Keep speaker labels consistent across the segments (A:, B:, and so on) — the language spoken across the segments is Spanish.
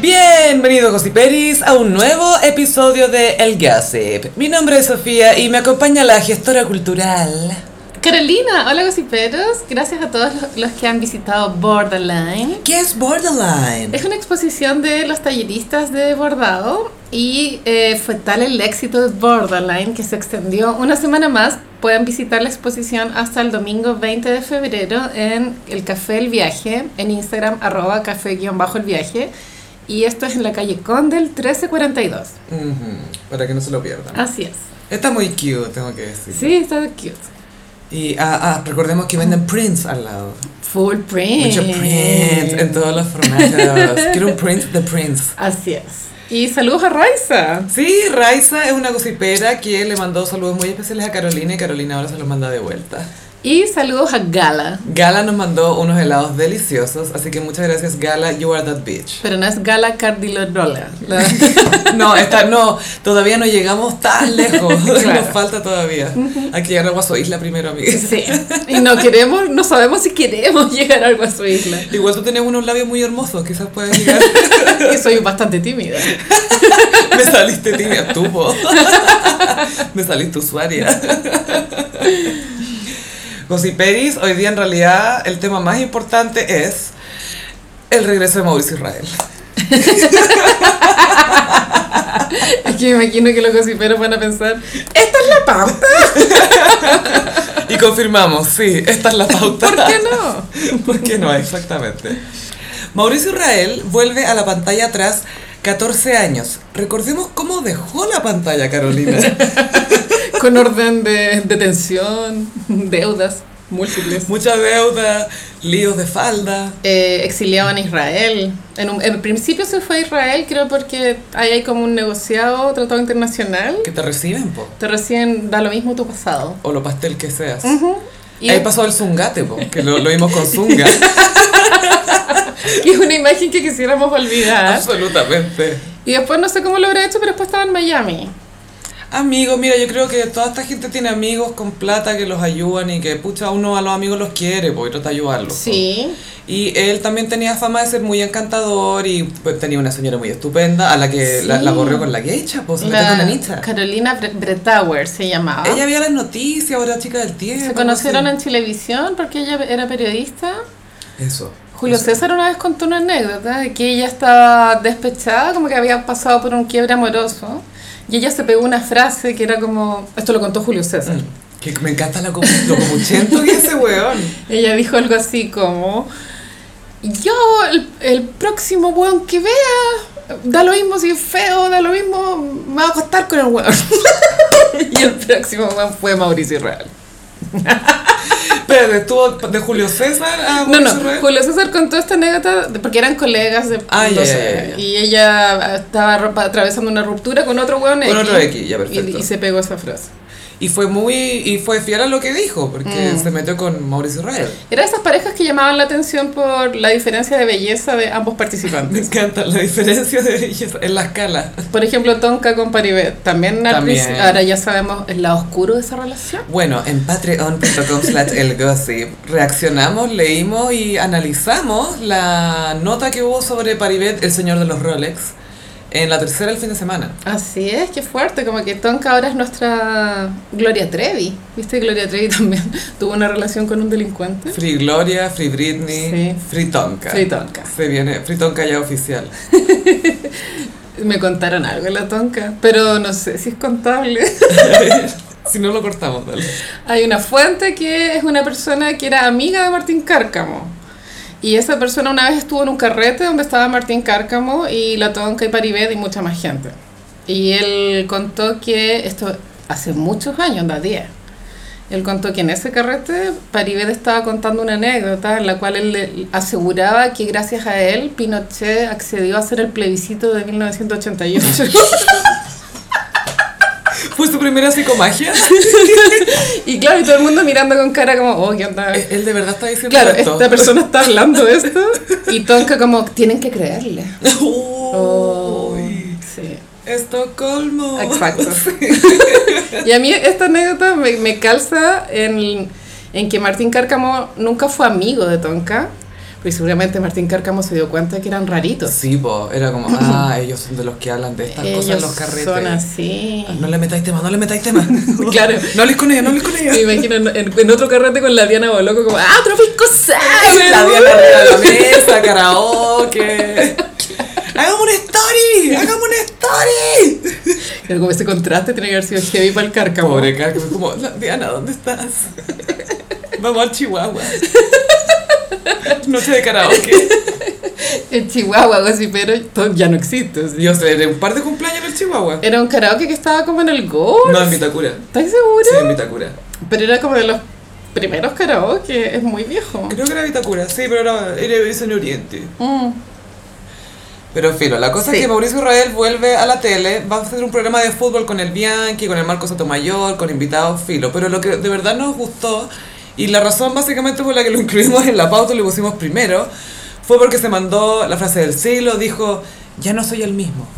A: Bienvenidos Gossiperis a un nuevo episodio de El Gossip. Mi nombre es Sofía y me acompaña la gestora cultural.
B: Carolina, hola gossiperos, gracias a todos los, los que han visitado Borderline.
A: ¿Qué es Borderline?
B: Es una exposición de los talleristas de bordado y eh, fue tal el éxito de Borderline que se extendió una semana más. Pueden visitar la exposición hasta el domingo 20 de febrero en el Café El Viaje, en Instagram arroba café-el viaje. Y esto es en la calle Condel 1342.
A: Ujú, para que no se lo pierdan.
B: Así es.
A: Está muy cute, tengo que decir.
B: Ah. Sí, está cute.
A: Y ah, ah, recordemos que venden prints al lado.
B: Full print.
A: Mucho print en todos los formatos. Quiero un print de prints.
B: Así es. Y saludos a Raiza.
A: Sí, Raiza es una gocipera que le mandó saludos muy especiales a Carolina y Carolina ahora se los manda de vuelta.
B: Y saludos a Gala.
A: Gala nos mandó unos helados deliciosos, así que muchas gracias Gala, you are that bitch.
B: Pero no es Gala Cardilodola.
A: No, está, no, todavía no llegamos tan lejos,
B: Claro.
A: nos falta todavía. Hay que llegar a Guaso Isla primero, amiga.
B: Sí. Y no queremos, no sabemos si queremos llegar algo a su isla.
A: Igual tú tienes unos labios muy hermosos, quizás puedas llegar.
B: Y soy bastante tímida.
A: Me saliste tibia, tú, po. Me saliste usuaria. Gossiperis, hoy día en realidad el tema más importante es el regreso de Mauricio Israel.
B: Es que me imagino que los gossiperos van a pensar, esta es la pampa.
A: Y confirmamos, sí, esta es la pauta.
B: ¿Por qué no?
A: ¿Por qué no? Exactamente. Mauricio Israel vuelve a la pantalla tras 14 años. Recordemos cómo dejó la pantalla Carolina.
B: Con orden de detención, deudas múltiples.
A: Mucha deuda, líos de falda.
B: Eh, exiliado en Israel. En, un- en principio se fue a Israel, creo porque ahí hay como un negociado, tratado internacional.
A: Que te reciben, po.
B: Te recién da lo mismo tu pasado.
A: O lo pastel que seas.
B: Y
A: Ahí pasó el zungate, po, que lo, lo vimos con zunga.
B: Y es una imagen que quisiéramos
A: Ah.
B: olvidar.
A: Absolutamente.
B: Y después no sé cómo lo habrá hecho, pero después estaba en Miami.
A: Amigos, mira, yo creo que toda esta gente tiene amigos con plata que los ayudan y que, pucha, uno a los amigos los quiere, po, y trata de ayudarlos. po.
B: Sí.
A: Y él también tenía fama de ser muy encantador y pues, tenía una señora muy estupenda a la que
B: Sí.
A: la, la corrió con la geisha, pues, la, con la nicha.
B: Carolina Bre- Bretauer se llamaba.
A: Ella veía las noticias, ahora chica del tiempo.
B: se conocieron
A: así.
B: en televisión porque ella era periodista.
A: Eso.
B: Julio
A: Eso.
B: César una vez contó una anécdota de que ella estaba despechada, como que había pasado por un quiebre amoroso. Y ella se pegó una frase que era como, esto lo contó Julio César.
A: Mm. Que me encanta lo, como- lo comuchento que es ese weón.
B: Ella dijo algo así como, yo el, el próximo weón que vea, da lo mismo si es feo, da lo mismo, me va a acostar con el weón. y el próximo weón fue Mauricio Israel.
A: Pero estuvo de Julio César a
B: No, no,
A: Ah, Mauricio Real.
B: Julio César contó esta anécdota de- porque eran colegas de...
A: Ah, ya,
B: no sé,
A: ya, ya, ya.
B: Y ella estaba ro- atravesando una ruptura con otro weón
A: Con otro X, ya, perfecto.
B: Y, y se pegó esa frase.
A: Y fue muy. Y fue fiel a lo que dijo, porque
B: Mm.
A: se metió con Mauricio Real.
B: Era de esas parejas que llamaban la atención por la diferencia de belleza de ambos participantes.
A: Me encanta la diferencia de belleza en la escala.
B: Por ejemplo, Tonka con Paribet. También, al
A: También.
B: principio- ahora ya sabemos el lado oscuro de esa relación.
A: Bueno, en patreon.com slash el gossip reaccionamos, leímos y analizamos la nota que hubo sobre Paribet, el señor de los Rolex, en la tercera el fin de semana.
B: Así es, qué fuerte. Como que Tonka ahora es nuestra Gloria Trevi. ¿Viste? Gloria Trevi también tuvo una relación con un delincuente.
A: Free Gloria, Free Britney,
B: Sí.
A: Free Tonka.
B: Soy Tonka.
A: Se viene, Free Tonka ya oficial.
B: Me contaron algo de la Tonka, pero no sé si es contable.
A: si no lo cortamos, dale.
B: Hay una fuente que es una persona que era amiga de Martín Cárcamo. Y esa persona una vez estuvo en un carrete donde estaba Martín Cárcamo y la Tonka y Paribet y mucha más gente. Y él contó que, esto hace muchos años, anda 10. Él contó que en ese carrete Paribet estaba contando una anécdota en la cual él le- aseguraba que gracias a él Pinochet accedió a hacer el plebiscito de 1988.
A: ¿Fue su primera psicomagia?
B: y claro, y todo el mundo mirando con cara como, oh, ¿qué onda?
A: ¿Él de verdad está diciendo
B: Claro,
A: esto?
B: esta persona está hablando de esto y Tonka como, tienen que creerle. Oh,
A: Uy,
B: Sí, Oh,
A: Estocolmo.
B: exacto. Y a mí esta anécdota me, me calza en, en que Martín Cárcamo nunca fue amigo de Tonka, Y seguramente Martín Cárcamo se dio cuenta que eran raritos.
A: Sí, po, era como, ah, ellos son de los que hablan de estas cosas en los carretes.
B: son así.
A: No le metáis tema, no le metáis tema.
B: Claro.
A: No hables con ella, no hables con ella.
B: Me imagino en, en- en otro carrete con la Diana Boloco como, ¡ah, otra vez cosas!
A: La Diana arriba de la mesa, karaoke. ¡Hagamos una story! ¡Hagamos una story!
B: Pero como ese contraste tiene que haber sido heavy para el cárcamo.
A: Pobre cara, que fue como, "La- Diana, ¿dónde estás? Vamos al Chihuahua. Noche de karaoke.
B: En Chihuahua, así, pero to- ya no existe. o sea.
A: Yo celebré un par de cumpleaños en el Chihuahua.
B: Era un karaoke que estaba como en el gol.
A: No, en Vitacura.
B: ¿Estás segura?
A: Sí, en Vitacura.
B: Pero era como de los primeros karaoke, es muy viejo.
A: Creo que era Vitacura, sí, pero era, era eso en Oriente.
B: Mm.
A: Pero filo, la cosa
B: Sí.
A: es que Mauricio Israel vuelve a la tele, va a hacer un programa de fútbol con el Bianchi, con el Marco Sotomayor, con invitados, filo. Pero lo que de verdad nos gustó, y la razón básicamente por la que lo incluimos en la pauta y lo pusimos primero, fue porque se mandó la frase del siglo, dijo, ya no soy el mismo.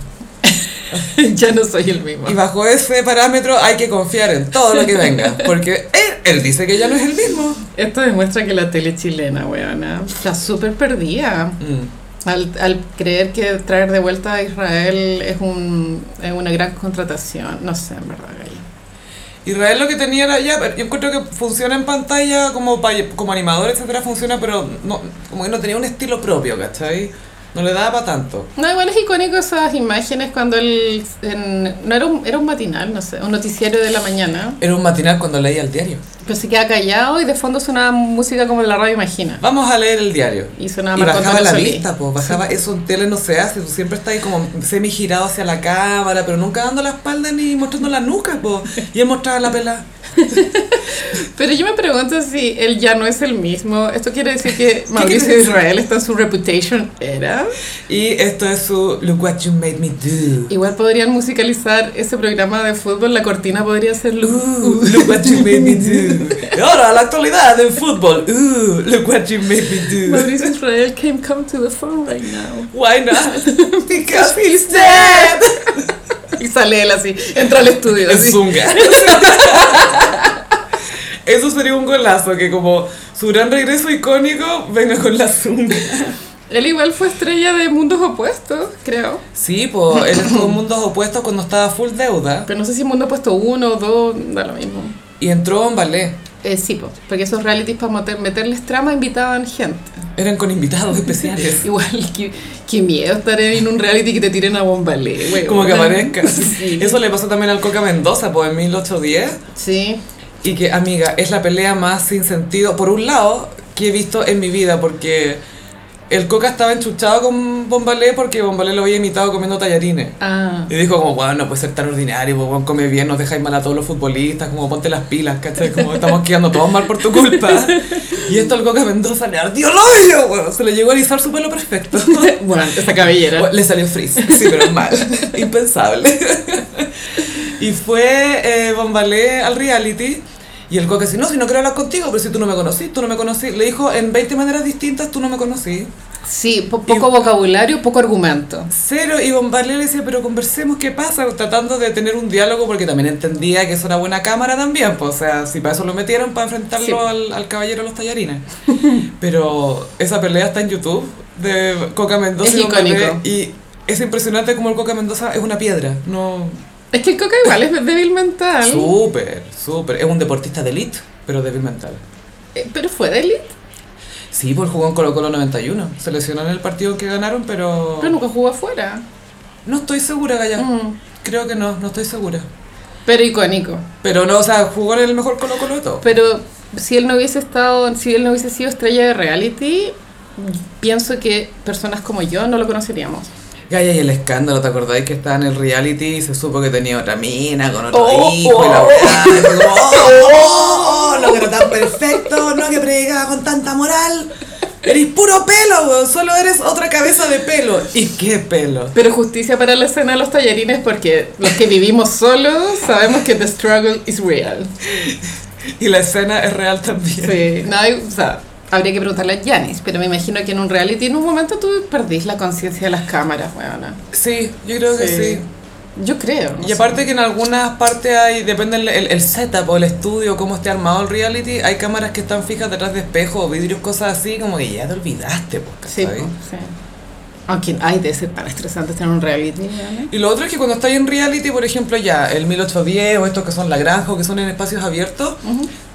B: ya no soy el mismo.
A: Y bajo ese parámetro hay que confiar en todo lo que venga, porque él, él dice que ya no es el mismo.
B: Esto demuestra que la tele chilena, weona, está súper perdida.
A: Mm,
B: Al, al creer que traer de vuelta a Israel es, un, es una gran contratación. No sé, en verdad, Gaya.
A: Israel lo que tenía era ya, pero yo encuentro que funciona en pantalla como, pa- como animador, etcétera, funciona, pero no, como que no tenía un estilo propio, ¿cachai? No le daba para tanto.
B: No, igual es icónico esas imágenes cuando él... en- no era un, era un matinal, no sé, un noticiero de la mañana.
A: Era un matinal cuando leía el diario.
B: Pero se queda callado y de fondo sonaba música como de la radio Imagina.
A: Vamos a leer el diario.
B: Y sonaba
A: y
B: Ah, Marco
A: bajaba
B: Antonio
A: la
B: Solís.
A: vista, pues bajaba, eso en tele no se hace, tú siempre estás ahí como semi girado hacia la cámara, pero nunca dando la espalda ni mostrando la nuca, pues. Y él mostraba la pelada.
B: Pero yo me pregunto si él ya no es el mismo. ¿Esto quiere decir que Mauricio
A: quiere decir?
B: Israel está en su reputation era?
A: Y esto es su Look What You Made Me Do.
B: Igual podrían musicalizar ese programa de fútbol. La cortina podría ser
A: Ooh,
B: Lu.
A: Uh, look what you made me do. Y Ahora, la actualidad del fútbol. Ooh, look what you made me do.
B: Mauricio Israel came come to the phone right now.
A: Why not? Because he's dead.
B: Y sale él así, entra al estudio.
A: En
B: así.
A: zunga. Eso sería un golazo, que como su gran regreso icónico venga con la zunga.
B: Él igual fue estrella de mundos opuestos, creo.
A: Sí, pues él estuvo en mundos opuestos cuando estaba full deuda
B: Pero no sé si mundo opuesto uno o dos, da lo mismo.
A: y entró en ballet.
B: Eh, sí, po, porque esos realities para meter- meterles trama invitaban gente.
A: Eran con invitados especiales.
B: Igual, qué, qué miedo estar en un reality que te tiren a bombalé, güey.
A: Como que aparezca.
B: Sí.
A: Eso le pasó también al Coca Mendoza, pues en 1810.
B: Sí.
A: Y que, amiga, es la pelea más sin sentido, por un lado, que he visto en mi vida, porque el Coca estaba enchuchado con Bombalé porque Bombalé lo había imitado comiendo tallarines.
B: Ah.
A: Y dijo como, bueno, no puede ser tan ordinario, pues, weón, come bien, nos dejáis mal a todos los futbolistas, como ponte las pilas, ¿cachai? Como estamos quedando todos mal por tu culpa. Y esto al Coca Mendoza le ardió el hoyo, weón. Se le llegó a alisar su pelo perfecto.
B: Bueno, esa cabellera.
A: Bueno, Le salió frizz, sí, pero mal, impensable. Y fue eh, Bombalé al reality y el coca dice, no, si no quiero hablar contigo, pero si tú no me conocí, tú no me conocí. Le dijo en 20 maneras distintas, tú no me conocí.
B: Sí, po- poco vocabulario, poco argumento.
A: Cero, y Bombalé le decía, pero conversemos, ¿qué pasa? Tratando de tener un diálogo porque también entendía que es una buena cámara también, pues, o sea, si para eso lo metieron, para enfrentarlo
B: Sí.
A: al, al caballero de los tallarines. pero esa pelea está en YouTube de Coca Mendoza
B: Es
A: y Bombalé,
B: icónico.
A: y es impresionante como el Coca Mendoza es una piedra, no...
B: Es que el coca igual es débil mental.
A: Súper, súper. Es un deportista de elite, pero débil mental.
B: Eh, Pero fue de élite.
A: Sí, por jugó en Colo Colo 91. Se lesionó en el partido que ganaron, pero...
B: Pero nunca jugó afuera.
A: No estoy segura, Gaya.
B: Mm.
A: Creo que no, no estoy segura.
B: Pero icónico.
A: Pero no, o sea, jugó en el mejor Colo Colo de todo.
B: Pero si él no hubiese estado, si él no hubiese sido estrella de reality, pienso que personas como yo no lo conoceríamos.
A: Gaya, y el escándalo, ¿te acordáis que estaba en el reality y se supo que tenía otra mina con otro
B: Oh,
A: hijo y la
B: oh.
A: weá, y fue como, oh, oh, oh, no que era tan perfecto, no que predicaba con tanta moral. Eres puro pelo, weón, solo eres otra cabeza de pelo. ¿Y qué pelo?
B: Pero justicia para la escena de los tallarines porque los que vivimos solos sabemos que the struggle is real.
A: Y la escena es real también.
B: Sí, no, y- o sea, habría que preguntarle a Janis, pero me imagino que en un reality en un momento tú perdís la conciencia de las cámaras, weona.
A: Sí, yo creo que sí.
B: Yo creo. no
A: Y
B: sé.
A: aparte que en algunas partes hay, depende el, el, el setup o el estudio, cómo esté armado el reality, hay cámaras que están fijas detrás de espejos, vidrios, cosas así, como que ya te olvidaste, pues,
B: Sí,
A: ¿cachai?
B: po, sí. Aunque ay, debe ser tan estresante estar en un reality. ¿no?
A: Y lo otro es que cuando estáis en reality, por ejemplo, ya el 1810 o estos que son la granja o que son en espacios abiertos,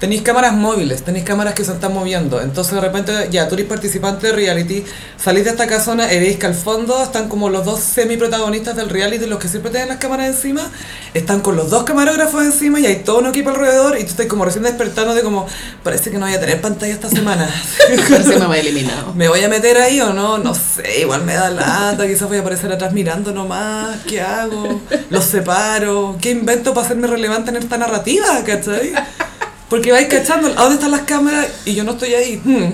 A: tenéis cámaras móviles, tenéis cámaras que se están moviendo. Entonces de repente ya tú eres participante de reality, salís de esta casona y veis que al fondo están como los dos semi-protagonistas del reality, los que siempre tienen las cámaras encima, están con los dos camarógrafos encima y hay todo un equipo alrededor y tú estás como recién despertando de como, parece que no voy a tener pantalla esta semana.
B: Parece que me va eliminado.
A: ¿Me voy a meter ahí o no? No sé, igual me da lata, quizás voy a aparecer atrás mirando nomás, ¿qué hago? ¿Los separo? ¿Qué invento para hacerme relevante en esta narrativa, cachai? Porque vais cachando, ¿a dónde están las cámaras? Y yo no estoy ahí. Hmm.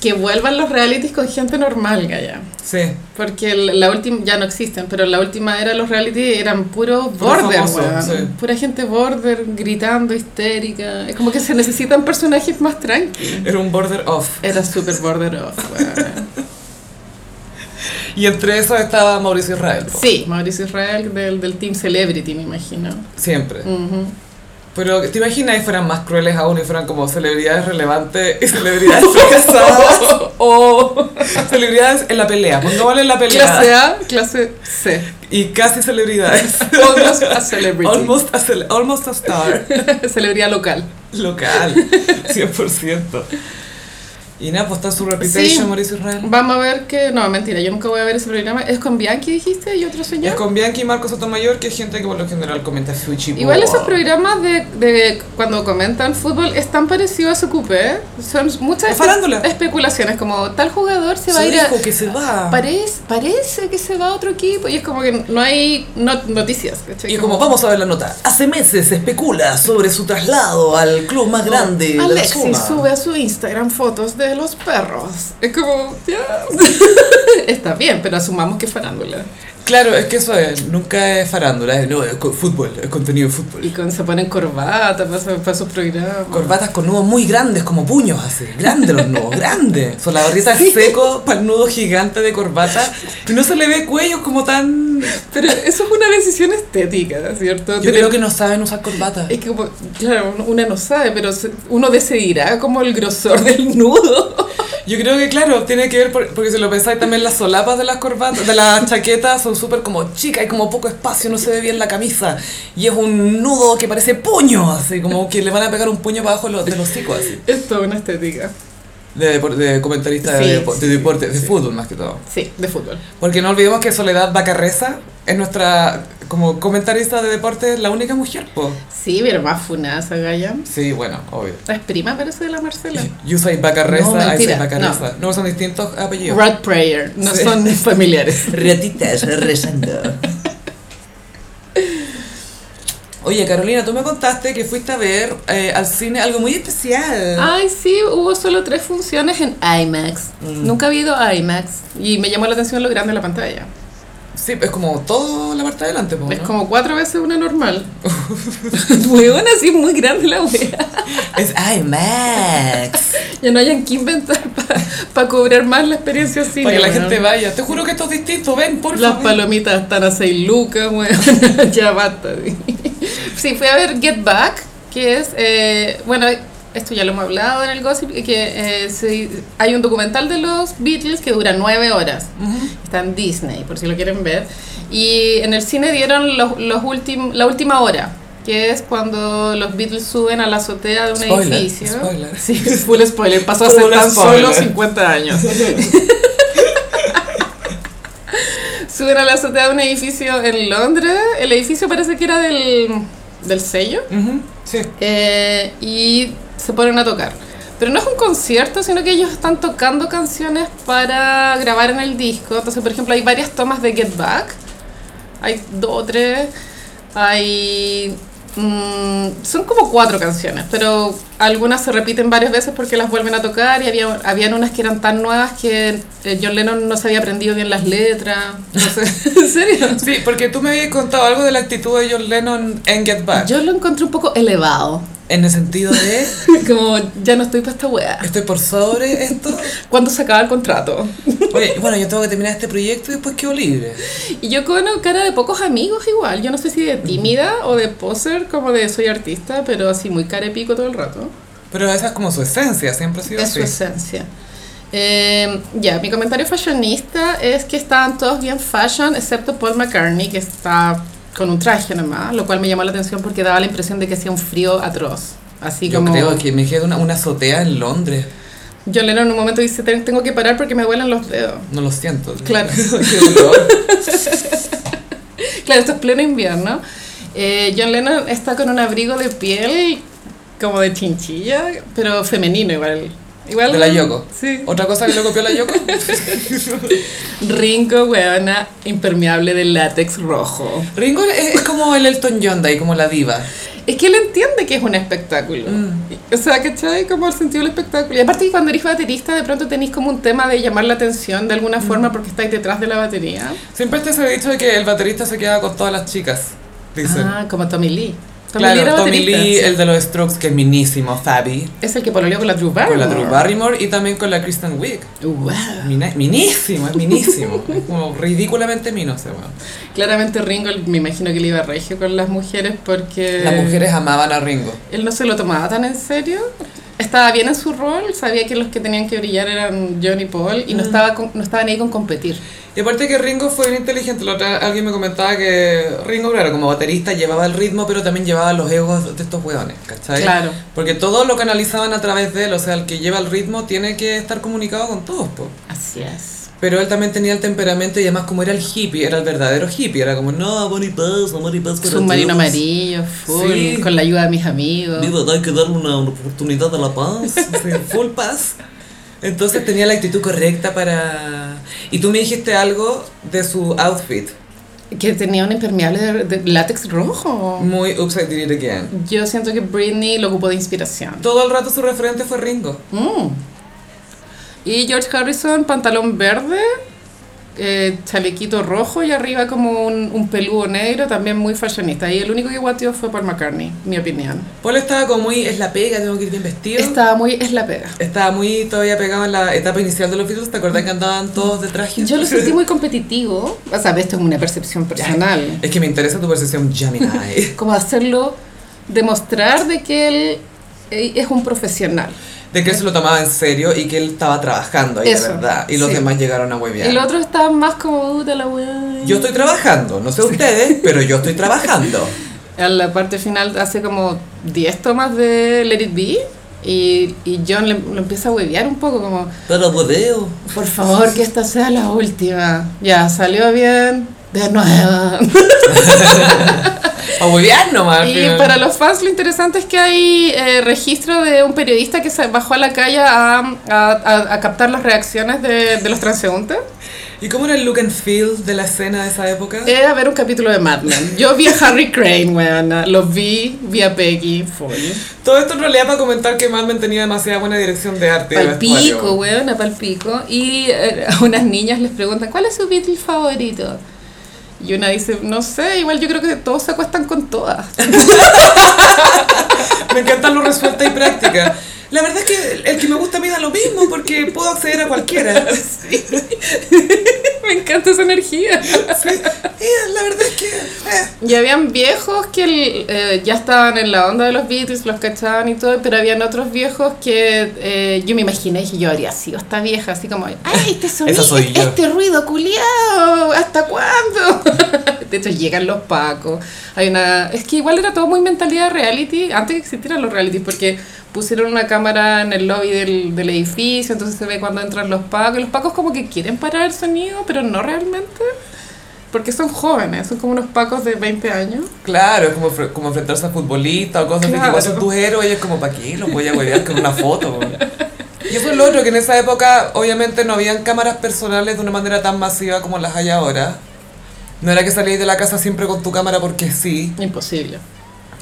B: Que vuelvan los realities con gente normal, Gaya.
A: Sí.
B: Porque el- la última, ya no existen, pero la última era los reality eran puros
A: Puro
B: border,
A: famoso,
B: weón.
A: sí.
B: Pura gente border, gritando, histérica. Es como que se necesitan personajes más tranquilos.
A: Era un border off.
B: Era super border off, weón.
A: Y entre esos estaba Mauricio Israel. po.
B: Sí, Mauricio Israel del, del Team Celebrity, me imagino.
A: Siempre.
B: Ujú.
A: Pero ¿te imaginas si fueran más crueles aún y fueran como celebridades relevantes y celebridades fracasadas? o celebridades en la pelea. Pongámosle en la pelea.
B: Clase A, clase C.
A: Y casi celebridades.
B: Almost a celebrity.
A: Almost a, cele- almost a star.
B: Celebridad local.
A: Local. 100%. Y nada, pues está su reputation,
B: Sí.
A: Mauricio Israel.
B: Vamos a ver que... No, mentira, yo nunca voy a ver ese programa. ¿Es con Bianchi, dijiste, y otro
A: Es
B: señor?
A: con Bianchi y Marcos Sotomayor, que es gente que por lo general comenta sushi.
B: Igual
A: boa.
B: esos programas de, de cuando comentan fútbol es tan parecido a su coupé. Son muchas
A: Es farándula.
B: especulaciones, como tal jugador se va a
A: Su
B: ir a...
A: hijo que se va.
B: Parece, parece que se va a otro equipo y es como que no hay not- noticias. ¿cachai?
A: Y como vamos a ver la nota. Hace meses se especula sobre su traslado al club más grande de la
B: Alexis
A: zona.
B: sube a su Instagram fotos de los perros. Es como, ya. Está bien, pero asumamos que es farándula.
A: Claro, es que eso es, nunca es farándula, es, no, es co- fútbol, es contenido de
B: Y
A: fútbol.
B: con, se ponen corbata para, su- para sus programas.
A: Corbatas con nudos muy grandes, como puños así. Grandes los nudos, grandes. Son la barrita seco para el nudo gigante de corbata. Y no se le ve cuello como tan...
B: Pero eso es una decisión estética, ¿cierto?
A: Yo
B: Tener-
A: creo que no saben usar corbata.
B: Es que, como- claro, uno- una no sabe, pero se- uno decidirá como el grosor del nudo.
A: Yo creo que, claro, tiene que ver, por- porque si lo pensáis, también las solapas de las corbatas, de las chaquetas son súper como chicas, y como poco espacio, no se ve bien la camisa. Y es un nudo que parece puño, así como que le van a pegar un puño para abajo de los- de los hocicos, así.
B: Es toda una estética.
A: De, depor- de comentarista
B: Sí,
A: de, depo- de
B: sí,
A: deporte, de fútbol más que todo.
B: Sí, de fútbol.
A: Porque no olvidemos que Soledad Bacarreza es nuestra, como comentarista de deporte, la única mujer, po.
B: Sí, pero más funada esa galla.
A: Sí, bueno, obvio.
B: Es prima, parece, de la Marcela.
A: Yo soy Bacarreza,
B: No,
A: I
B: mentira,
A: soy Bacarreza. No. son distintos apellidos.
B: Rod Prayer, no
A: Sí.
B: son familiares.
A: Ratitas rezando. Oye, Carolina, tú me contaste que fuiste a ver eh, al cine algo muy especial.
B: Ay, sí, hubo solo tres funciones en IMAX. Nunca había ido a IMAX. Y me llamó la atención lo grande de la pantalla.
A: Sí, es como todo la parte de adelante, po,
B: Es
A: ¿no?
B: como cuatro veces una normal. Huevona, así es muy grande la wea.
A: Es IMAX.
B: Ya no hayan que inventar para cobrar más la experiencia cine.
A: Para que la
B: weón.
A: gente vaya. Te juro que esto es distinto. Ven, por
B: Las
A: favor.
B: palomitas están a 6 lucas, weón. ya basta. sí. Sí, fui a ver Get Back, que es, eh, bueno, esto ya lo hemos hablado en el Gossip, que eh, sí, hay un documental de los Beatles que dura 9 horas. Está en Disney, por si lo quieren ver. Y en el cine dieron los, los ultim- la última hora, que es cuando los Beatles suben a la azotea de un
A: Spoiler,
B: edificio.
A: spoiler.
B: Sí, full spoiler. Pasó hace
A: Full
B: tan
A: spoiler.
B: solo 50 años. Suben a la azotea de un edificio en Londres. El edificio parece que era del, del sello.
A: Ujú, Sí.
B: Eh, y se ponen a tocar. Pero no es un concierto, sino que ellos están tocando canciones para grabar en el disco. Entonces, por ejemplo, hay varias tomas de Get Back. Hay dos o tres. Hay... mm, son como cuatro canciones, pero algunas se repiten varias veces porque las vuelven a tocar y había, habían unas que eran tan nuevas que eh, John Lennon no se había aprendido bien las letras. No sé. ¿En serio?
A: Sí, porque tú me habías contado algo de la actitud de John Lennon en Get Back.
B: Yo lo encontré un poco elevado.
A: En el sentido de,
B: Como, ya no estoy para esta weá.
A: estoy por sobre esto.
B: ¿Cuándo se acaba el contrato?
A: Oye, bueno, yo tengo que terminar este proyecto y después quedo libre.
B: Y yo con cara de pocos amigos igual. Yo no sé si de tímida o de poser, como de soy artista, pero así muy carepico todo el rato.
A: Pero esa es como su esencia, siempre ha sido
B: Es
A: así.
B: su esencia. Eh, ya, mi comentario fashionista es que estaban todos bien fashion, excepto Paul McCartney, que está con un traje nomás, lo cual me llamó la atención porque daba la impresión de que hacía un frío atroz. Así
A: Yo
B: como.
A: creo que me queda una, una azotea en Londres.
B: John Lennon en un momento dice: "Ten- Tengo que parar porque me duelen los dedos.
A: No lo siento.
B: Claro.
A: Qué dolor.
B: Claro, esto es pleno invierno. Eh, John Lennon está con un abrigo de piel como de chinchilla, pero femenino igual. igual
A: De la Yoko.
B: Sí.
A: Otra cosa que le copió la Yoko.
B: Ringo, weona, impermeable de látex rojo.
A: Ringo es, es como el Elton John de ahí, como la diva.
B: Es que él entiende que es un espectáculo.
A: Mm.
B: O sea, ¿cachai? Como el sentido del espectáculo. Y aparte que cuando eres baterista, de pronto tenéis como un tema de llamar la atención de
A: Mm.
B: alguna forma porque estáis detrás de la batería.
A: Siempre te se ha dicho de que el baterista se queda con todas las chicas. Dicen.
B: Ah, como Tommy Lee. Tommy Lee
A: claro,
B: era
A: Tommy
B: baterista.
A: Lee, el de los Strokes, que es minísimo, Fabi.
B: Es el que pololeó con la Drew Barrymore.
A: Con la Drew Barrymore y también con la Kristen Wiig.
B: Wow.
A: Mina- Minísimo, es minísimo. Es como ridículamente mino ese weón.
B: Claramente Ringo, me imagino que le iba regio con las mujeres porque
A: Las mujeres amaban a Ringo.
B: él no se lo tomaba tan en serio. Estaba bien en su rol, sabía que los que tenían que brillar eran John y Paul y no, estaba con- no estaban ahí con competir.
A: Y aparte que Ringo fue bien inteligente. La otra- alguien me comentaba que Ringo, claro, como baterista llevaba el ritmo, pero también llevaba los egos de estos hueones, ¿cachai?
B: Claro.
A: Porque todo lo canalizaban a través de él. O sea, el que lleva el ritmo tiene que estar comunicado con todos, po.
B: Así es.
A: Pero él también tenía el temperamento y además como era el hippie, era el verdadero hippie. Era como, no, amor y paz, amor y paz para
B: Submarino
A: todos.
B: amarillo, full,
A: Sí.
B: con la ayuda de mis amigos.
A: Viva, hay que darle una, una oportunidad a la paz, sí, full paz. Entonces tenía la actitud correcta para... Y tú me dijiste algo de su outfit.
B: Que tenía un impermeable de, de látex rojo.
A: Muy upside did it again.
B: Yo siento que Britney lo ocupó de inspiración.
A: Todo el rato su referente fue Ringo.
B: Mm. Y George Harrison, pantalón verde, eh, chalequito rojo y arriba como un, un peludo negro, también muy fashionista. Y el único que guateó fue Paul McCartney, mi opinión.
A: Paul estaba como muy, es la pega, tengo que ir bien vestido.
B: Estaba muy, es la pega.
A: Estaba muy todavía pegado en la etapa inicial de los Beatles. ¿Te acordás que andaban todos de traje?
B: Yo lo sentí muy competitivo. O sea, esto es una percepción personal.
A: Es que me interesa tu percepción, Gemini.
B: Como hacerlo, demostrar de que él eh, es un profesional.
A: De que él se lo tomaba en serio y que él estaba trabajando ahí, de
B: Eso,
A: verdad. Y los
B: sí.
A: demás llegaron a huevear.
B: El otro está más como, "Puta la weá".
A: Yo estoy trabajando, no sé ustedes, pero yo estoy trabajando.
B: En la parte final hace como 10 tomas de Let It Be y, y John le- lo empieza a huevear un poco como,
A: Pero bodeo.
B: por favor que esta sea la última. Ya, salió bien, de nuevo.
A: A huevear nomás. al
B: Y
A: final.
B: para los fans lo interesante es que hay eh, registro de un periodista que se bajó a la calle a, a- a- a captar las reacciones de, de los transeúntes.
A: ¿Y cómo era el look and feel de la escena de esa época?
B: Era Eh, ver un capítulo de Mad Men. Yo vi a Harry Crane, weona, lo vi, vi a Peggy, fue...
A: Todo esto en realidad para comentar que Mad Men tenía demasiada buena dirección de arte. y de vestuario.
B: Palpico, weón, a palpico. Y eh, a unas niñas les preguntan, ¿cuál es su Beatle favorito? Y una dice, no sé, igual yo creo que todos se acuestan con todas.
A: Me encanta lo resuelta y práctica. La verdad es que el- el que me gusta a mí da lo mismo porque puedo acceder a cualquiera. Eh,
B: Me encanta esa energía.
A: Sí. Y la verdad es que... eh.
B: Y habían viejos que el- eh, ya estaban en la onda de los Beatles, los cachaban y todo, pero habían otros viejos que eh, yo me imaginé que yo habría sido esta vieja, así como, ¡ay, este sonido,
A: soy yo.
B: este ruido culiado! ¿Hasta cuándo? de hecho, llegan los pacos. Hay una, es que igual era todo muy mentalidad reality, antes que existieran los reality, porque pusieron una cámara en el lobby del, del edificio, entonces se ve cuando entran los pacos, y los pacos como que quieren parar el sonido, pero no realmente. Porque son jóvenes, son como unos pacos de 20 años.
A: Claro, es como, fre- como enfrentarse a futbolistas o cosas así, que
B: Claro.
A: igual son tus héroes, y es como, ¿para qué? Los voy a huevear con una foto. Y eso es lo otro, que en esa época obviamente no habían cámaras personales de una manera tan masiva como las hay ahora. No era que salías de la casa siempre con tu cámara porque sí.
B: Imposible.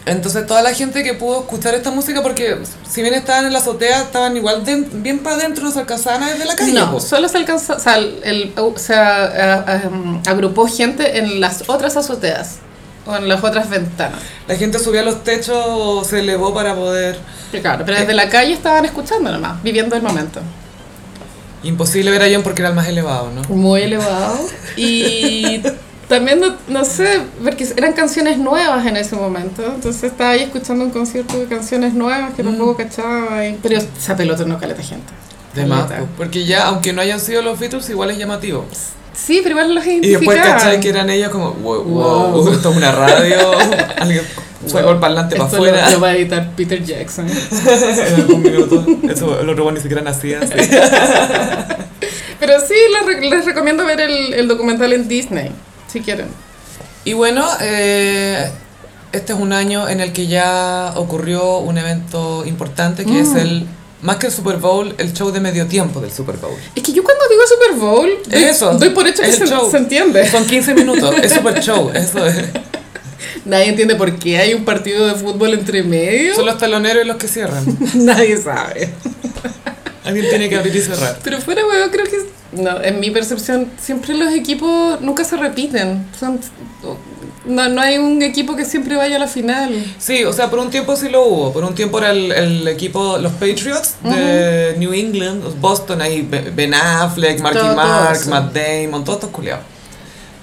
A: Entonces toda la gente que pudo escuchar esta música, porque si bien estaban en la azotea, estaban igual de- bien para adentro, no se alcanzaban a ver de la calle.
B: No,
A: po.
B: solo se alcanzó, o sea, el- o sea, a- a- um, agrupó gente en las otras azoteas o en las otras ventanas.
A: La gente subía a los techos o se elevó para poder...
B: Que Claro, pero desde la calle estaban escuchando nomás, viviendo el momento.
A: Imposible ver a John porque era el más elevado, ¿no?
B: muy elevado. Y también, no, no sé, porque eran canciones nuevas en ese momento. Entonces estaba ahí escuchando un concierto de canciones nuevas que tampoco cachaba. y- Mm. pero se apelotonó caleta gente.
A: De más,
B: Caleta.
A: pues, porque ya, aunque no hayan sido los Beatles, igual es llamativo.
B: Sí, pero igual los
A: Y después
B: identificaban.
A: cachai que eran ellos como, wow, wow,
B: Wow.
A: esto es una radio, alguien sacó el parlante para
B: Esto
A: afuera.
B: Lo, lo va a editar Peter Jackson.
A: en algún minuto. Eso, los robots ni siquiera nacían. sí.
B: Pero sí, les, re- les recomiendo ver el, el documental en Disney, si quieren.
A: Y bueno, eh, este es un año en el que ya ocurrió un evento importante que
B: Mm.
A: es el, más que el Super Bowl, el show de medio tiempo del Super Bowl.
B: Es que yo cuando digo Super Bowl, doy,
A: Eso,
B: doy por hecho que
A: es el
B: se,
A: show.
B: se entiende.
A: Son 15 minutos, es Super Show, eso es.
B: Nadie entiende por qué hay un partido de fútbol entre medio.
A: Son los taloneros y los que cierran.
B: Nadie sabe.
A: Alguien tiene que abrir y cerrar.
B: Pero fuera huevo, creo que, no, en mi percepción, siempre los equipos nunca se repiten. Son, no, no hay un equipo que siempre vaya a la final.
A: Sí, o sea, por un tiempo sí lo hubo. Por un tiempo era el, el equipo, los Patriots de New England, los Boston, ahí Be- Ben Affleck, Marky
B: Todo, todo
A: Mark,
B: eso.
A: Matt Damon, todos estos culiados.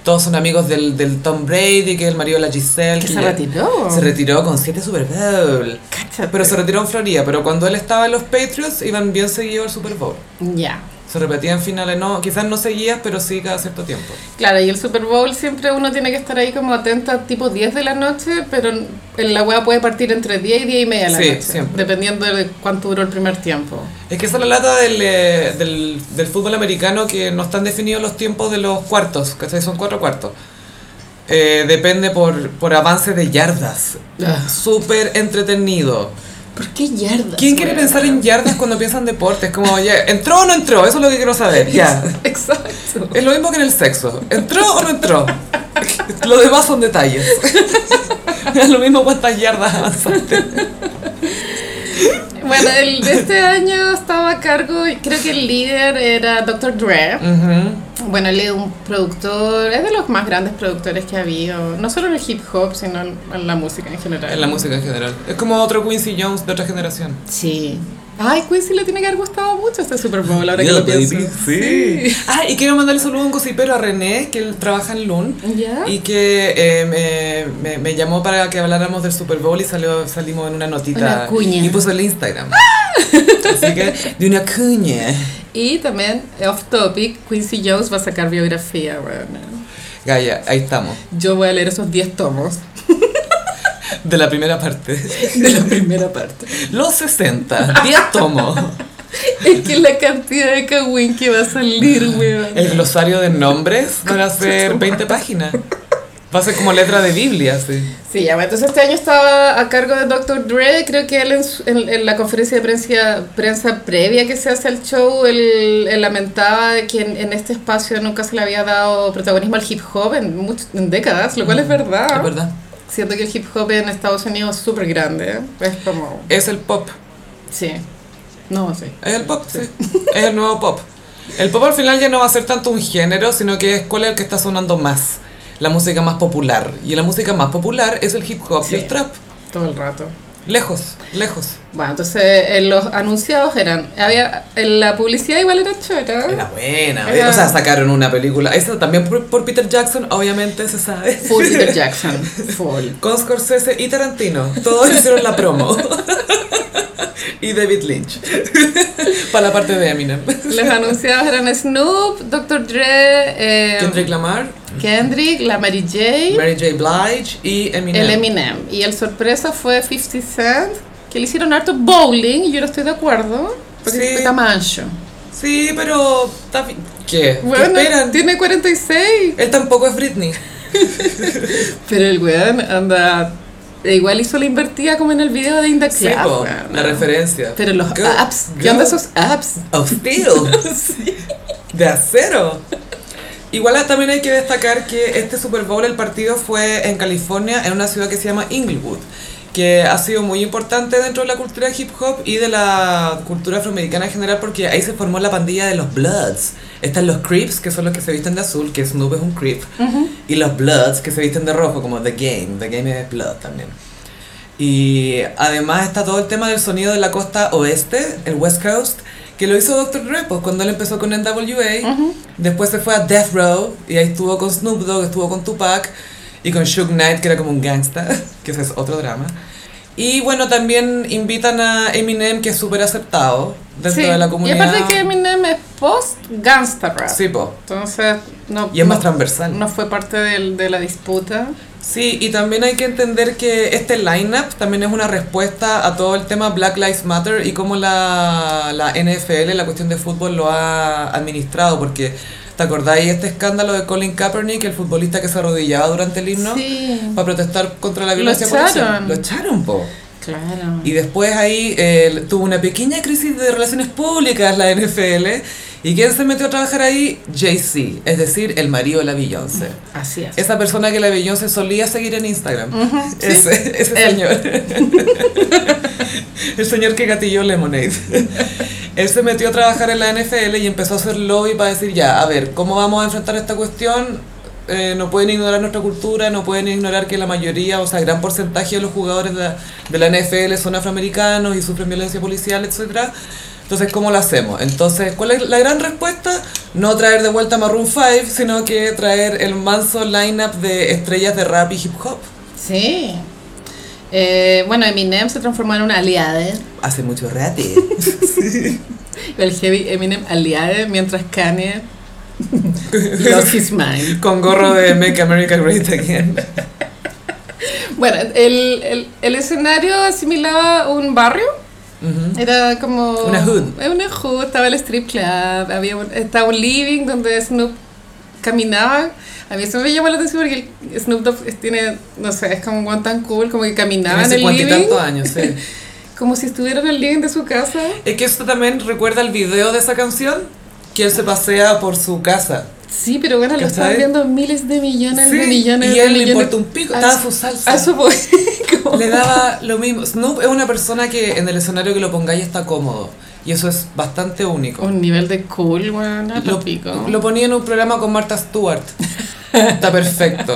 A: Todos son amigos del, del Tom Brady, que es el marido de la Giselle.
B: Que se
A: ya-
B: retiró.
A: Se retiró con siete Super Bowl.
B: Cáchate.
A: Pero se retiró en Florida. Pero cuando él estaba en los Patriots, iban bien seguido al Super Bowl.
B: Ya.
A: Se repetían finales, no, quizás no seguías, pero sí cada cierto tiempo.
B: Claro, y el Super Bowl siempre uno tiene que estar ahí como atento a tipo 10 de la noche, pero en la web puede partir entre 10 y 10 y media de la
A: Sí,
B: noche,
A: siempre.
B: dependiendo de cuánto duró el primer tiempo.
A: Es que esa es la lata del, eh, del, del fútbol americano que no están definidos los tiempos de los cuartos, ¿cachai? Son cuatro cuartos. Eh, depende por, por avances de yardas.
B: Ah.
A: Súper entretenido.
B: ¿Por qué yardas?
A: ¿Quién quiere
B: weón?
A: pensar en yardas cuando piensan deportes? Como, oye, ¿entró o no entró? Eso es lo que quiero saber. Ya.
B: Exacto.
A: Es lo mismo que en el sexo. ¿Entró o no entró? Lo demás son detalles. Es lo mismo cuántas yardas avanzaste.
B: Bueno, el de este año estaba a cargo, creo que el líder era Dr. Dre.
A: Ujú.
B: Bueno, él es un productor, es de los más grandes productores que ha habido, no solo en el hip hop, sino en, en la música en general.
A: En la música en general. Es como otro Quincy Jones de otra generación.
B: Sí. Ay, Quincy le tiene que haber gustado mucho este Super Bowl, ahora que lo pienso.
A: Sí. Ah, y quiero mandarle saludo a un cosipero a René, que él trabaja en Loon.
B: ¿Ya?
A: Y que eh, me, me- me llamó para que habláramos del Super Bowl y salió, salimos en una notita.
B: Una cuña. ¡Ah!
A: Y puso el Instagram. Así que, de una cuña.
B: Y también, off topic, Quincy Jones va a sacar biografía, bueno.
A: Gaya, ahí estamos.
B: Yo voy a leer esos 10 tomos
A: De la primera parte.
B: de la primera parte.
A: Los 60. 10 tomos.
B: Es que la cantidad de cagüín que va a salir, weón.
A: El glosario de nombres van a ser 20 páginas. Va a ser como letra de Biblia, sí.
B: Sí, ya, bueno, entonces este año estaba a cargo de Dr. Dre. Creo que él en, su- en- en la conferencia de prensa, prensa previa que se hace al show, él, él lamentaba de que en, en este espacio nunca se le había dado protagonismo al hip hop en, much- en décadas, lo cual es verdad.
A: Mm, Es verdad.
B: Siento que el hip hop en Estados Unidos es súper grande. ¿eh? Es como.
A: Es el pop.
B: Sí. No, sí.
A: Es el pop, sí. Es el nuevo pop. El pop al final ya no va a ser tanto un género, sino que es cuál es el que está sonando más. La música más popular. Y la música más popular es el hip hop
B: Sí.
A: y el trap.
B: Todo el rato.
A: Lejos, lejos.
B: Bueno, entonces eh, los anunciados eran. Había, en la publicidad igual era ¿eh? chora.
A: Era buena.
B: Era-
A: O sea, sacaron una película. Esa también por, por Peter Jackson, obviamente se sabe.
B: Full Peter Jackson. Full.
A: Con Scorsese y Tarantino. Todos hicieron la promo. y David Lynch. Para la parte de Eminem.
B: Los anunciados eran Snoop, Dr. Dre, eh,
A: Kendrick Lamar,
B: Kendrick, la Mary J,
A: Mary J. Blige y
B: el Eminem. Y el sorpresa fue 50 Cent, que le hicieron harto bowling, y yo no estoy de acuerdo, porque
A: Sí.
B: está mancho.
A: Sí, pero está bi- ¿Qué?
B: Bueno,
A: ¿Qué esperan?
B: tiene 46.
A: Él tampoco es Britney.
B: Pero el weón anda. e Igual hizo la invertida como en el video de Index
A: Sí, po, la referencia.
B: Pero los
A: Girl-
B: apps, ¿qué
A: girl
B: onda esos apps?
A: Of steel. De acero. Igual ah, también hay que destacar que este Super Bowl, el partido fue en California, en una ciudad que se llama Inglewood, que ha sido muy importante dentro de la cultura hip hop y de la cultura afroamericana en general, porque ahí se formó la pandilla de los Bloods. Están los Crips, que son los que se visten de azul, que Snoop es un Crip, y los Bloods, que se visten de rojo, como The Game. The Game es Blood también. Y además está todo el tema del sonido de la costa oeste, el West Coast, que lo hizo Dr. Dre, pues cuando él empezó con NWA, después se fue a Death Row y ahí estuvo con Snoop Dogg, estuvo con Tupac y con Suge Knight, que era como un gangsta, que ese es otro drama. Y bueno, también invitan a Eminem, que es súper aceptado dentro
B: Sí,
A: de la comunidad.
B: Y aparte que Eminem es post gangsta rap.
A: Sí, po.
B: Entonces, no,
A: Y es más
B: no-
A: transversal.
B: no fue parte del- de la disputa.
A: Sí, y también hay que entender que este lineup también es una respuesta a todo el tema Black Lives Matter y cómo la, la NFL, la cuestión de fútbol, lo ha administrado. Porque, ¿te acordáis este escándalo de Colin Kaepernick, el futbolista que se arrodillaba durante el himno
B: Sí.
A: para protestar contra la
B: Lo
A: violencia policial?
B: echaron.
A: Lo echaron, po.
B: Claro.
A: Y después ahí eh, tuvo una pequeña crisis de relaciones públicas la NFL. ¿Y quién se metió a trabajar ahí? Jay-Z, es decir, el marido de la Beyoncé.
B: Así es.
A: Esa persona que la Beyoncé solía seguir en Instagram.
B: Ujú, sí.
A: Ese, ese
B: Él.
A: Este señor. El señor que gatilló Lemonade. Él se metió a trabajar en la NFL y empezó a hacer lobby para decir, ya, a ver, ¿cómo vamos a enfrentar esta cuestión? Eh, no pueden ignorar nuestra cultura, no pueden ignorar que la mayoría, o sea, gran porcentaje de los jugadores de la, de la NFL son afroamericanos y sufren violencia policial, etcétera. Entonces, ¿cómo lo hacemos? Entonces, ¿cuál es la gran respuesta? No traer de vuelta a Maroon 5, sino que traer el manso lineup de estrellas de rap y hip hop.
B: Sí. Eh, bueno, Eminem se transformó en un aliade.
A: Hace mucho rato.
B: El heavy Eminem aliade, mientras Kanye lost his mind.
A: Con gorro de Make America Great Again.
B: Bueno, el, el, el escenario asimilaba un barrio.
A: Ujú.
B: Era como...
A: Una hood.
B: Eh, Una hood, estaba el strip club, había un- estaba un living donde Snoop caminaba. A mí eso me llamó la atención porque el Snoop Dogg es- tiene, no sé, es como un guan tan cool, como que caminaba
A: Tiene
B: en el
A: cincuenta y
B: living.
A: tantos años, sí.
B: Como si estuviera en el living de su casa.
A: Es que esto también recuerda el video de esa canción, que él se pasea por su casa.
B: Sí, pero bueno, lo
A: ¿Cachai?
B: están viendo miles de millones de
A: Sí,
B: millones
A: y
B: de
A: él le
B: millones.
A: importa un pico,
B: A
A: estaba
B: su-
A: su salsa.
B: A su voy- como-
A: Le daba lo mismo. Snoop es una persona que en el escenario que lo pongáis está cómodo. Y eso es bastante único.
B: Un nivel de cool, bueno, a lo pico.
A: lo ponía en un programa con Martha Stewart. Está perfecto.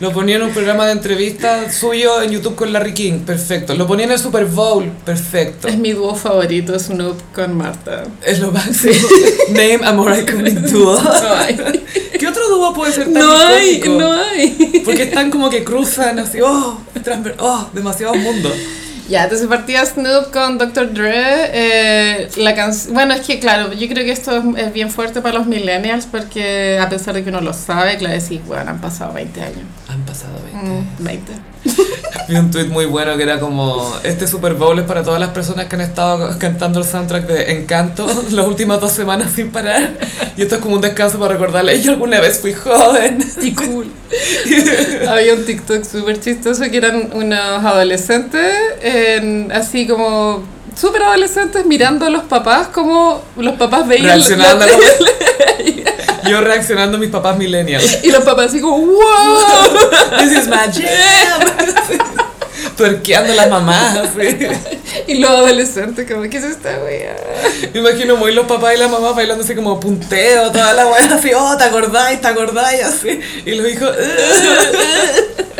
A: Lo ponía en un programa de entrevista suyo en YouTube con Larry King. Perfecto. Lo ponía en el Super Bowl. Perfecto.
B: Es mi dúo favorito, Snoop con Marta.
A: Es lo máximo. Name a more iconic duo.
B: No hay.
A: ¿Qué otro dúo puede ser Oh. tan
B: No hay,
A: icónico?
B: no hay.
A: Porque están como que cruzan así, oh, transver- oh, demasiado mundo.
B: Ya, entonces partía Snoop con Dr. Dre. eh, la canción. Bueno, es que claro, yo creo que esto es, es bien fuerte para los millennials porque a pesar de que uno lo sabe, claro, decís, bueno, han pasado 20 años.
A: Han pasado 20.
B: Mm, 20.
A: Vi un tweet muy bueno que era como, este Super Bowl es para todas las personas que han estado cantando el soundtrack de Encanto las últimas dos semanas sin parar. Y esto es como un descanso para recordarles, yo alguna vez fui joven.
B: Y cool. Había un TikTok súper chistoso que eran unos adolescentes, en- así como súper adolescentes, mirando a los papás, como los papás veían.
A: Reaccionando.
B: la-
A: Yo reaccionando a mis papás millennials.
B: y los papás así como, ¡wow!
A: This is my jam. Tuerqueando las mamás. así.
B: Y los adolescentes, como, ¿qué es esta wea?
A: Me imagino muy los papás y las mamás bailando así como punteo, toda la weá así, oh, te acordáis, te acordáis, así. Y los hijos, "Ugh".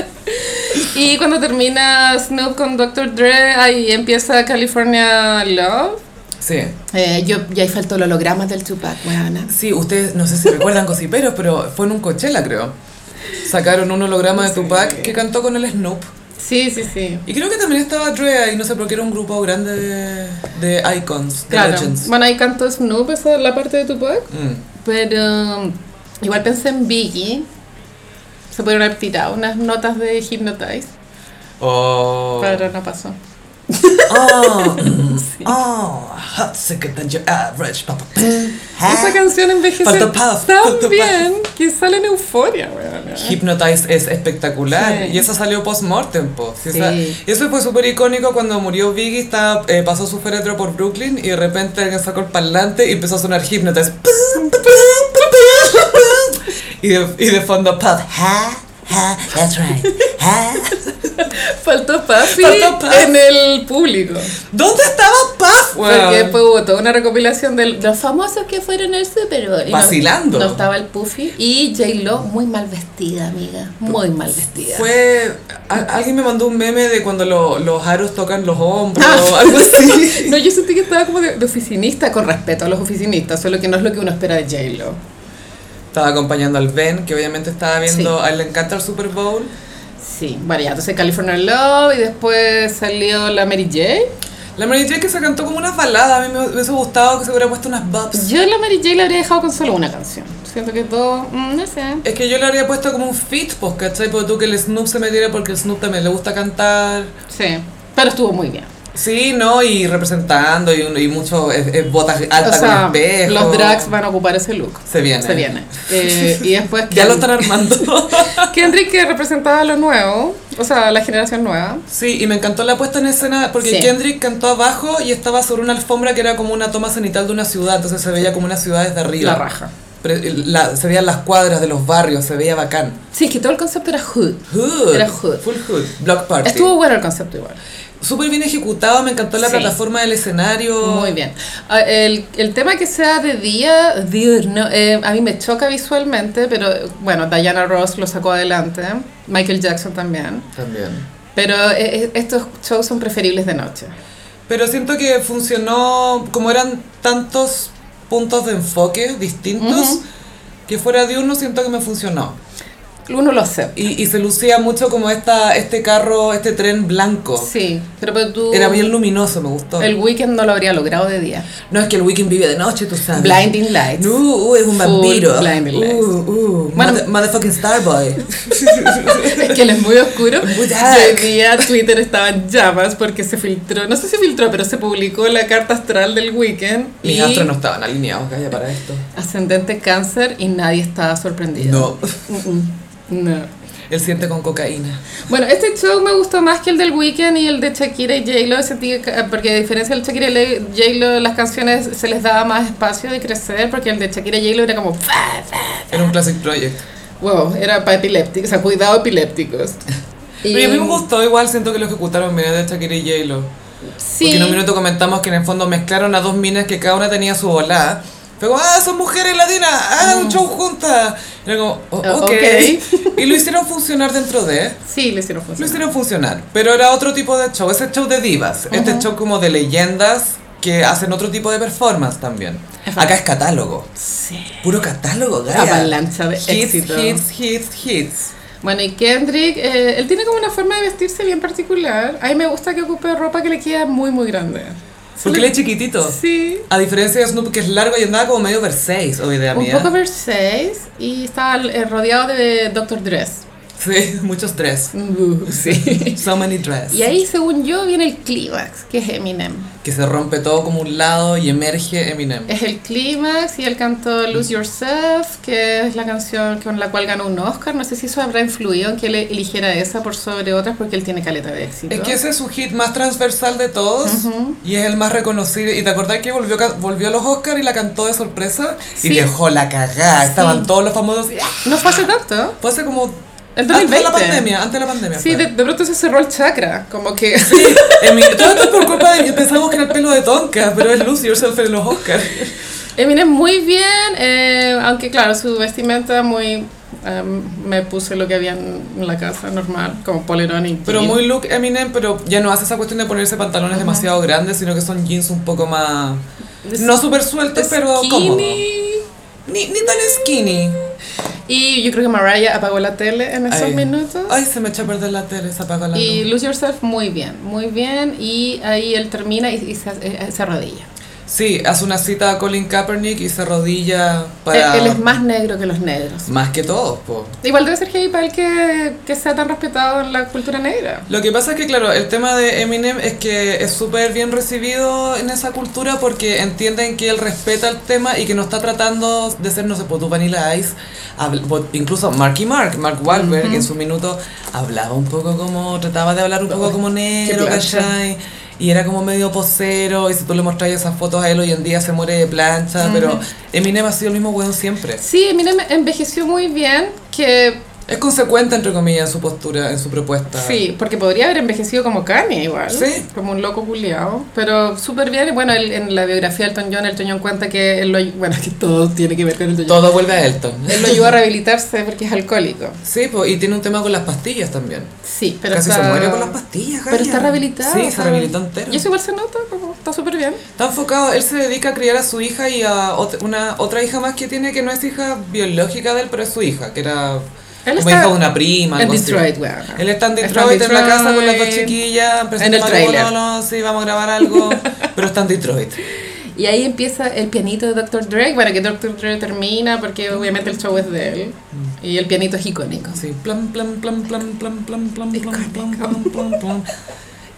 B: Y cuando termina Snoop con Dr. Dre, ahí empieza California Love.
A: Sí.
B: Eh, yo, y ahí faltó el holograma del Tupac, weana.
A: Sí, ustedes, no sé si recuerdan Cosiperos, pero fue en un Coachella, creo. Sacaron un holograma de Tupac que cantó con el Snoop.
B: Sí, sí, sí.
A: Y creo que también estaba Dre ahí, no sé, porque era un grupo grande de, de icons, de
B: Claro.
A: legends.
B: Bueno, ahí cantó Snoop, esa la parte de Tupac.
A: Mm.
B: Pero um, igual pensé en Biggie. Se pudieron haber tirado unas notas de Hypnotize,
A: Oh.
B: pero no pasó.
A: Oh. Oh. Hot sicker than your average. pa, pa, pa.
B: Esa canción envejeció
A: Ah. Faltó Puff,
B: tan
A: faltó
B: bien que sale en euforia, weona.
A: Hypnotize es espectacular
B: Ah. Sí.
A: y esa salió post-mortem. po. Sí,
B: Sí.
A: esa- y eso fue súper icónico cuando murió Biggie, estaba, eh, pasó su féretro por Brooklyn y de repente alguien sacó el parlante y empezó a sonar Hypnotize. Y de, y de fondo, Puff, ha, ha, that's right. ha.
B: Faltó Puffy
A: Faltó Puff.
B: en el público.
A: ¿Dónde estaba Puff?
B: Porque
A: weón?
B: después hubo toda una recopilación de los famosos que fueron al Super Bowl. Y no-
A: Vacilando.
B: No, estaba el Puffy. Y J-Lo muy mal vestida, amiga. Muy mal vestida.
A: Fue. a- alguien me mandó un meme de cuando lo- los aros tocan los hombros
B: Ah.
A: o algo así.
B: No, yo sentí que estaba como de, de oficinista, con respeto a los oficinistas, solo que no es lo que uno espera de J-Lo.
A: Estaba acompañando al Ben, que obviamente estaba viendo. A él le encanta el Super Bowl.
B: Sí, bueno, ya entonces California Love y después salió la Mary J.
A: La Mary J que se cantó como unas baladas. A mí me hubiese gustado que se hubiera puesto unas bops.
B: Yo la Mary J la habría dejado con solo una canción. Siento que todo, mm, no sé.
A: Es que yo le habría puesto como un fit, pues, ¿cachai? Porque tú que el Snoop se metiera porque el Snoop también le gusta cantar.
B: Sí, pero estuvo muy bien.
A: Sí, ¿no? Y representando y, un- y mucho es- es botas
B: O
A: altas
B: sea,
A: con espejo.
B: los drags van a ocupar ese look.
A: Se viene.
B: Se viene. Eh, y después
A: Ya lo
B: Kendrick-
A: están armando.
B: Kendrick que representaba lo nuevo, o sea, la generación nueva.
A: Sí, y me encantó la puesta en escena porque
B: Sí.
A: Kendrick cantó abajo y estaba sobre una alfombra que era como una toma cenital de una ciudad, entonces se veía como una ciudad desde arriba.
B: La raja.
A: Pre- la- se veían las cuadras de los barrios, se veía bacán.
B: Sí, es que todo el concepto era hood.
A: Hood.
B: Era hood.
A: Full hood. Block party.
B: Estuvo bueno el concepto igual.
A: súper bien ejecutado, me encantó la
B: Sí.
A: plataforma del escenario.
B: Muy bien. Ah, El, el tema que sea de día, diurno, eh, a mí me choca visualmente, pero eh, bueno, Diana Ross lo sacó adelante, Michael Jackson también,
A: También.
B: pero eh, eh, estos shows son preferibles de noche.
A: Pero siento que funcionó, como eran tantos puntos de enfoque distintos, que fuera de uno siento que me funcionó.
B: Uno lo acepta.
A: Y, y se lucía mucho como esta, este carro, este tren blanco.
B: Sí, pero, pero tú...
A: Era bien luminoso, me gustó.
B: El weekend no lo habría logrado de día.
A: No, es que el weekend vive de noche, tú sabes.
B: Blinding Lights.
A: Ah, No, uh, es un
B: Full
A: vampiro.
B: blinding lights.
A: Uh, uh,
B: Bueno-
A: mother- motherfucking Starboy.
B: Es que él es muy oscuro.
A: Muy
B: Y
A: dark.
B: hoy día Twitter estaba en llamas porque se filtró, no sé si filtró, pero se publicó la carta astral del weekend.
A: Mis
B: y
A: astros no estaban alineados, calla, para esto.
B: Ascendente cáncer y nadie estaba sorprendido.
A: No,
B: No.
A: él siente con cocaína.
B: Bueno, este show me gustó más que el del Weekend y el de Shakira y J-Lo, sentí que- porque a diferencia del Shakira y le- J-Lo, las canciones se les daba más espacio de crecer, porque el de Shakira y J-Lo era como... fa, fa.
A: Era un classic project.
B: Wow, era para epilépticos, o sea, cuidado epilépticos.
A: Pero a mí me gustó igual, siento que lo ejecutaron bien de Shakira y J-Lo.
B: Sí,
A: Porque en un minuto comentamos que en el fondo mezclaron a dos minas que cada una tenía su volada. Fue como, ah, son mujeres latinas, ah, un show juntas. Era como, "Oh,
B: Ah,
A: ok.
B: ok.
A: y lo hicieron funcionar dentro de...
B: sí, le hicieron
A: Lo
B: funcionar.
A: hicieron funcionar, pero era otro tipo de show, ese show de divas, este show como de leyendas que hacen otro tipo de performance también.
B: Ajá.
A: Acá es catálogo,
B: Sí.
A: puro catálogo, gaya.
B: Avalancha de
A: hits,
B: éxito.
A: hits, hits, hits.
B: Bueno, y Kendrick, eh, él tiene como una forma de vestirse bien particular. A mí me gusta que ocupe ropa que le queda muy, muy grande.
A: Porque él es chiquitito.
B: Sí.
A: A diferencia de Snoop, que es largo y andaba como medio Versace, o idea
B: Un
A: mía.
B: poco Versace y estaba eh, rodeado de Doctor Dress.
A: Sí, muchos dress.
B: sí.
A: So many dress.
B: Y ahí, según yo, viene el clímax, que es Eminem.
A: Que se rompe todo como un lado y emerge Eminem.
B: Es el clímax y él cantó Lose Yourself, que es la canción con la cual ganó un Oscar. No sé si eso habrá influido en que él eligiera esa por sobre otras, porque él tiene caleta de éxito.
A: Es que ese es su hit más transversal de todos y es el más reconocido. ¿Y te acordás que volvió, ca- volvió a los Oscars y la cantó de sorpresa?
B: Sí.
A: Y dejó la cagada. Estaban todos los famosos. y, ¡ah!
B: No fue hace tanto. ¿eh?
A: Fue hace como.
B: El
A: Antes de la
B: 2020.
A: pandemia, antes de la pandemia.
B: Sí,
A: fue.
B: de, de pronto se cerró el chakra, como que...
A: Sí, en mi- todo esto es por culpa de. Pensamos que era el pelo de Tonka, pero es Lucy Yourself en los Oscars.
B: Eminem muy bien, eh, aunque claro, su vestimenta muy... em, me puse lo que había en la casa, normal, como polerón y...
A: Pero
B: jean.
A: muy look Eminem, pero ya no hace esa cuestión de ponerse pantalones demasiado grandes, sino que son jeans un poco más.
B: Es-
A: No súper sueltos, pero
B: Skinny.
A: cómodos. Ni, ni tan skinny.
B: Y yo creo que Mariah apagó la tele en esos
A: Ay.
B: minutos.
A: Ay, se me echó a perder la tele, se apagó la luz.
B: Y Lose Yourself muy bien, muy bien. Y ahí él termina y, y se, eh, se arrodilla.
A: Sí, hace una cita a Colin Kaepernick y se arrodilla para...
B: Eh, Él, él es más negro que los negros.
A: Más que todos, po.
B: Igual debe ser heavy para él que, que sea tan respetado en la cultura negra.
A: Lo que pasa es que, claro, el tema de Eminem es que es súper bien recibido en esa cultura porque entienden que él respeta el tema y que no está tratando de ser, no sé, po, tú Vanilla Ice, habl- bo- incluso Marky Mark, Mark Wahlberg, en su minuto hablaba un poco como, trataba de hablar un poco como negro,
B: plancha.
A: ¿cachai? Y era como medio posero, y si tú le mostras esas fotos a él hoy en día se muere de plancha, pero Eminem ha sido el mismo weón siempre.
B: Sí, Eminem envejeció muy bien, que
A: Es consecuente, entre comillas, en su postura, en su propuesta.
B: Sí, porque podría haber envejecido como Kanye igual,
A: Sí.
B: como un loco culiao, pero súper bien. Y Bueno, él- en la biografía de Elton John, Elton John cuenta que él lo, bueno, que todo tiene que ver con Elton John.
A: Todo vuelve a Elton.
B: Él lo ayuda a rehabilitarse porque es alcohólico.
A: Sí, po, y tiene un tema con las pastillas también.
B: Sí, pero
A: Casi
B: está-
A: se muere con las pastillas,
B: Pero
A: Gaia.
B: está rehabilitado.
A: Sí,
B: o
A: se
B: sea,
A: rehabilitó entero.
B: Y eso igual se nota, como está súper bien.
A: Está enfocado, él se dedica a criar a su hija y a ot- una otra hija más que tiene que no es hija biológica de él, pero es su hija, que era
B: Él
A: como
B: está
A: hija de una prima.
B: en
A: algo así.
B: Detroit, weón.
A: Él está en
B: Está en
A: Detroit, en la casa con las dos
B: Detroit.
A: chiquillas,
B: En el tráiler.
A: No, no, sí, vamos a grabar algo, pero está en Detroit.
B: Y ahí empieza el pianito de Dr. Dre, para que Dr. Dre termina, porque obviamente el show es de él.
A: Mm.
B: Y el pianito es icónico.
A: Sí, plan, plan, plan, plan, plan, plan, plan, plan, plan, plan,
B: Icónico.
A: plan, plan.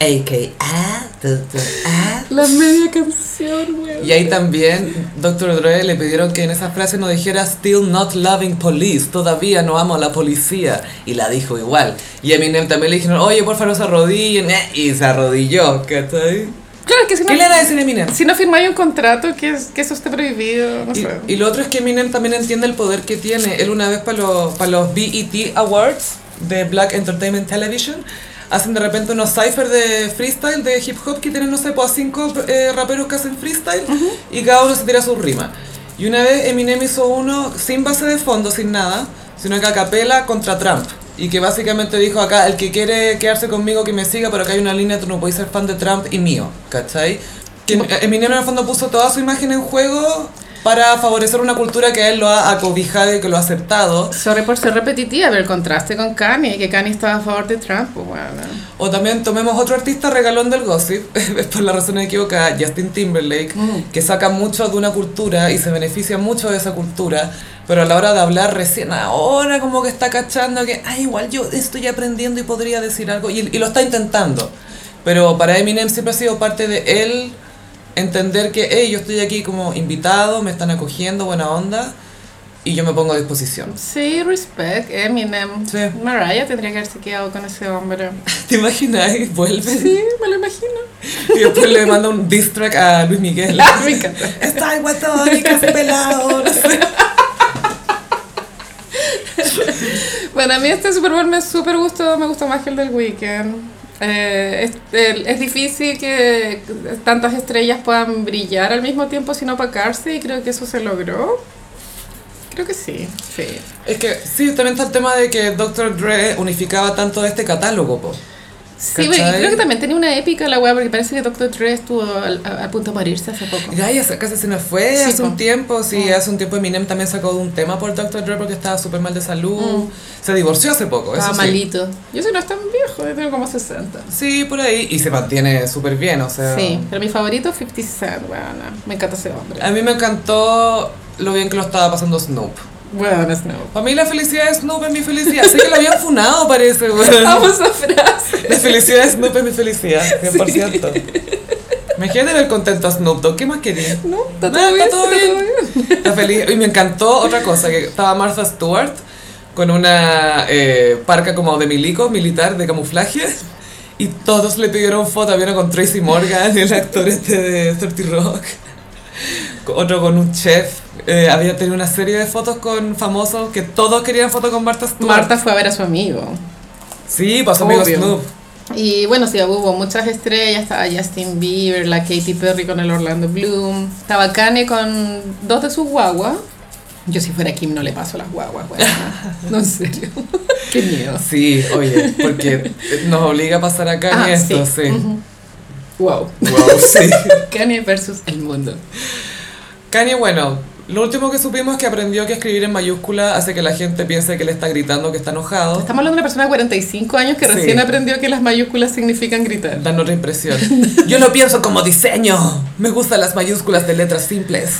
A: AKA, tu, tu, ah.
B: La media canción, weón.
A: Y ahí también, Dr. Dre le pidieron que en esa frase no dijera Still not loving police, todavía no amo a la policía. Y la dijo igual. Y a Eminem también le dijeron, oye, por favor, no se arrodillen. eh, Y se arrodilló, ¿cachai?
B: Claro que si no,
A: ¿Qué le van a decir a Eminem?
B: si no firmáis un contrato, que, es- que eso esté prohibido, no
A: Y,
B: sé.
A: y lo otro es que Eminem también entiende el poder que tiene. Él una vez para los, para los BET Awards de Black Entertainment Television hacen de repente unos cipher de freestyle, de hip hop, que tienen, no sé, pues a cinco eh, raperos que hacen freestyle y cada uno se tira su rima. Y una vez Eminem hizo uno sin base de fondo, sin nada, sino que a capela contra Trump. Y que básicamente dijo acá, el que quiere quedarse conmigo que me siga, pero acá hay una línea, tú no puedes ser fan de Trump y mío, ¿cachai? Que Eminem en el fondo puso toda su imagen en juego para favorecer una cultura que a él lo ha acobijado y que lo ha aceptado.
B: Sorry por ser repetitiva, pero el contraste con Kanye, que Kanye estaba a favor de Trump, pues, bueno.
A: O también tomemos otro artista regalón del gossip, por la razón equivocada, Justin Timberlake,
B: Mm.
A: que saca mucho de una cultura y se beneficia mucho de esa cultura, pero a la hora de hablar recién ahora como que está cachando que, ah, igual yo estoy aprendiendo y podría decir algo, y, y lo está intentando. Pero para Eminem siempre ha sido parte de él entender que, hey, yo estoy aquí como invitado, me están acogiendo, buena onda, y yo me pongo a disposición.
B: Sí, respect, Eminem.
A: Sí.
B: Mariah tendría que haberse quedado con ese hombre.
A: ¿Te imaginas? Vuelve
B: Sí, me lo imagino.
A: y después le manda un diss track a Luis Miguel.
B: me encanta.
A: Está el guatón y casi pelado. no sé.
B: Bueno, a mí este Super Bowl me súper gustó, me gustó más que el del Weekend. Eh, es, el- es difícil que tantas estrellas puedan brillar al mismo tiempo sin opacarse y creo que eso se logró. Creo que sí, sí.
A: Es que sí, también está el tema de que Dr. Dre unificaba tanto este catálogo, po.
B: Sí, pero
A: ¿Cachai?
B: y creo que también tenía una épica la weá, porque parece que Doctor Dre estuvo al- a, a punto de morirse hace poco.
A: Ya, ya se- casi se nos fue
B: Sí,
A: hace
B: po.
A: un tiempo. Sí,
B: Mm.
A: hace un tiempo Eminem también sacó un tema por Dr. Dre porque estaba súper mal de salud. Se divorció hace poco, eso
B: Estaba
A: sí.
B: malito. Yo soy no es tan viejo, yo tengo como 60.
A: Sí, por ahí. Y se mantiene súper bien, o sea.
B: Sí, pero mi favorito es 50 Cent, weona. Me encanta ese hombre.
A: A mí me encantó lo bien que lo estaba pasando Snoop.
B: Weona Snoop.
A: Para mí la felicidad de Snoop es mi felicidad. Sé que lo habían funado, parece, weón.
B: Vamos a frase.
A: La felicidad de Snoop es mi felicidad, 100%. Imagínate ver contento a Snoop Dogg, ¿qué más quería?
B: No, está
A: No,
B: todo bien,
A: está todo
B: está todo
A: bien.
B: bien.
A: Está feliz. Y me encantó otra cosa, que estaba Martha Stewart con una eh, parca como de milico, militar, de camuflaje. Y todos le pidieron foto, había una con Tracy Morgan, el actor este de 30 Rock. Otro con un chef. Eh, había tenido una serie de fotos con famosos que todos querían foto con Martha Stewart.
B: Marta fue a ver a su amigo.
A: Sí, pasó amigo
B: Obvio.
A: Snoop.
B: Y bueno, sí, hubo muchas estrellas. Estaba Justin Bieber, la Katy Perry con el Orlando Bloom. Estaba Kanye con dos de sus guaguas. Yo si fuera Kim no le paso las guaguas, güey. No, en serio. Qué miedo.
A: Sí, oye, porque nos obliga a pasar acá en
B: Ah,
A: esto, sí.
B: Ujú. Wow.
A: Wow, sí.
B: Kanye versus el mundo.
A: Kanye, bueno, lo último que supimos es que aprendió que escribir en mayúscula hace que la gente piense que le está gritando, que está enojado.
B: Estamos hablando de una persona de 45 años que
A: Sí.
B: recién aprendió que las mayúsculas significan gritar.
A: Dan otra impresión. Yo lo pienso como diseño. Me gustan las mayúsculas de letras simples.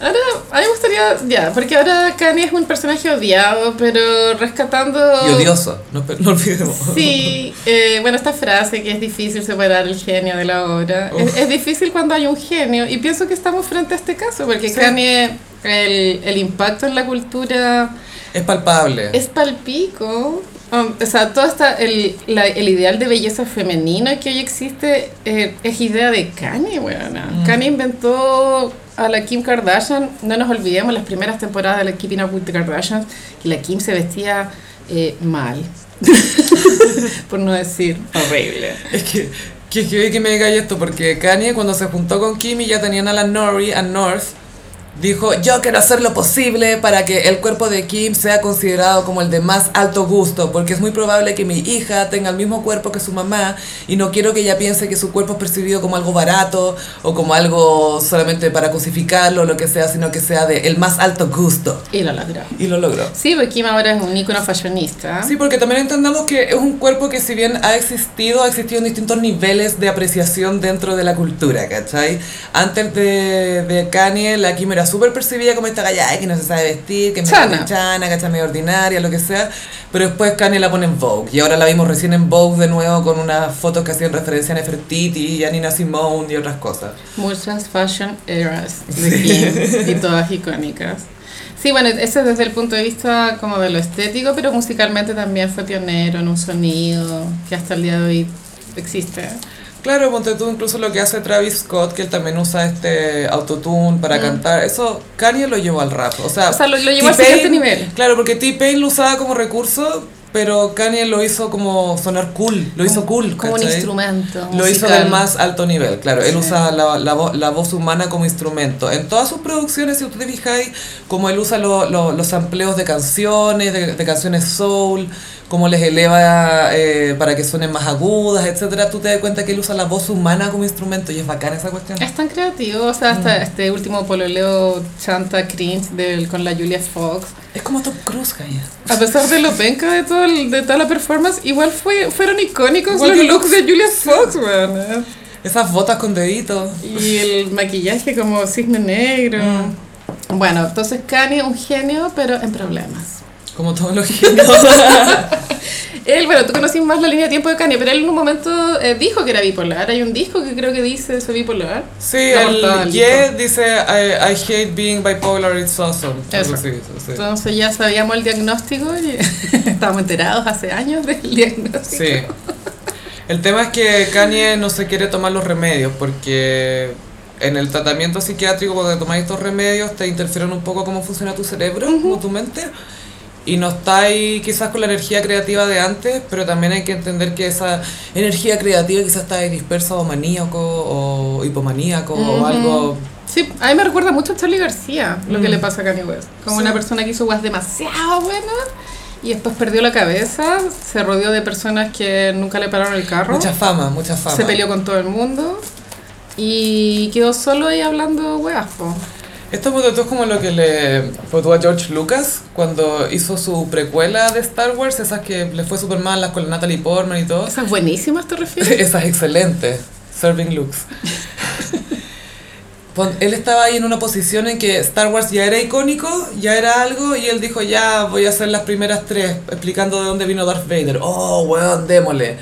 B: Ahora, a mí me gustaría, ya, porque ahora Kanye es un personaje odiado, pero rescatando...
A: Y odioso, no, no olvidemos.
B: Sí, eh, bueno, esta frase que es difícil separar el genio de la obra. Es,
A: Uf.
B: es difícil cuando hay un genio y pienso que estamos frente a este caso porque
A: Sí.
B: Kanye, el, el impacto en la cultura
A: Es palpable.
B: es palpico. Um, o sea, todo está el, la- el ideal de belleza femenina que hoy existe eh, es idea de Kanye, weona. Kanye inventó a la Kim Kardashian, no nos olvidemos las primeras temporadas de la Keeping Up with the Kardashians, que la Kim se vestía eh, mal. Por no decir horrible.
A: Es que, que, que, que me diga esto, porque Kanye cuando se juntó con Kimi ya tenían a la Nori, a North, dijo, yo quiero hacer lo posible para que el cuerpo de Kim sea considerado como el de más alto gusto, porque es muy probable que mi hija tenga el mismo cuerpo que su mamá y no quiero que ella piense que su cuerpo es percibido como algo barato o como algo solamente para cosificarlo o lo que sea, sino que sea de el más alto gusto.
B: Y lo logró.
A: Y lo logró.
B: Sí, porque Kim ahora es un ícono fashionista.
A: Sí, porque también entendamos que es un cuerpo que si bien ha existido, ha existido en distintos niveles de apreciación dentro de la cultura, ¿cachai? Antes de, de Kanye, la Kim era súper percibida como esta galla ay, que no se sabe vestir, que es medio
B: Chana.
A: chana, que medio ordinaria, lo que sea. Pero después Kanye la pone en Vogue. Y ahora la vimos recién en Vogue de nuevo con unas fotos que hacían referencia a Nefertiti y a Nina Simone y otras cosas.
B: Muchas fashion eras de Kim y todas icónicas. Sí, bueno, ese es desde el punto de vista como de lo estético, pero musicalmente también fue pionero en un sonido que hasta el día de hoy existe.
A: Claro, ponte tú incluso lo que hace Travis Scott, que él también usa este autotune para cantar. Eso Kanye lo llevó al rap. O sea,
B: Mm. O sea, lo- lo llevó al
A: T-Pain-
B: siguiente nivel.
A: Claro, porque T-Pain lo usaba como recurso, pero Kanye lo hizo como sonar cool. Lo hizo cool.
B: Como un
A: ¿cachai?
B: instrumento.
A: Lo hizo
B: musical.
A: del más alto nivel, claro. Él
B: Sí.
A: usa la, la, vo- la voz humana como instrumento. En todas sus producciones, si ustedes fijáis, como él usa lo- lo- los amplios de canciones, de, de canciones soul, cómo les eleva eh, para que suenen más agudas, etcétera, tú te das cuenta que él usa la voz humana como instrumento y es bacana esa cuestión.
B: Es tan creativo, o sea,
A: Mm.
B: hasta este último pololeo chanta cringe del, con la Julia Fox.
A: Es como Tom Cruise, Gaya.
B: A pesar de lo penca de, todo el- de toda la performance, igual fue, fueron icónicos
A: Igual
B: los
A: que
B: looks de Julia Fox, weón.
A: Esas botas con deditos.
B: Y el maquillaje como cisne negro.
A: Mm.
B: Bueno, entonces Kanye, un genio, pero en problemas.
A: Como todos los genios.
B: Él, bueno, tú conocís más la línea de tiempo de Kanye, pero él en un momento eh, dijo que era bipolar. Hay un disco que creo que dice soy bipolar.
A: Sí,
B: La portada
A: el
B: del
A: Yeah
B: disco.
A: dice I, I hate being bipolar, it's awesome. Algo
B: Eso.
A: así, sí.
B: Entonces ya sabíamos el diagnóstico y estábamos enterados hace años del diagnóstico.
A: Sí. El tema es que Kanye no se quiere tomar los remedios porque en el tratamiento psiquiátrico cuando te tomas estos remedios te interfieren un poco cómo funciona tu cerebro, cómo tu mente y no está ahí quizás con la energía creativa de antes, pero también hay que entender que esa energía creativa quizás está ahí dispersa o maníaco o hipomaníaco o algo
B: Sí, a mí me recuerda mucho a Charlie García, lo que
A: Mm.
B: le pasa a Kanye West. Como
A: Sí.
B: una persona que hizo guas demasiado buena y después perdió la cabeza, se rodeó de personas que nunca le pararon el carro,
A: mucha fama, mucha fama.
B: se peleó con todo el mundo y quedó solo ahí hablando weas, po.
A: Esto pues, esto es como lo que le votó a George Lucas cuando hizo su precuela de Star Wars, esas que le fue súper mal, las con la Natalie Portman y todo.
B: Esas buenísimas te refieres.
A: Esas excelentes, Serving Lux. Pon- Él estaba ahí en una posición en que Star Wars ya era icónico, ya era algo, y él dijo, ya voy a hacer las primeras tres, explicando de dónde vino Darth Vader. Oh, weón, démosle.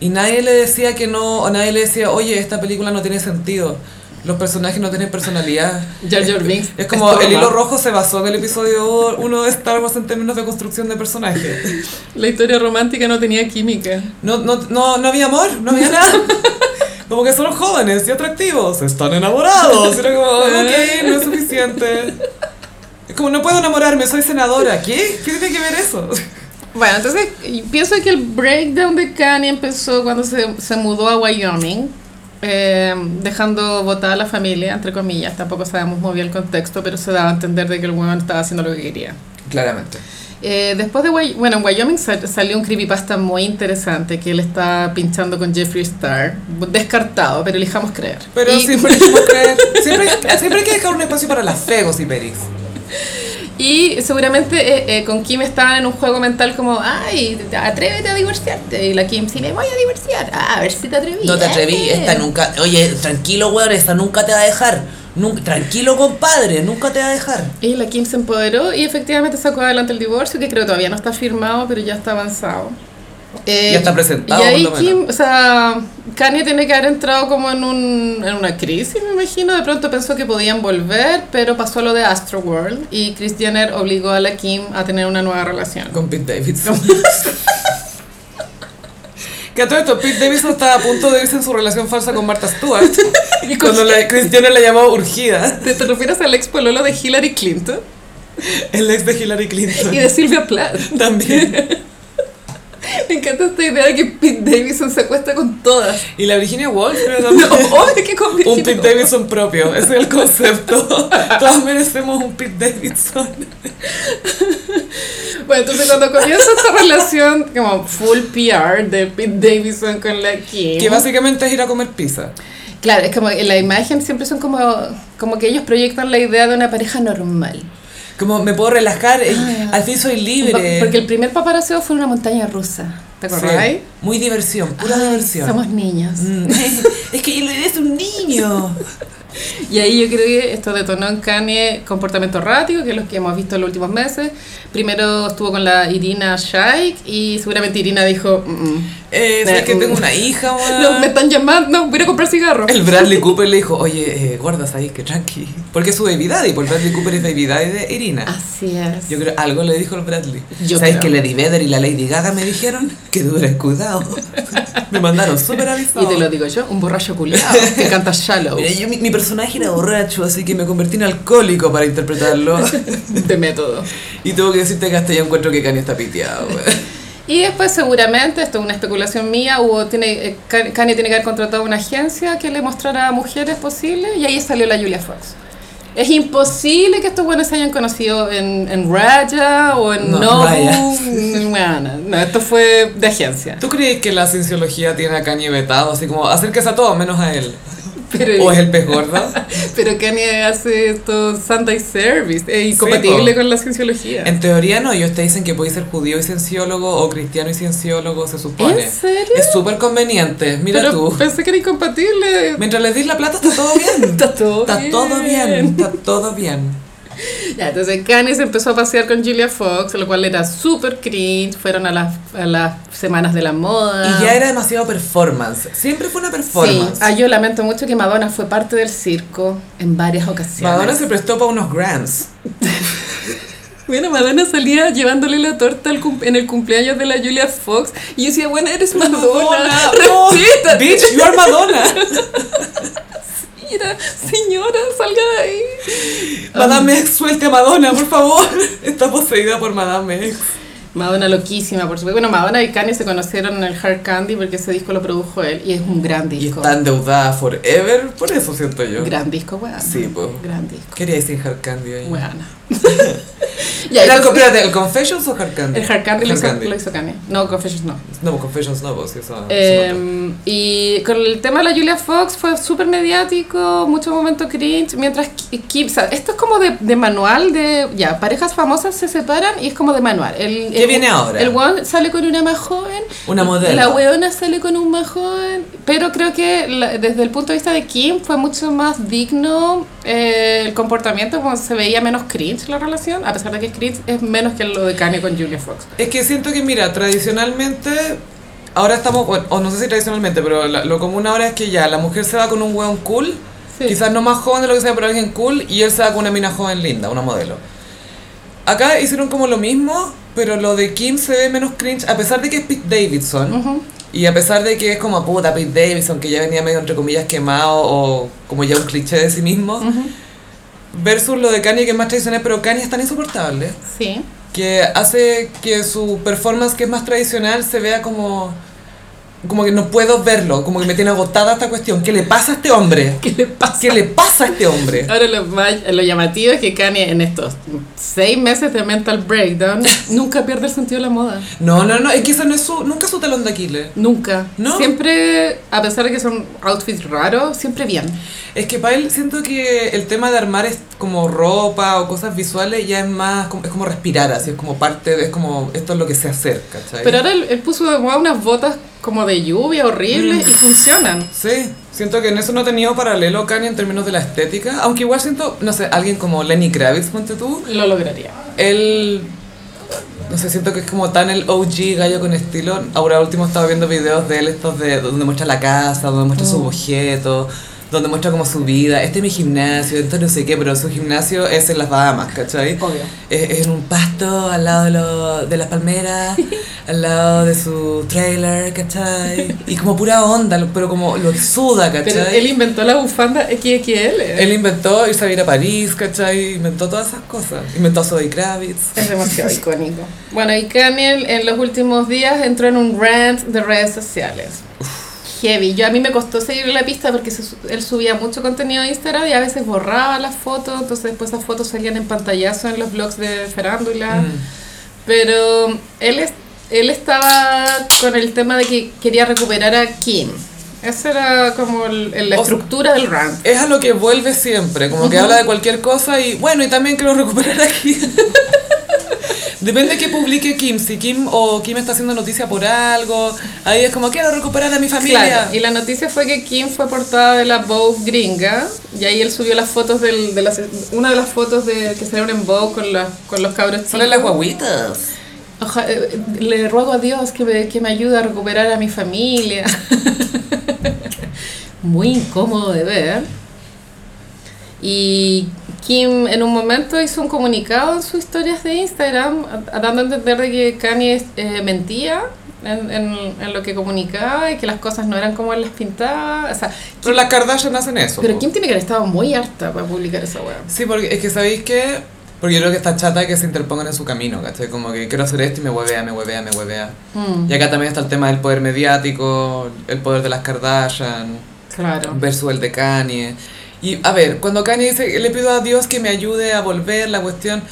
A: Y nadie le decía que no, o nadie le decía, oye, esta película no tiene sentido. Los personajes no tienen personalidad.
B: Jar Jar Binks.
A: Es como el
B: broma.
A: hilo rojo se basó en el episodio 1 de Star Wars en términos de construcción de personaje.
B: La historia romántica no tenía química.
A: No, no, no, no había amor, no había nada. Como que son jóvenes y atractivos, están enamorados. Era como, ok,
C: Eh.
A: no es suficiente. Es como, no puedo enamorarme, soy senadora. ¿Qué? ¿Qué tiene que ver eso?
B: Bueno, entonces y pienso que el breakdown de Kanye empezó cuando se, se mudó a Wyoming, eh, dejando votada a la familia, entre comillas. Tampoco sabemos muy bien el contexto, pero se daba a entender de que el weón estaba haciendo lo que quería.
A: Claramente.
B: Eh, después de Wy- bueno, en Wyoming sal- salió un creepypasta muy interesante que él está pinchando con Jeffree Star, descartado, pero elijamos creer.
A: Pero
B: Y-
C: pues.
A: siempre, hay que buscar- siempre, siempre hay que dejar un espacio para las fegos y perix.
B: Y seguramente eh, eh, con Kim estaban en un juego mental como, ay, atrévete a divorciarte. Y la Kim, sí, me voy a divorciar. Ah, a ver si te atreví.
C: No te atreví,
B: eh".
C: esta nunca. Oye, tranquilo, weón, esta nunca te va a dejar. Nun- tranquilo, compadre, nunca te va a dejar.
B: Y la Kim se empoderó y efectivamente sacó adelante el divorcio, que creo que todavía no está firmado, pero ya está avanzado. Eh,
A: Ya está presentado,
B: Y ahí
A: por lo menos.
B: Kim, o sea, Kanye tiene que haber entrado como en, un, en una crisis, me imagino. De pronto pensó que podían volver, pero pasó lo de Astro World y Kris Jenner obligó a la Kim a tener una nueva relación.
A: Con Pete Davidson. que a todo esto, Pete Davidson estaba a punto de irse en su relación falsa con Martha Stewart.
B: Y con-
A: cuando la Cristiana la llamó urgida.
B: ¿Te, te refieres al ex pololo de Hillary Clinton?
A: El ex de Hillary Clinton.
B: Y de Silvia Plath.
A: También.
B: Me encanta esta idea de que Pete Davidson se acuesta con todas.
A: Y la Virginia Woolf, creo
B: No,
A: también.
B: obvio que con
A: Un
B: Virginia
A: Pete
B: Woolf.
A: Davidson propio, ese es el concepto. Todos merecemos un Pete Davidson.
B: Bueno, entonces cuando comienza esta relación como full PR de Pete Davidson con la Kim.
A: Que básicamente es ir a comer pizza.
B: Claro, es como en la imagen siempre son como, como que ellos proyectan la idea de una pareja normal.
A: Como me puedo relajar, eh, al fin soy libre.
B: Ah, Porque el primer paparazzo fue una montaña rusa. ¿Te
A: Sí,
B: acordás?
A: Muy diversión, pura
B: Ay,
A: diversión.
B: Somos niños.
A: Mm. es que él es un niño.
B: Y ahí yo creo que esto detonó en Kanye comportamiento errático, que es lo que hemos visto en los últimos meses. Primero estuvo con la Irina Shayk y seguramente Irina dijo, "Mm, mm,
A: Eh, ¿sabes
B: Eh,
A: que
B: mm.
A: tengo una hija, weón?
B: no, me están llamando, voy a ir a comprar cigarros.
A: Ah. El Bradley Cooper le dijo, oye, eh, guardas ahí, que tranqui. Porque es su baby daddy, porque el Bradley Cooper es baby daddy de Irina.
B: Así es.
A: Yo creo algo le dijo el Bradley.
B: Yo
A: ¿Sabes
B: creo.
A: que Lady Vedder y la Lady Gaga me dijeron? Que dure, cuidado. me mandaron súper avisado.
B: Y te lo digo yo, un borracho culiado que canta Shallow.
A: Mira, Eh, yo, mi, mi personaje era borracho, así que me convertí en alcohólico para interpretarlo.
B: de método.
A: y tengo que decirte que hasta yo encuentro que Kanye está piteado, weón.
B: Y después seguramente, esto es una especulación mía, hubo, tiene, eh, Kan- Kanye tiene que haber contratado una agencia que le mostrara a mujeres posibles y ahí salió la Julia Fox. Es imposible que estos buenos se hayan conocido en, en Raya o en
A: No,
B: No.
A: Raya.
B: no, no, esto fue de agencia.
A: ¿Tú crees que la cienciología tiene a Kanye vetado? Así como, acérquese a todo menos a él.
B: Pero,
A: ¿O es el pez gordo?
B: pero Kanye hace esto Sunday Service, es incompatible
A: po.
B: con la cienciología.
A: En teoría no, ellos te dicen que puedes ser judío y cienciólogo o cristiano y cienciólogo, se supone.
B: ¿En serio?
A: Es súper conveniente, mira
B: pero
A: tú.
B: pensé que era incompatible.
A: Mientras les dis la plata está todo bien.
B: Está todo
A: Está todo bien, está todo bien.
B: Ya, entonces Kanye se empezó a pasear con Julia Fox, lo cual era súper cringe. Fueron a las, a las semanas de la moda.
A: Y ya era demasiado performance. Siempre fue una
B: Ah. Sí,
A: performance.
B: ah, yo lamento mucho que Madonna fue parte del circo en varias ocasiones.
A: Madonna se prestó para unos grants.
B: Bueno, Madonna salía llevándole la torta al cum- en el cumpleaños de la Julia Fox y yo decía, bueno, eres Madonna,
A: no.
B: respeta.
A: Bitch, you're Madonna.
B: Mira, señora, salga de ahí. Um.
A: Madame X, suelte a Madonna, por favor. Está poseída por Madame X.
B: Madonna loquísima, por supuesto. Bueno, Madonna y Kanye se conocieron en el Hard Candy porque ese disco lo produjo él y es un gran
A: Y
B: disco.
A: está endeudada forever, por eso siento yo.
B: Gran disco, weón.
A: Sí, pues.
B: Gran disco.
A: Quería decir Hard Candy ahí.
B: Weana.
A: ¿El,
B: ya, entonces,
A: espérate, ¿el Confessions o Hard Candy?
B: el Hard Candy lo
A: Hard
B: hizo,
A: Candy.
B: lo hizo Kanye. No, Confessions no.
A: No, Confessions no, pues eso.
B: Em, y con el tema de la Julia Fox fue súper mediático, mucho momento cringe, mientras Ki- Kim, o sea, esto es como de, de manual, de ya, parejas famosas se separan y es como de manual. El,
A: ¿Qué
B: el-
A: viene ahora?
B: El weón sale con una más joven,
A: Una modelo.
B: la weona sale con un más joven, pero creo que la- desde el punto de vista de Kim fue mucho más digno eh, el comportamiento, como se veía menos cringe la relación, a pesar de que cringe es menos que lo de Kanye con Julia Fox.
A: Es que siento que, mira, tradicionalmente, ahora estamos, bueno, o no sé si tradicionalmente, pero la- lo común ahora es que ya la mujer se va con un weón cool,
B: Sí.
A: quizás no más joven de lo que sea, pero alguien cool, y él se va con una mina joven linda, una modelo. Acá hicieron como lo mismo, pero lo de Kim se ve menos cringe, a pesar de que es Pete Davidson.
B: Ujú.
A: Y a pesar de que es como puta Pete Davidson, que ya venía medio entre comillas quemado o como ya un cliché de sí
B: Mm.
A: mismo, versus lo de Kanye que es más tradicional, pero Kanye es tan insoportable
B: Sí.
A: que hace que su performance que es más tradicional se vea como como que no puedo verlo, como que me tiene agotada esta cuestión. ¿Qué le pasa a este hombre?
B: ¿Qué le pasa?
A: ¿Qué le pasa a este hombre?
B: Ahora lo, más- lo llamativo es que Kanye en estos seis meses de mental breakdown nunca pierde el sentido de la moda.
A: No, no, no, es que eso no es su, nunca es su talón de Aquiles.
B: Nunca.
A: ¿No?
B: Siempre, a pesar de que son outfits raros, siempre bien.
A: Es que para él siento que el tema de armar es como ropa o cosas visuales ya es más, como- es como respirar, así es como parte de, es como, esto es lo que se hace, ¿cachai?
B: Pero ahora él, él puso de moda unas botas como de lluvia
A: Mm.
B: horribles y funcionan.
A: Sí, siento que en eso no ha tenido paralelo Kanye en términos de la estética, aunque igual siento, no sé, alguien como Lenny Kravitz, ponte tú,
B: Lo lograría.
A: él, no sé, siento que es como tan el OG gallo con estilo, ahora último estaba viendo videos de él estos de donde muestra la casa, donde muestra sus objetos, donde muestra como su vida, este es mi gimnasio, entonces no sé qué, pero su gimnasio es en las Bahamas, ¿cachai?
B: Obvio.
A: Es, es en un pasto, al lado de, lo- de las palmeras, al lado de su trailer, ¿cachai? Y como pura onda, lo- pero como lo exuda, ¿cachai?
B: Pero él inventó la bufanda XXL.
A: Él inventó irse a vivir a París, ¿cachai? Inventó todas esas cosas. Inventó a Zoe Kravitz.
B: Es demasiado icónico. Bueno, y Kanye en los últimos días entró en un rant de redes sociales. Heavy. Yo a mí me costó seguir la pista porque se su- él subía mucho contenido a Instagram y a veces borraba las fotos, entonces después esas fotos salían en pantallazo en los blogs de farándula.
A: Mm.
B: Pero él, es- él estaba con el tema de que quería recuperar a Kim. Esa era como el- el- la
A: O-
B: estructura del rant.
A: Es a lo que vuelve siempre, como que
B: Ujú.
A: habla de cualquier cosa y bueno, y también quiero recuperar aquí. Depende que publique Kim, si Kim o Kim está haciendo noticia por algo, ahí es como quiero recuperar a mi familia.
B: Claro, y la noticia fue que Kim fue portada de la Vogue gringa y ahí él subió las fotos del, de las, una de las fotos de, que salieron en Vogue con, la- con los cabros chicos.
C: Salen las guaguitas.
B: Oja- eh, le ruego a Dios que me, que me ayude a recuperar a mi familia. Muy incómodo de ver. Y Kim en un momento hizo un comunicado en sus historias de Instagram a- a- dando a entender de que Kanye eh, mentía en, en- en lo que comunicaba y que las cosas no eran como él las pintaba. O sea,
A: Pero las Kardashian hacen eso.
B: pero
A: po.
B: Kim tiene que haber estado muy harta para publicar esa weá.
A: Sí, porque es que sabéis que... Porque yo creo que está chata de que se interpongan en su camino, ¿cachai? Como que quiero hacer esto y me huevea, me huevea, me huevea.
B: Mm,
A: Y acá también está el tema del poder mediático, el poder de las Kardashian.
B: claro.
A: versus el de Kanye. Y a ver, cuando Kanye dice, le pido a Dios que me ayude a volver la cuestión,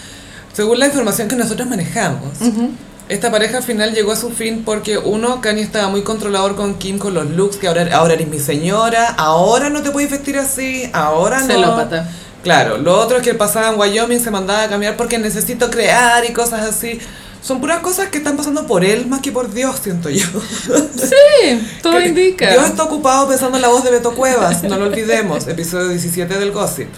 A: según la información que nosotros manejamos,
B: Ujú.
A: esta pareja al final llegó a su fin porque uno, Kanye estaba muy controlador con Kim con los looks, que ahora, ahora eres mi señora, ahora no te puedes vestir así, ahora no.
B: Celópata.
A: Ah, Claro, lo otro es que él pasaba en Wyoming, se mandaba a cambiar porque necesito crear y cosas así. Son puras cosas que están pasando por él más que por Dios, siento yo.
B: Sí, todo
A: Que
B: indica.
A: Dios está ocupado pensando en la voz de Beto Cuevas, no lo olvidemos, episodio 17 del Gossip.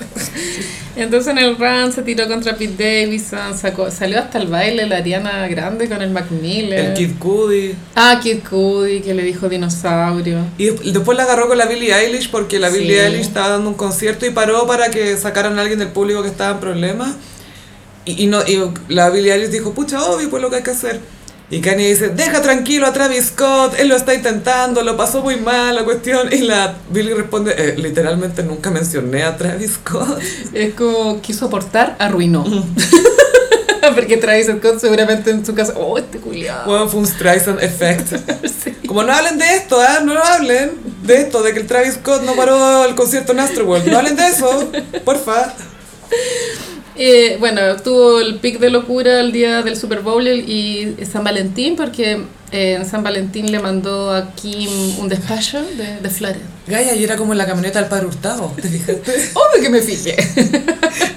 B: Entonces en el run se tiró contra Pete Davidson, sacó- salió hasta el baile la Ariana Grande con el Mac Miller.
A: El Kid Cudi.
B: Ah, Kid Cudi, que le dijo dinosaurio.
A: Y des- después la agarró con la Billie Eilish porque la
B: Sí.
A: Billie Eilish estaba dando un concierto y paró para que sacaran a alguien del público que estaba en problemas. Y, y no, y la Billie Eilish dijo, pucha, obvio, pues lo que hay que hacer. Y Kanye dice, deja tranquilo a Travis Scott, él lo está intentando, lo pasó muy mal la cuestión. Y la Billie responde, "Eh, literalmente nunca mencioné a Travis Scott.
B: Es como quiso aportar, arruinó. Porque Travis Scott seguramente en su casa, oh, este culiado.
A: Bueno, fue un Streisand effect. Como no hablen de esto, ¿ah? No lo hablen de esto, de que el Travis Scott no paró el concierto en Astroworld. No hablen de eso, porfa.
B: Eh, bueno, tuvo el pic de locura el día del Super Bowl y San Valentín, porque eh, en San Valentín le mandó a Kim un despacho de, de flores.
A: Gaya, y era como en la camioneta del padre Hurtado, ¿te fijaste?
B: Obvio que me fijé.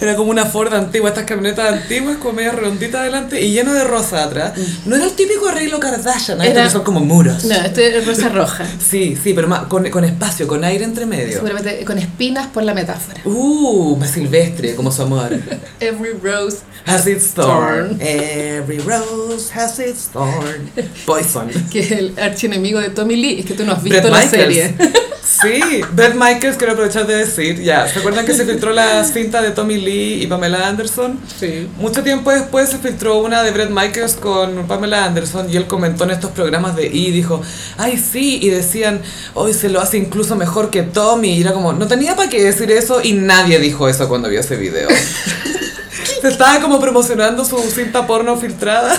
A: Era como una Ford antigua, estas camionetas antiguas con media redondita adelante y llena de rosa atrás. No era el típico arreglo Kardashian,
B: Era-
A: era... que son como muros.
B: No, este es rosa roja.
A: Sí, sí, pero más, con, con espacio, con aire entre medio.
B: Seguramente con espinas por la metáfora.
A: Uh, más silvestre como su amor.
B: Every rose.
A: Has its thorn.
B: Thorn.
A: Every rose has its thorn. Poison.
B: Que es el archienemigo de Tommy Lee. Es que tú no has visto
A: Bret
B: la
A: Michaels.
B: serie.
A: Sí, Bret Michaels, quiero aprovechar de decir, ya, ¿se acuerdan que se filtró la cinta de Tommy Lee y Pamela Anderson?
B: Sí.
A: Mucho tiempo después se filtró una de Bret Michaels con Pamela Anderson y él comentó en estos programas de E! dijo, ay sí, y decían, hoy se lo hace incluso mejor que Tommy, y era como, no tenía para qué decir eso y nadie dijo eso cuando vio ese video. Se estaba como promocionando su cinta porno filtrada.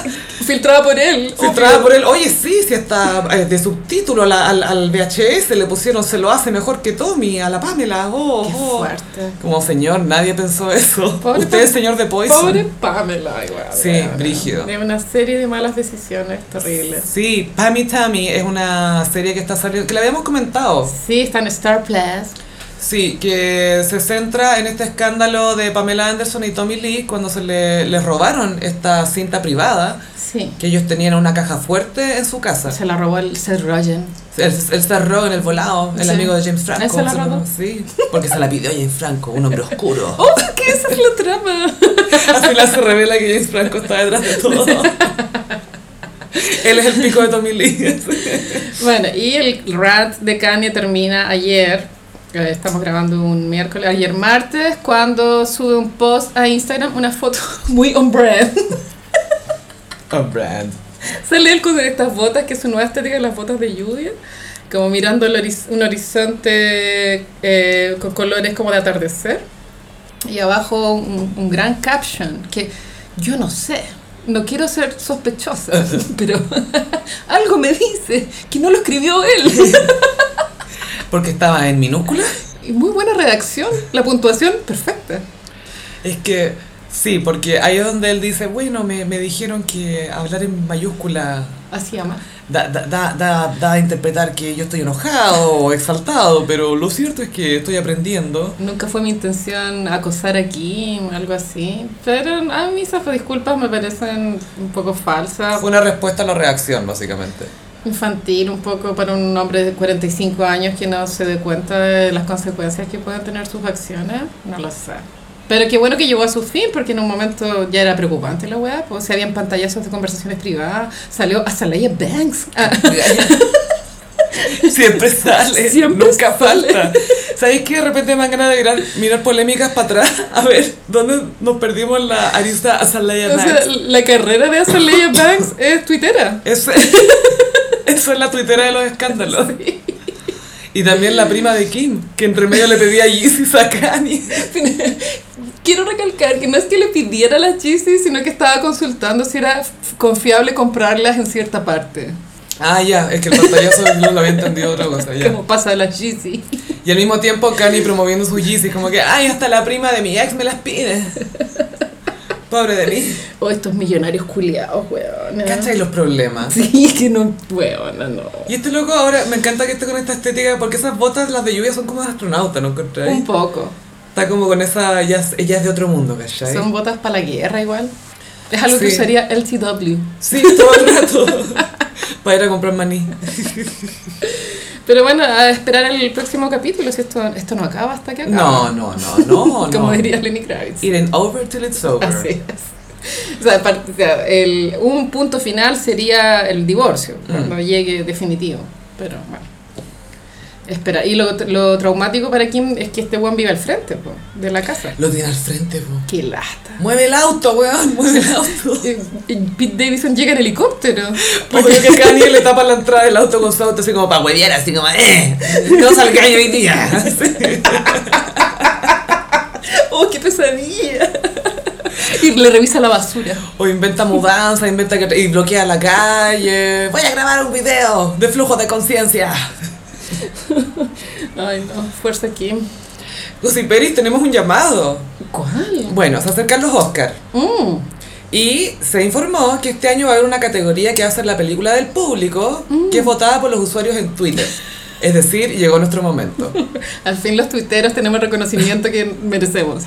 B: Filtrada por él.
A: Filtrada por él, oye, sí, sí está eh, de subtítulo la- al, al VHS, le pusieron se lo hace mejor que Tommy, a la Pamela, oh,
B: Qué
A: oh".
B: fuerte.
A: Como señor, nadie pensó eso.
B: Pobre
A: Usted es
B: Pam-
A: señor de Poison.
B: Pobre Pamela, igual.
A: Sí,
B: weón.
A: brígido.
B: De una serie de malas decisiones terribles.
A: Sí, Pammy Tammy es una serie que está saliendo, que la habíamos comentado.
B: Sí, está en Star Plus.
A: Sí, que se centra en este escándalo de Pamela Anderson y Tommy Lee cuando se le, les robaron esta cinta privada
B: Sí.
A: que ellos tenían en una caja fuerte en su casa.
B: Se la robó el Seth Rogen.
A: Él, él se arrogó en el volado, el
B: Sí.
A: amigo de James
B: ¿Él
A: Franco.
B: se la
A: llama?
B: robó?
A: Sí, porque se la pidió James Franco, un hombre oscuro.
B: ¡Oh, qué esa es la trama!
A: Al final se revela que James Franco está detrás de todo. Él es el pico de Tommy Lee.
B: Bueno, y el rant de Kanye termina ayer Eh, Estamos grabando un miércoles, ayer martes, cuando sube un post a Instagram, una foto muy on brand.
A: On brand.
B: Sale él con estas botas, que es su nueva estética, las botas de lluvia, como mirando el horiz- un horizonte eh, con colores como de atardecer. Y abajo un, un gran caption, que yo no sé, no quiero ser sospechosa, pero algo me dice que no lo escribió él.
C: Porque estaba en minúscula.
B: Y Muy buena redacción, la puntuación perfecta.
A: Es que sí, porque ahí es donde él dice, bueno, me, me dijeron que hablar en mayúscula
B: Así ama.
A: da, da, da, da, da a interpretar que yo estoy enojado o exaltado, pero lo cierto es que estoy aprendiendo.
B: Nunca fue mi intención acosar aquí, algo así. Pero a mí esas disculpas me parecen un poco falsas,
A: Una respuesta a la reacción, básicamente.
B: infantil, un poco para un hombre de 45 años que no se dé cuenta de las consecuencias que pueden tener sus acciones. No lo sé. Pero qué bueno que llegó a su fin, porque en un momento ya era preocupante la weá, pues se habían pantallazos de conversaciones privadas, salió Azalea Banks. Ah,
A: Siempre sale,
B: Siempre
A: nunca falta. ¿Sabéis que de repente me dan ganas de mirar, mirar polémicas para atrás? A ver, ¿dónde nos perdimos la arista Azalea
B: o sea,
A: Banks?
B: la carrera de Azalea Banks es tuitera.
A: Eso eso es la tuitera de los escándalos. Y también la prima de Kim, que entre medio le pedía a Yeezy a Kanye.
B: Quiero recalcar que no es que le pidiera las Yeezy, sino que estaba consultando si era f- confiable comprarlas en cierta parte.
A: Ah, ya, es que el pantallazo no lo había entendido otra cosa, ya.
B: Como pasa de las Yeezy.
A: Y al mismo tiempo Kanye promoviendo sus Yeezy, como que, ay, hasta la prima de mi ex me las pide. Pobre de mí.
B: O Oh, estos millonarios culiados, weón. ¿eh?
A: ¿Cachai los problemas?
B: Sí, que no, weón, no.
A: Y este loco ahora, me encanta que esté con esta estética, porque esas botas, las de lluvia, son como de astronauta, ¿no
B: Un
A: encontráis?
B: poco.
A: Está como con esa, ella es, ella es de otro mundo, ¿cachai?
B: Son botas para la guerra igual. Es algo que
A: Sí.
B: usaría LTW.
A: Sí, todo el rato. Para ir a comprar maní.
B: Pero bueno, a esperar el próximo capítulo, si esto, esto no acaba hasta que acaba.
A: No, no, no, no,
B: Como
A: no.
B: diría Ah, Lenny Kravitz.
A: It ain't over till it's over.
B: Así es. O sea, par- o sea, el, un punto final sería el divorcio, cuando llegue definitivo. Pero bueno. Espera, y lo, lo traumático para Kim es que este buen vive al frente po, de la casa.
A: Lo tiene al frente, po.
B: Qué lata.
A: Mueve el auto, weón, mueve el auto.
B: Y- y Pete Davidson llega en helicóptero.
A: Porque que Kanye le tapa la entrada del auto con su auto así como para huevear, así como, eh, no salga yo hoy día.
B: ¡Oh, qué pesadilla! Y le revisa la basura.
A: O inventa mudanza, inventa que y bloquea la calle. Voy a grabar un video de flujo de conciencia.
B: Ay, no, fuerza Kim.
A: Lucy Peris, tenemos un llamado.
B: ¿Cuál?
A: Bueno, se acercan los Oscar
B: Mm,
A: Y se informó que este año va a haber una categoría que va a ser la película del público, que es votada por los usuarios en Twitter. Es decir, llegó nuestro momento.
B: al fin los tuiteros tenemos el reconocimiento que merecemos.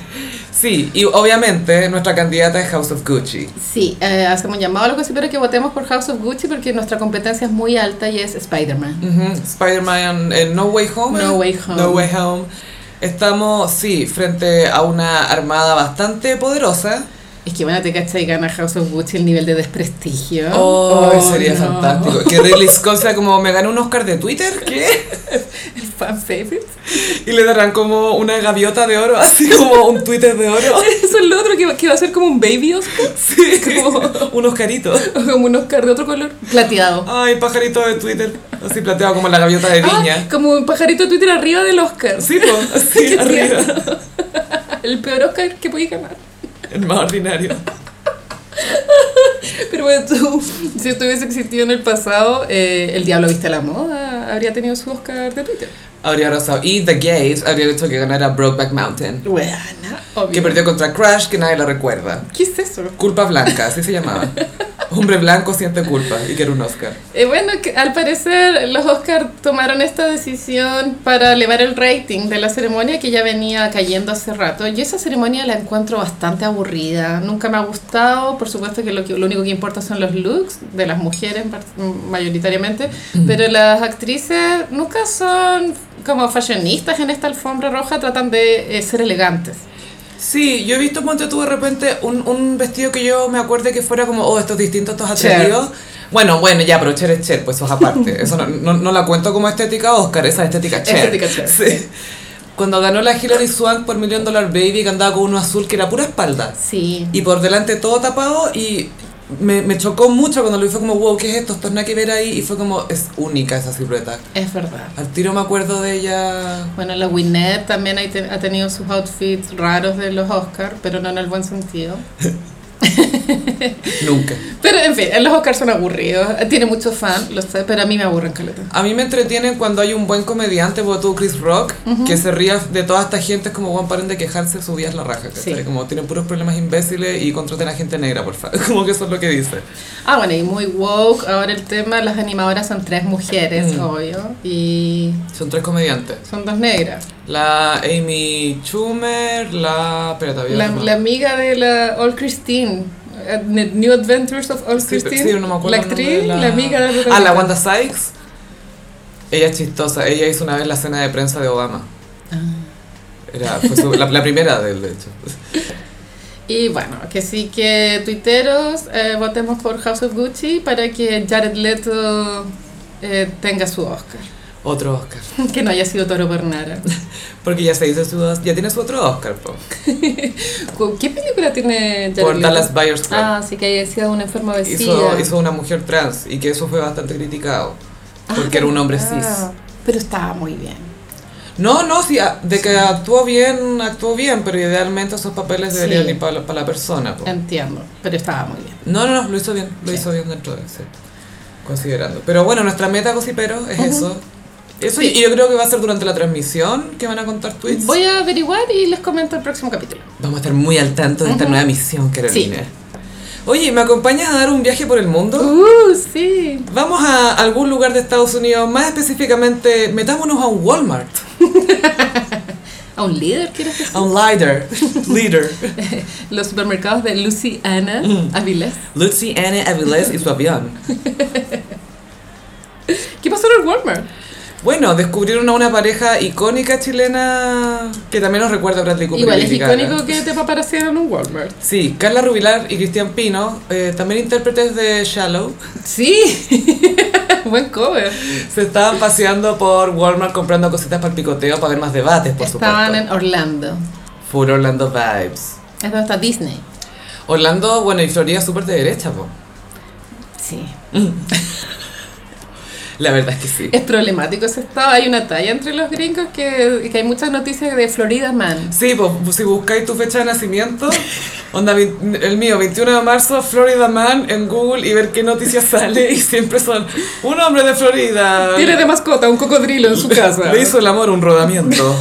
A: Sí, y obviamente nuestra candidata es House of Gucci.
B: Sí, eh, hacemos un llamado a los gossiperos que votemos por House of Gucci porque nuestra competencia es muy alta y es Spider-Man.
A: Ujú, Spider-Man en No Way Home.
B: No Way Home.
A: No Way Home. Estamos, sí, frente a una armada bastante poderosa.
B: Es que bueno, te cachai gana House of Gucci el nivel de desprestigio.
A: Oh, sería
B: no.
A: fantástico. Que Ridley Scott sea como, me ganó un Oscar de Twitter, ¿qué?
B: El fan favorite.
A: Y le darán como una gaviota de oro, así como un Twitter de oro.
B: Oh, Eso es lo otro que, va- que va a ser como un baby Oscar.
A: Sí,
B: Como-
A: un Oscarito.
B: Como un Oscar de otro color. Plateado.
A: Ay, pajarito de Twitter. Así plateado como la gaviota de
B: Ah,
A: viña.
B: como un pajarito de Twitter arriba del Oscar.
A: Sí, pues, así
B: Qué
A: arriba.
B: tierno. El peor Oscar que podéis ganar.
A: El más ordinario.
B: Pero bueno, tú, si esto hubiese existido en el pasado, eh, El Diablo Viste a la Moda habría tenido su Oscar de Twitter.
A: Habría arrasado. Y The Gates habría hecho que ganara Brokeback Mountain.
B: Buena, obvio.
A: Que perdió contra Crash, que nadie lo recuerda.
B: ¿Qué es eso?
A: Culpa blanca, así se llamaba. Hombre blanco siente culpa y que era un Oscar.
B: Eh, bueno, que al parecer los Oscars tomaron esta decisión para elevar el rating de la ceremonia que ya venía cayendo hace rato. Yo esa ceremonia la encuentro bastante aburrida, nunca me ha gustado, por supuesto que lo, que, lo único que importa son los looks de las mujeres par- mayoritariamente, pero las actrices nunca son como fashionistas en esta alfombra roja, tratan de eh, ser elegantes.
A: Sí, yo he visto ponte tú de repente un, un vestido que yo me acuerde que fuera como, oh, estos distintos, estos
B: Cher.
A: atrevidos. Bueno, bueno, ya, pero Cher es Cher, pues eso es aparte. Eso no, no, no la cuento como estética Oscar, esa estética Cher.
B: Estética Cher,
A: Sí. Cuando ganó la Hillary Swank por Million Dollar Baby, que andaba con uno azul que era pura espalda.
B: Sí.
A: Y por delante todo tapado y me, me chocó mucho cuando lo vi. Fue como, wow, ¿qué es esto? Esto es nada que ver ahí. Y fue como, es única esa silueta.
B: Es verdad.
A: Al tiro me acuerdo de ella.
B: Bueno, la Winnet también hay te- ha tenido sus outfits raros de los Oscars, pero no en el buen sentido.
A: Nunca.
B: Pero en fin, los Oscars son aburridos. Tiene muchos fans, lo sé, pero a mí me aburren caleta.
A: A mí me entretienen cuando hay un buen comediante, como tú, Chris Rock, que se ría de toda esta gente, es como, Juan, paren de quejarse, subías la raja, ¿cachai?
B: Sí.
A: Como tienen puros problemas imbéciles y contraten a gente negra, por favor. Como que eso es lo que dice.
B: Ah, bueno, y muy woke. Ahora el tema, las animadoras son tres mujeres,
A: Mm.
B: obvio, y
A: Son tres comediantes.
B: son dos negras.
A: La Amy Schumer, la... Espera, todavía
B: La,
A: no me-
B: la amiga de la All Christine, eh, New Adventures of All
A: Sí,
B: Christine,
A: sí, no me acuerdo
B: la
A: el nombre
B: actriz,
A: de
B: la... amiga de
A: Ah, la Wanda Sykes. Ella es chistosa. Ella hizo una vez la cena de prensa de Obama.
B: Ah.
A: Era, fue su- la, la primera de él, de hecho.
B: Y bueno, que sí que tuiteros, eh, votemos por House of Gucci para que Jared Leto eh, tenga su Oscar.
A: Otro Oscar.
B: Que no haya sido Toro Bernara.
A: Porque ya se hizo su... Ya tiene su otro Oscar, po.
B: Cu- ¿Qué película tiene Jared
A: Por
B: Leto?
A: Dallas Buyers Club.
B: Ah, sí que haya sido una enferma
A: hizo,
B: vecina.
A: hizo una mujer trans y que eso fue bastante criticado
B: Ah,
A: porque era un hombre cis.
B: Pero estaba muy bien.
A: No, no, sí, a- de que actuó bien, actuó bien, pero idealmente esos papeles
B: Sí.
A: deberían ir para la, pa la persona. po.
B: Entiendo, pero estaba muy bien.
A: No, no, no, lo hizo bien, lo
B: Sí.
A: hizo bien dentro de sí, considerando. Pero bueno, nuestra meta, Gossipero, es eso. Eso y-
B: Sí.
A: y yo creo que va a ser durante la transmisión que van a contar tweets.
B: Voy a averiguar y les comento el próximo capítulo.
A: Vamos a estar muy al tanto de esta nueva misión, Carolina. Oye, ¿me acompañas a dar un viaje por el mundo?
B: Uh, sí.
A: Vamos a algún lugar de Estados Unidos, más específicamente, metámonos a un Walmart,
B: ¿A un líder quieres que sea?
A: a un Lider, Leader.
B: Los supermercados de Luciana
A: Mm.
B: Avilés.
A: Lucy Anne Avilés y su avión.
B: ¿Qué pasó en el Walmart?
A: Bueno, descubrieron a una pareja icónica chilena que también nos recuerda a Bradley Cooper.
B: Igual
A: y
B: es
A: Lady Gaga.
B: icónico que te paparazzian en un Walmart.
A: Sí, Carla Rubilar y Cristian Pino, eh, también intérpretes de Shallow,
B: Sí. Buen cover.
A: se estaban paseando por Walmart comprando cositas para el picoteo, para ver más debates, por
B: Estaban
A: supuesto.
B: en Orlando.
A: Full Orlando vibes.
B: Es donde está Disney.
A: Orlando, bueno, y Florida súper de derecha, po.
B: Sí.
A: La verdad es que sí.
B: Es problemático ese estado. Hay una talla entre los gringos que, que hay muchas noticias de Florida Man.
A: Sí, pues si buscáis tu fecha de nacimiento, onda vein- el mío, 21 de marzo, Florida Man en Google y ver qué noticias sale y siempre son un hombre de Florida.
B: Tiene de mascota un cocodrilo en su casa.
A: Le hizo el amor un rodamiento.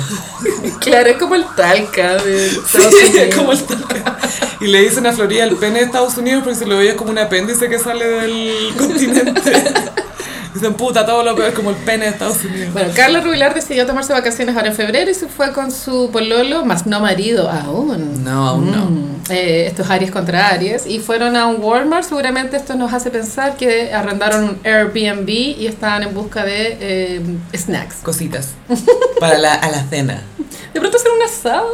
B: Claro, es como el talca de Estados
A: Sí,
B: Unidos.
A: como el tal- y le dicen a Florida el pene de Estados Unidos porque si lo veías como un apéndice que sale del continente. Dicen, puta, todo lo peor, como el pene de Estados Unidos.
B: Bueno, Carla Rubilar decidió tomarse vacaciones ahora en febrero y se fue con su pololo, más no marido aún.
A: No, aún no.
B: Mm, eh, estos Aries contra Aries. Y fueron a un Walmart. Seguramente esto nos hace pensar que arrendaron un Airbnb y estaban en busca de eh, snacks.
A: Cositas. Para la, a la cena.
B: De pronto hacer un asado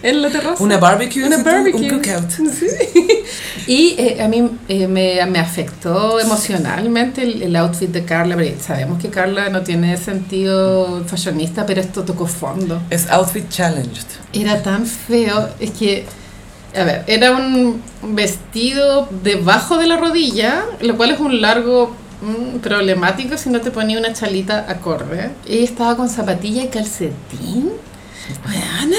B: en la terraza.
A: Una barbecue,
B: Una
A: así, un-
B: barbecue.
A: un cookout.
B: Sí. Y eh, a mí eh, me, me afectó emocionalmente el, el outfit de Carla. porque Sabemos que Carla no tiene sentido fashionista, pero esto tocó fondo.
A: Es outfit challenged.
B: Era tan feo, es que, a ver, era un vestido debajo de la rodilla, lo cual es un largo mm, problemático si no te ponía una chalita acorde. Ella estaba con zapatilla y calcetín. Weona,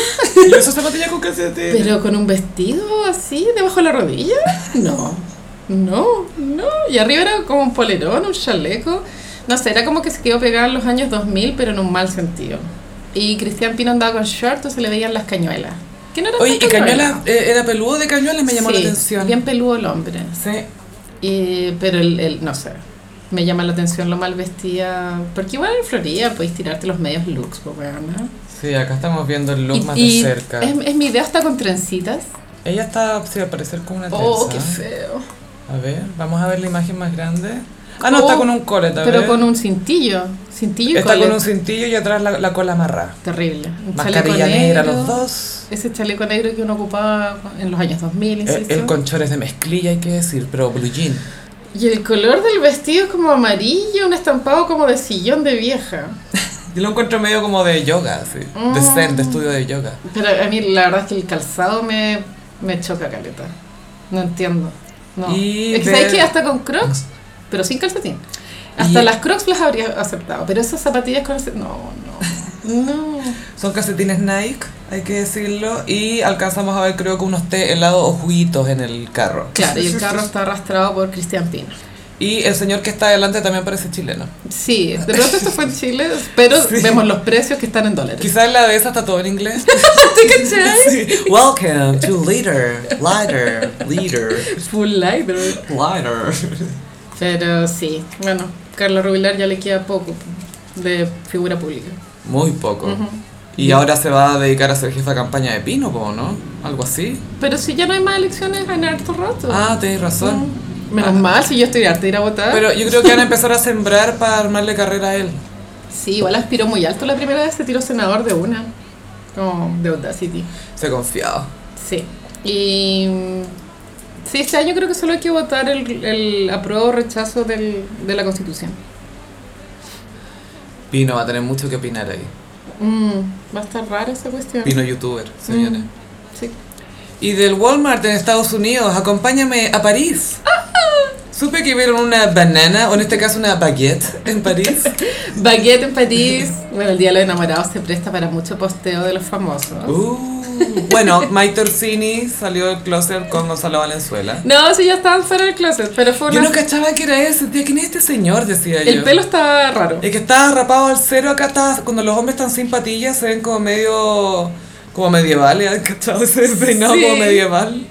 A: Yo uso zapatillas con calcetines.
B: pero con un vestido así debajo de la rodilla. No, no, no. Y arriba era como un polerón, un chaleco. No sé, era como que se quedó pegada en los años 2000, pero en un mal sentido. Y Cristian Pino andaba con short, o se le veían las cañuelas. Que no eran
A: Oye,
B: tan
A: y Cañuela,
B: cañuelas.
A: eh, era peludo de Cañuela, me llamó la
B: Sí,
A: atención.
B: Bien peludo el hombre.
A: Sí.
B: Eh, pero el, el- no sé. Me llama la atención lo mal vestida. Porque igual en Florida podéis tirarte los medios looks, po, weón, ¿no?
A: Sí, acá estamos viendo el look
B: Y-
A: más
B: y
A: de cerca.
B: Es, es mi idea hasta con trencitas.
A: Ella está, sí, al parecer con una
B: Oh, qué
A: trenza.
B: feo.
A: a ver, vamos a ver la imagen más grande. Ah, no, está
B: Oh,
A: con un colet, a
B: Pero
A: ver.
B: con un cintillo. Cintillo y
A: está
B: collar.
A: con un cintillo y atrás la, la cola amarrada.
B: Terrible. Un
A: Mascarilla negra los dos.
B: Ese chaleco negro que uno ocupaba en los años 2000,
A: El,
B: insisto.
A: el con chores de mezclilla, hay que decir, pero blue jean.
B: y el color del vestido es como amarillo, un estampado como de sillón de vieja.
A: Yo lo encuentro medio como de yoga, así.
B: Ah.
A: De zen, de estudio de yoga.
B: Pero a mí la verdad es que el calzado me, me choca caleta. No entiendo. No.
A: Y
B: es que
A: ver-
B: sabes que hasta con crocs, pero sin calcetín. Hasta
A: Y-
B: las crocs las habría aceptado, pero esas zapatillas con calcetín. No, no. No.
A: Son calcetines Nike, hay que decirlo. Y alcanzamos a ver, creo que unos té helados o juguitos en el carro.
B: Claro, y el carro está arrastrado por Cristian Pino.
A: Y el señor que está adelante también parece chileno.
B: Sí, de pronto esto fue en Chile, pero vemos los precios que están en dólares.
A: Quizás la de esa está todo en inglés.
B: ¿Te cachai?
C: Welcome to Leader, Lighter, Leader,
B: Full light, pero...
C: Lighter.
B: Pero sí, bueno, Carla Rubilar ya le queda poco de figura pública.
A: Muy poco. Y ahora se va a dedicar a ser jefa de campaña de Pino, po, ¿no? Algo así.
B: Pero si ya no hay más elecciones en harto rato. Mm.
A: Ah, tenés razón.
B: Menos mal, si yo estoy harta de ir a votar.
A: Pero yo creo que van a empezar a sembrar para armarle carrera a él.
B: Sí, igual aspiró muy alto la primera vez, se tiró senador de una. Como de Audacity.
A: Se confiado.
B: Sí. Y. mm, Sí, este año creo que solo hay que votar el, el apruebo o rechazo del, de la Constitución.
A: Pino va a tener mucho que opinar ahí.
B: Mm, va a estar rara esa cuestión.
A: Pino youtuber, señores.
B: Sí.
A: Y del Walmart en Estados Unidos, acompáñame a París. Supe que vieron una banana, o en este caso una baguette, en París.
B: Baguette en París. Bueno, el Día de los Enamorados se presta para mucho posteo de los famosos.
A: Uh, Bueno, Mike Torsini salió del closet con Gonzalo Valenzuela.
B: No, sí, ya estaban fuera del closet, pero fue
A: Yo
B: una...
A: no cachaba que era ese, tía, ¿quién es este señor? Decía yo.
B: El pelo estaba raro.
A: Es que estaba rapado al cero, acá está, cuando los hombres están sin patillas se ven como medio, como medievales, ¿han cachado ese despeinado
B: Sí.
A: como medieval?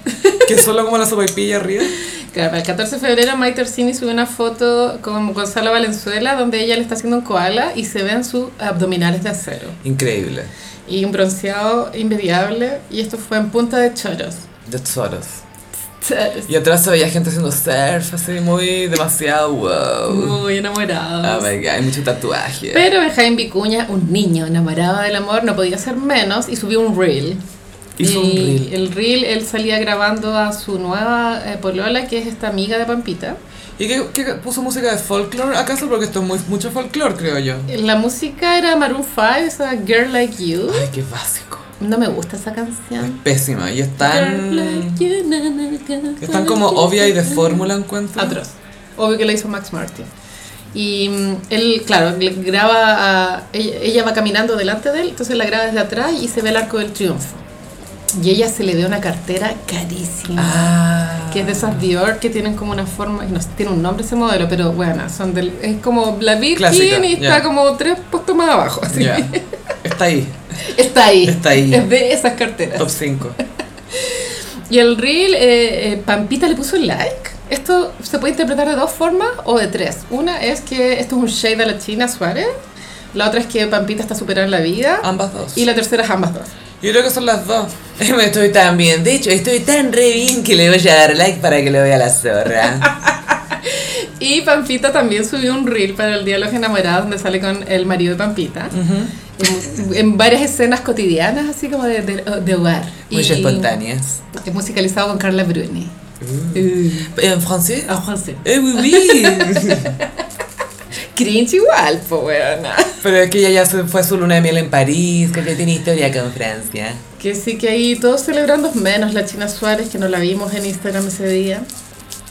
A: Que es solo como la sopaipilla arriba.
B: Claro, para el 14 de febrero Mike Torsini sube una foto con Gonzalo Valenzuela donde ella le está haciendo un koala y se ven sus abdominales de acero.
A: Increíble.
B: Y un bronceado inmediable y esto fue en Punta de Choros.
A: De Soros.
B: Choros.
A: Y atrás se veía gente haciendo surf, así muy demasiado wow.
B: Muy enamorados.
A: Oh my god, hay mucho tatuaje.
B: Pero Benjamín Vicuña, un niño enamorado del amor, no podía ser menos y subió un reel.
A: Hizo un
B: Y
A: reel.
B: El reel él salía grabando a su nueva eh, polola, que es esta amiga de Pampita.
A: ¿Y qué, qué puso música de folklore acaso? Porque esto es muy, mucho folklore, creo yo.
B: La música era Maroon 5, esa Girl Like You.
A: Ay, qué básico.
B: No me gusta esa
A: Es
B: canción.
A: pésima y es
B: Girl
A: tan...
B: like you, na, na, na, na,
A: Es tan como
B: na,
A: obvia y de
B: na, na.
A: fórmula, encuentro.
B: Atroz. Obvio que la hizo Max Martin. Y mm, él, claro, le graba a- ella, ella va caminando delante de él, entonces la graba desde atrás y se ve el arco del triunfo. Y ella se le ve una cartera carísima.
A: Ah.
B: Que es de esas Dior que tienen como una forma, no sé, tiene un nombre ese modelo, pero bueno, son del, es como la Birkin
A: Clásica,
B: y está
A: ya.
B: como tres puestos más abajo. así.
A: Ya. Está ahí.
B: Está ahí.
A: Está ahí.
B: Es de esas carteras.
A: Top 5.
B: Y el reel, eh, eh, Pampita le puso like. Esto se puede interpretar de dos formas o de tres. Una es que esto es un shade a la China Suárez. La otra es que Pampita está superada en la vida.
A: Ambas dos.
B: Y la tercera es ambas dos.
A: Yo creo que son las dos.
C: Me estoy tan bien, de hecho, estoy tan re bien que le voy a dar like para que le vea la zorra.
B: Y Pampita también subió un reel para el Día de los Enamorados donde sale con el marido de Pampita. en, en varias escenas cotidianas, así como de, de, de hogar.
C: Muy
B: Y
C: espontáneas.
B: Es musicalizado con Carla Bruni. Eh,
C: ¿En francés?
B: Ah, Juanse.
C: Eh, oui, oui.
B: Cringe igual, po, weona.
C: Pero es que ella ya se fue a su luna de miel en París, que tiene historia con Francia.
B: Que sí que ahí todos celebrando, menos la China Suárez, que no la vimos en Instagram ese día.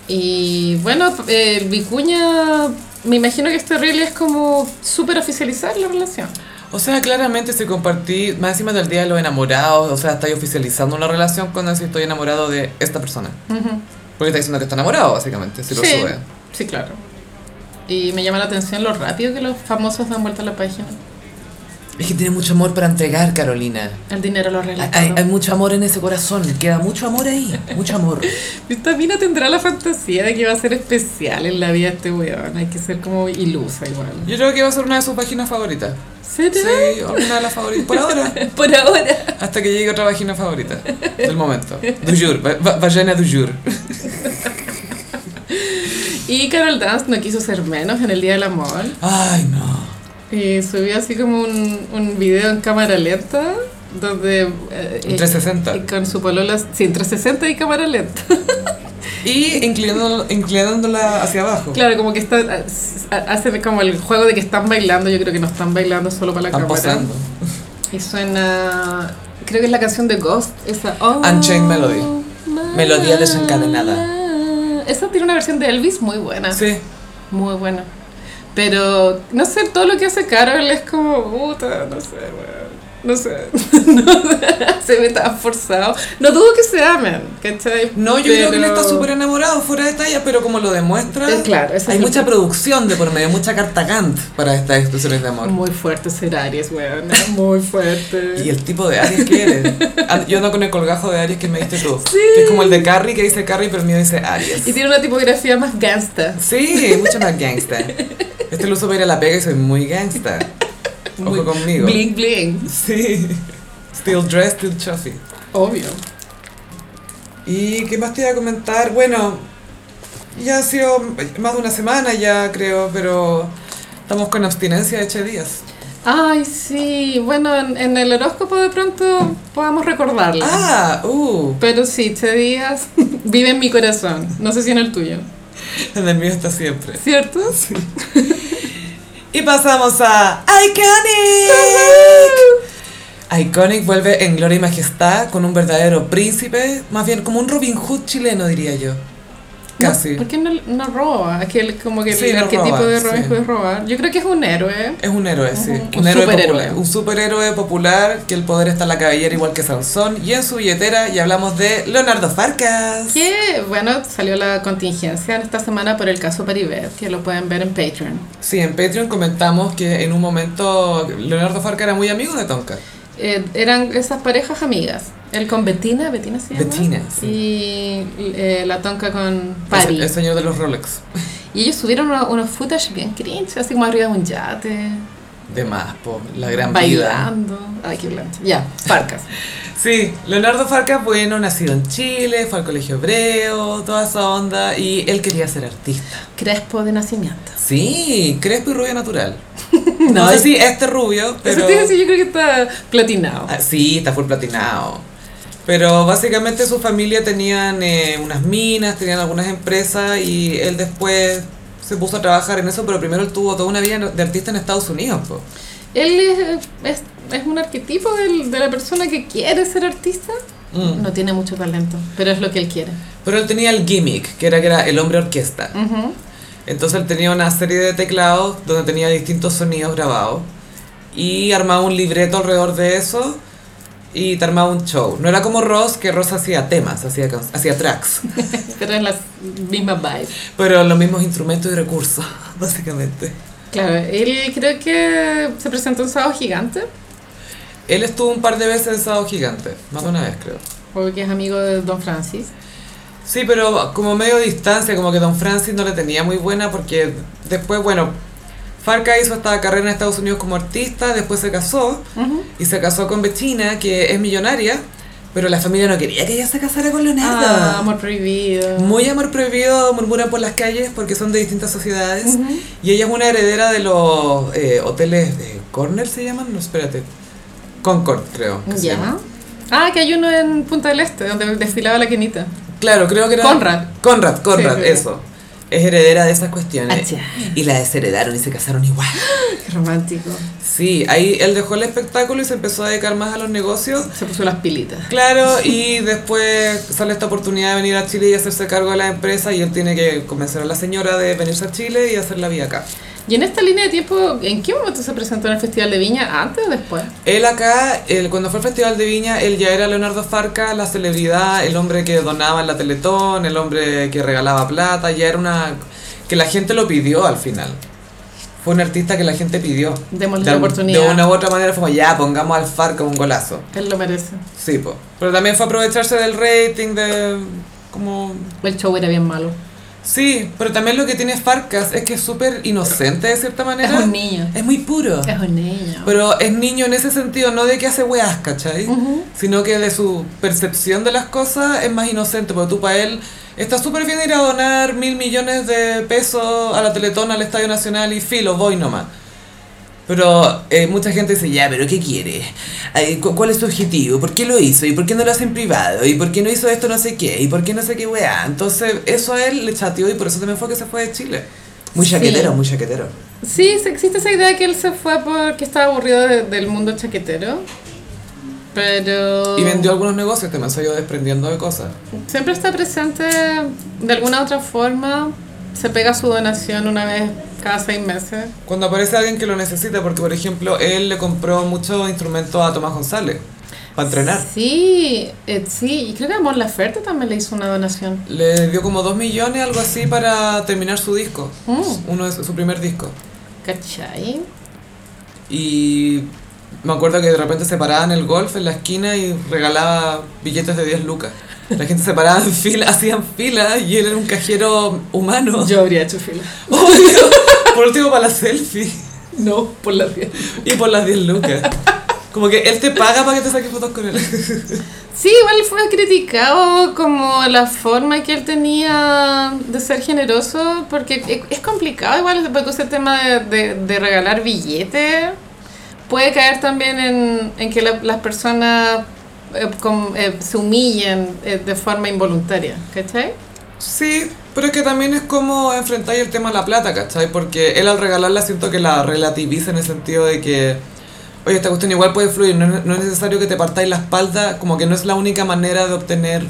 B: Y bueno, eh, Vicuña, me imagino que este reel es como súper oficializar la relación.
A: O sea, claramente si compartí más encima del día de los enamorados, o sea, estáis oficializando una relación cuando decís estoy enamorado de esta persona. Porque está diciendo que está enamorado, básicamente, si lo
B: sí,
A: sube.
B: sí, claro. Y me llama la atención lo rápido que los famosos dan vuelta a la página.
C: Es que tiene mucho amor para entregar, Carolina.
B: El dinero lo arregla.
C: Hay,
B: todo.
C: hay mucho amor en ese corazón, queda mucho amor ahí, mucho amor.
B: Esta mina tendrá la fantasía de que va a ser especial en la vida de este weón. Hay que ser como ilusa igual.
A: Yo creo que va a ser una de sus páginas favoritas.
B: ¿Será?
A: Sí, una de las favoritas. Por ahora.
B: Por ahora.
A: Hasta que llegue otra página favorita. Del momento. Dujur. va- va- Vagina Dujur.
B: Y Carol Dance no quiso ser menos en el Día del Amor.
A: Ay, no.
B: Y subió así como un, un video en cámara lenta, donde... eh,
A: Un 360.
B: eh, con su polola, sí, en 360 y cámara lenta.
A: Y inclinándola, inclinándola hacia abajo.
B: Claro, como que está, hace como el juego de que están bailando, yo creo que no están bailando solo para la
A: Están
B: cámara.
A: posando.
B: Y suena, creo que es la canción de Ghost, esa oh,
A: Unchained Melody.
C: Melodía desencadenada.
B: Esa tiene una versión de Elvis muy buena,
A: Sí.
B: muy buena. Pero, no sé, todo lo que hace Carol es como, puta, no sé, weón. No sé, No, se ve tan forzado. No dudo que se amen, ¿cachai?
A: No, yo creo que él
B: Pero-
A: está súper enamorado, fuera de talla, pero como lo demuestra,
B: Eh, claro, ese
A: hay
B: es el
A: mucha
B: punto.
A: producción de por medio, mucha carta Gantt para estas expresiones de amor.
B: Muy fuerte ser Aries, weón. ¿eh? Muy fuerte.
A: Y el tipo de Aries que eres. Ah, Yo ando con el colgajo de Aries que me diste tú.
B: Sí.
A: Que es como el de Carrie que dice Carrie, pero el mío dice Aries.
B: Y tiene una tipografía más gangsta.
A: Sí, mucho más gangsta. Este lo uso para ir a la pega y soy muy gangsta. Ojo
B: Muy
A: conmigo.
B: Bling bling.
A: Sí. Still dressed, still chuffy.
B: Obvio.
A: ¿Y qué más te iba a comentar? Bueno, ya ha sido más de una semana ya creo, pero estamos con abstinencia de 8 días.
B: Ay, sí. Bueno, en, en el horóscopo de pronto podamos recordarla.
A: Ah, uh,
B: Pero sí, Che Díaz vive en mi corazón. No sé si en el tuyo.
A: en el mío está siempre.
B: ¿Cierto? Sí.
A: Y pasamos a Iconic. Iconic vuelve en gloria y majestad con un verdadero príncipe, más bien como un Robin Hood chileno diría yo. Casi.
B: ¿Por qué no, no roba? Es que el- como que
A: Sí,
B: el
A: no
B: arquetipo
A: roba,
B: de Robin
A: sí.
B: Hood es pues robar. Yo creo que es un héroe.
A: Es un héroe, sí.
B: Ujú.
A: Un,
B: Un
A: héroe
B: superhéroe.
A: popular. Un superhéroe popular que el poder está en la cabellera igual que Sansón y en su billetera. Y hablamos de Leonardo Farcas.
B: Que, bueno, salió la contingencia en esta semana por el caso Paribet, que lo pueden ver en Patreon.
A: Sí, en Patreon comentamos que en un momento Leonardo Farcas era muy amigo de Tonka.
B: Eh, eran esas parejas amigas. Él con Bettina, Bettina se llama.
A: Bettina, sí.
B: Y eh, la tonca con
A: El,
B: Pari.
A: el señor de los Rolex.
B: Y ellos subieron uno- unos footage bien cringe, así como arriba de un yate,
A: De más, po, la gran vida.
B: bailando. Ay, qué blanco. Ya, Farcas.
A: Sí, Leonardo Farcas, bueno, nacido en Chile, fue al colegio hebreo, toda esa onda. Y él quería ser artista.
B: Crespo de nacimiento.
A: Sí, crespo y rubio natural. No, sé si este rubio, pero...
B: Eso te iba a decir, yo creo que está platinado.
A: Ah, Sí, está full platinado. Pero básicamente su familia tenían eh, unas minas, tenían algunas empresas y él después se puso a trabajar en eso, pero primero él tuvo toda una vida de artista en Estados Unidos. po.
B: Él es, es, es un arquetipo del- de la persona que quiere ser artista.
A: Mm.
B: No tiene mucho talento, pero es lo que él quiere.
A: Pero él tenía el gimmick, que era que era el hombre orquesta.
B: Ujú.
A: Entonces él tenía una serie de teclados donde tenía distintos sonidos grabados y armaba un libreto alrededor de eso y te armaba un show. No era como Ross, que Ross hacía temas, hacía, can- hacía tracks.
B: Pero es la misma vibe.
A: Pero los mismos instrumentos y recursos, básicamente.
B: Claro, él creo que se presentó un sábado gigante,
A: Él estuvo un par de veces en Sábado Gigante, más de una vez creo.
B: porque es amigo de Don Francis.
A: Sí, pero como medio distancia, como que Don Francis no le tenía muy buena porque después, bueno, Farca hizo esta carrera en Estados Unidos como artista, después se casó y se casó con Bettina, que es millonaria, pero la familia no quería que ella se casara con Leonardo.
B: Ah, amor prohibido.
A: Muy amor prohibido murmuran por las calles porque son de distintas sociedades y ella es una heredera de los eh, hoteles de Corner se llaman, no espérate, Concord creo. que se
B: ya.
A: llama.
B: Ah, que hay uno en Punta del Este, donde desfilaba la quinita.
A: Claro, creo que era
B: Conrad.
A: Conrad, Conrad,
B: Sí, Ah, sí, sí.
A: eso. Es heredera de esas cuestiones
B: Achá.
A: y la desheredaron y se casaron igual.
B: Qué romántico.
A: Sí, ahí él dejó el espectáculo y se empezó a dedicar más a los negocios.
B: Se puso las pilitas.
A: Claro, y después sale esta oportunidad de venir a Chile y hacerse cargo de la empresa y él tiene que convencer a la señora de venirse a Chile y hacer la vida acá.
B: Y en esta línea de tiempo, ¿en qué momento se presentó en el Festival de Viña? ¿Antes o después?
A: Él acá, él, cuando fue al Festival de Viña, él ya era Leonardo Farca, la celebridad, el hombre que donaba en la Teletón, el hombre que regalaba plata, ya era una... que la gente lo pidió al final. Fue un artista que la gente pidió.
B: Démosle
A: De
B: la
A: al-
B: oportunidad.
A: De una u otra manera fue como, ya, pongamos al Farca un golazo.
B: Él lo merece.
A: Sí, po. Pero también fue aprovecharse del rating, de... como...
B: El show era bien malo.
A: Sí, pero también lo que tiene Farcas es que es súper inocente de cierta manera.
B: Es un niño.
A: Es muy puro.
B: Es un niño.
A: Pero es niño en ese sentido, no de que hace weas, ¿cachai? Sino que de su percepción de las cosas es más inocente, porque tú para él está súper bien ir a donar mil millones de pesos a la Teletón, al Estadio Nacional y filo, voy nomás. Pero eh, mucha gente dice, ya, pero ¿qué quiere? Ay, cu- ¿Cuál es su objetivo? ¿Por qué lo hizo? ¿Y por qué no lo hace en privado? ¿Y por qué no hizo esto no sé qué? ¿Y por qué no sé qué weá? Entonces, eso a él le chateó y por eso también fue que se fue de Chile.
C: Muy
B: Sí.
C: chaquetero, muy chaquetero.
B: Sí, se- existe esa idea que él se fue porque estaba aburrido de- del mundo chaquetero. Pero.
A: Y vendió algunos negocios, también se ha ido desprendiendo de cosas.
B: Siempre está presente de alguna otra forma. Se pega su donación una vez cada seis meses.
A: Cuando aparece alguien que lo necesita, porque por ejemplo, él le compró muchos instrumentos a Tomás González para entrenar.
B: Sí, eh, sí. Y creo que a Mon Laferte también le hizo una donación.
A: Le dio como 2 millones, algo así, para terminar su disco.
B: Mm.
A: Uno de su, su primer disco.
B: ¿Cachai?
A: Y me acuerdo que de repente se paraba en el golf, en la esquina, y regalaba billetes de 10 lucas. La gente se paraba en fila, hacían fila, y él era un cajero humano.
B: Yo habría hecho fila.
A: Obvio. Por último, para la selfie.
B: No, por la vida.
A: Y por las 10 lucas. Como que él te paga para que te saques fotos con él.
B: Sí, igual fue criticado como la forma que él tenía de ser generoso, porque e- es complicado igual, porque ese tema de, de- de regalar billetes puede caer también en, en que la- las personas eh, com- eh, se humillen eh, de forma involuntaria, ¿cachai?
A: Sí, pero es que también es como enfrentar el tema de la plata, ¿cachai? Porque él al regalarla siento que la relativiza en el sentido de que, oye, esta cuestión igual puede fluir, no, es- no es necesario que te partáis la espalda, como que no es la única manera de obtener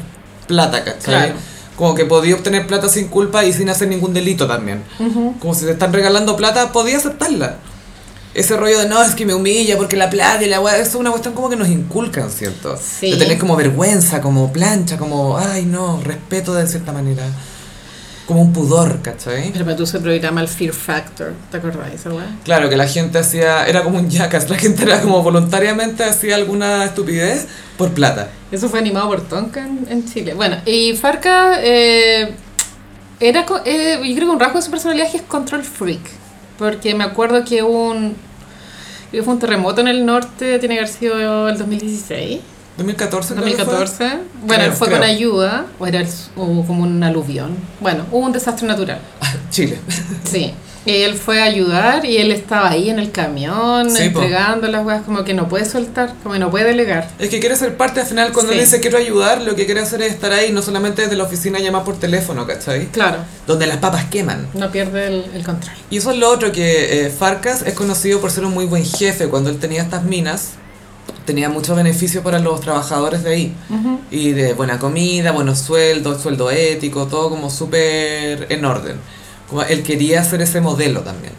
A: plata, ¿cachai?
B: Claro.
A: Como que podía obtener plata sin culpa y sin hacer ningún delito también. Como si te están regalando plata, podía aceptarla. Ese rollo de no, es que me humilla porque la plata y la weá, eso es una cuestión como que nos inculcan, ¿cierto?
B: Sí.
A: De tener como vergüenza, como plancha, como, ay no, respeto de cierta manera. Como un pudor, ¿cachai?
B: Pero para tú se programa el Fear Factor, ¿te acordáis esa weá?
A: Claro, que la gente hacía, era como un yacas, la gente era como voluntariamente hacía alguna estupidez por plata.
B: Eso fue animado por Tonka en, en Chile. Bueno, y Farca eh, era, co- eh, yo creo que un rasgo de su personalidad es que es control freak. Porque me acuerdo que hubo un, que fue un terremoto en el norte, tiene que haber sido el 2016,
A: 2014, creo que fue.
B: 2014. Bueno,
A: Creo,
B: él fue con
A: creo.
B: ayuda, o era el- o como un aluvión. Bueno, hubo un desastre natural.
A: Ah, Chile.
B: Sí. Y él fue a ayudar y él estaba ahí en el camión,
A: Sí, po.
B: entregando las weas, como que no puede soltar, como que no puede delegar.
A: Es que quiere ser parte al final, cuando
B: Sí.
A: él dice quiero ayudar, lo que quiere hacer es estar ahí, no solamente desde la oficina llamar por teléfono, ¿cachai?
B: Claro,
A: Donde las papas queman.
B: no pierde el- el control.
A: Y eso es lo otro, que eh, Farkas es conocido por ser un muy buen jefe. Cuando él tenía estas minas, tenía muchos beneficios para los trabajadores de ahí. Y de buena comida, buenos sueldos, sueldo ético, todo como súper en orden. Como él quería ser ese modelo también.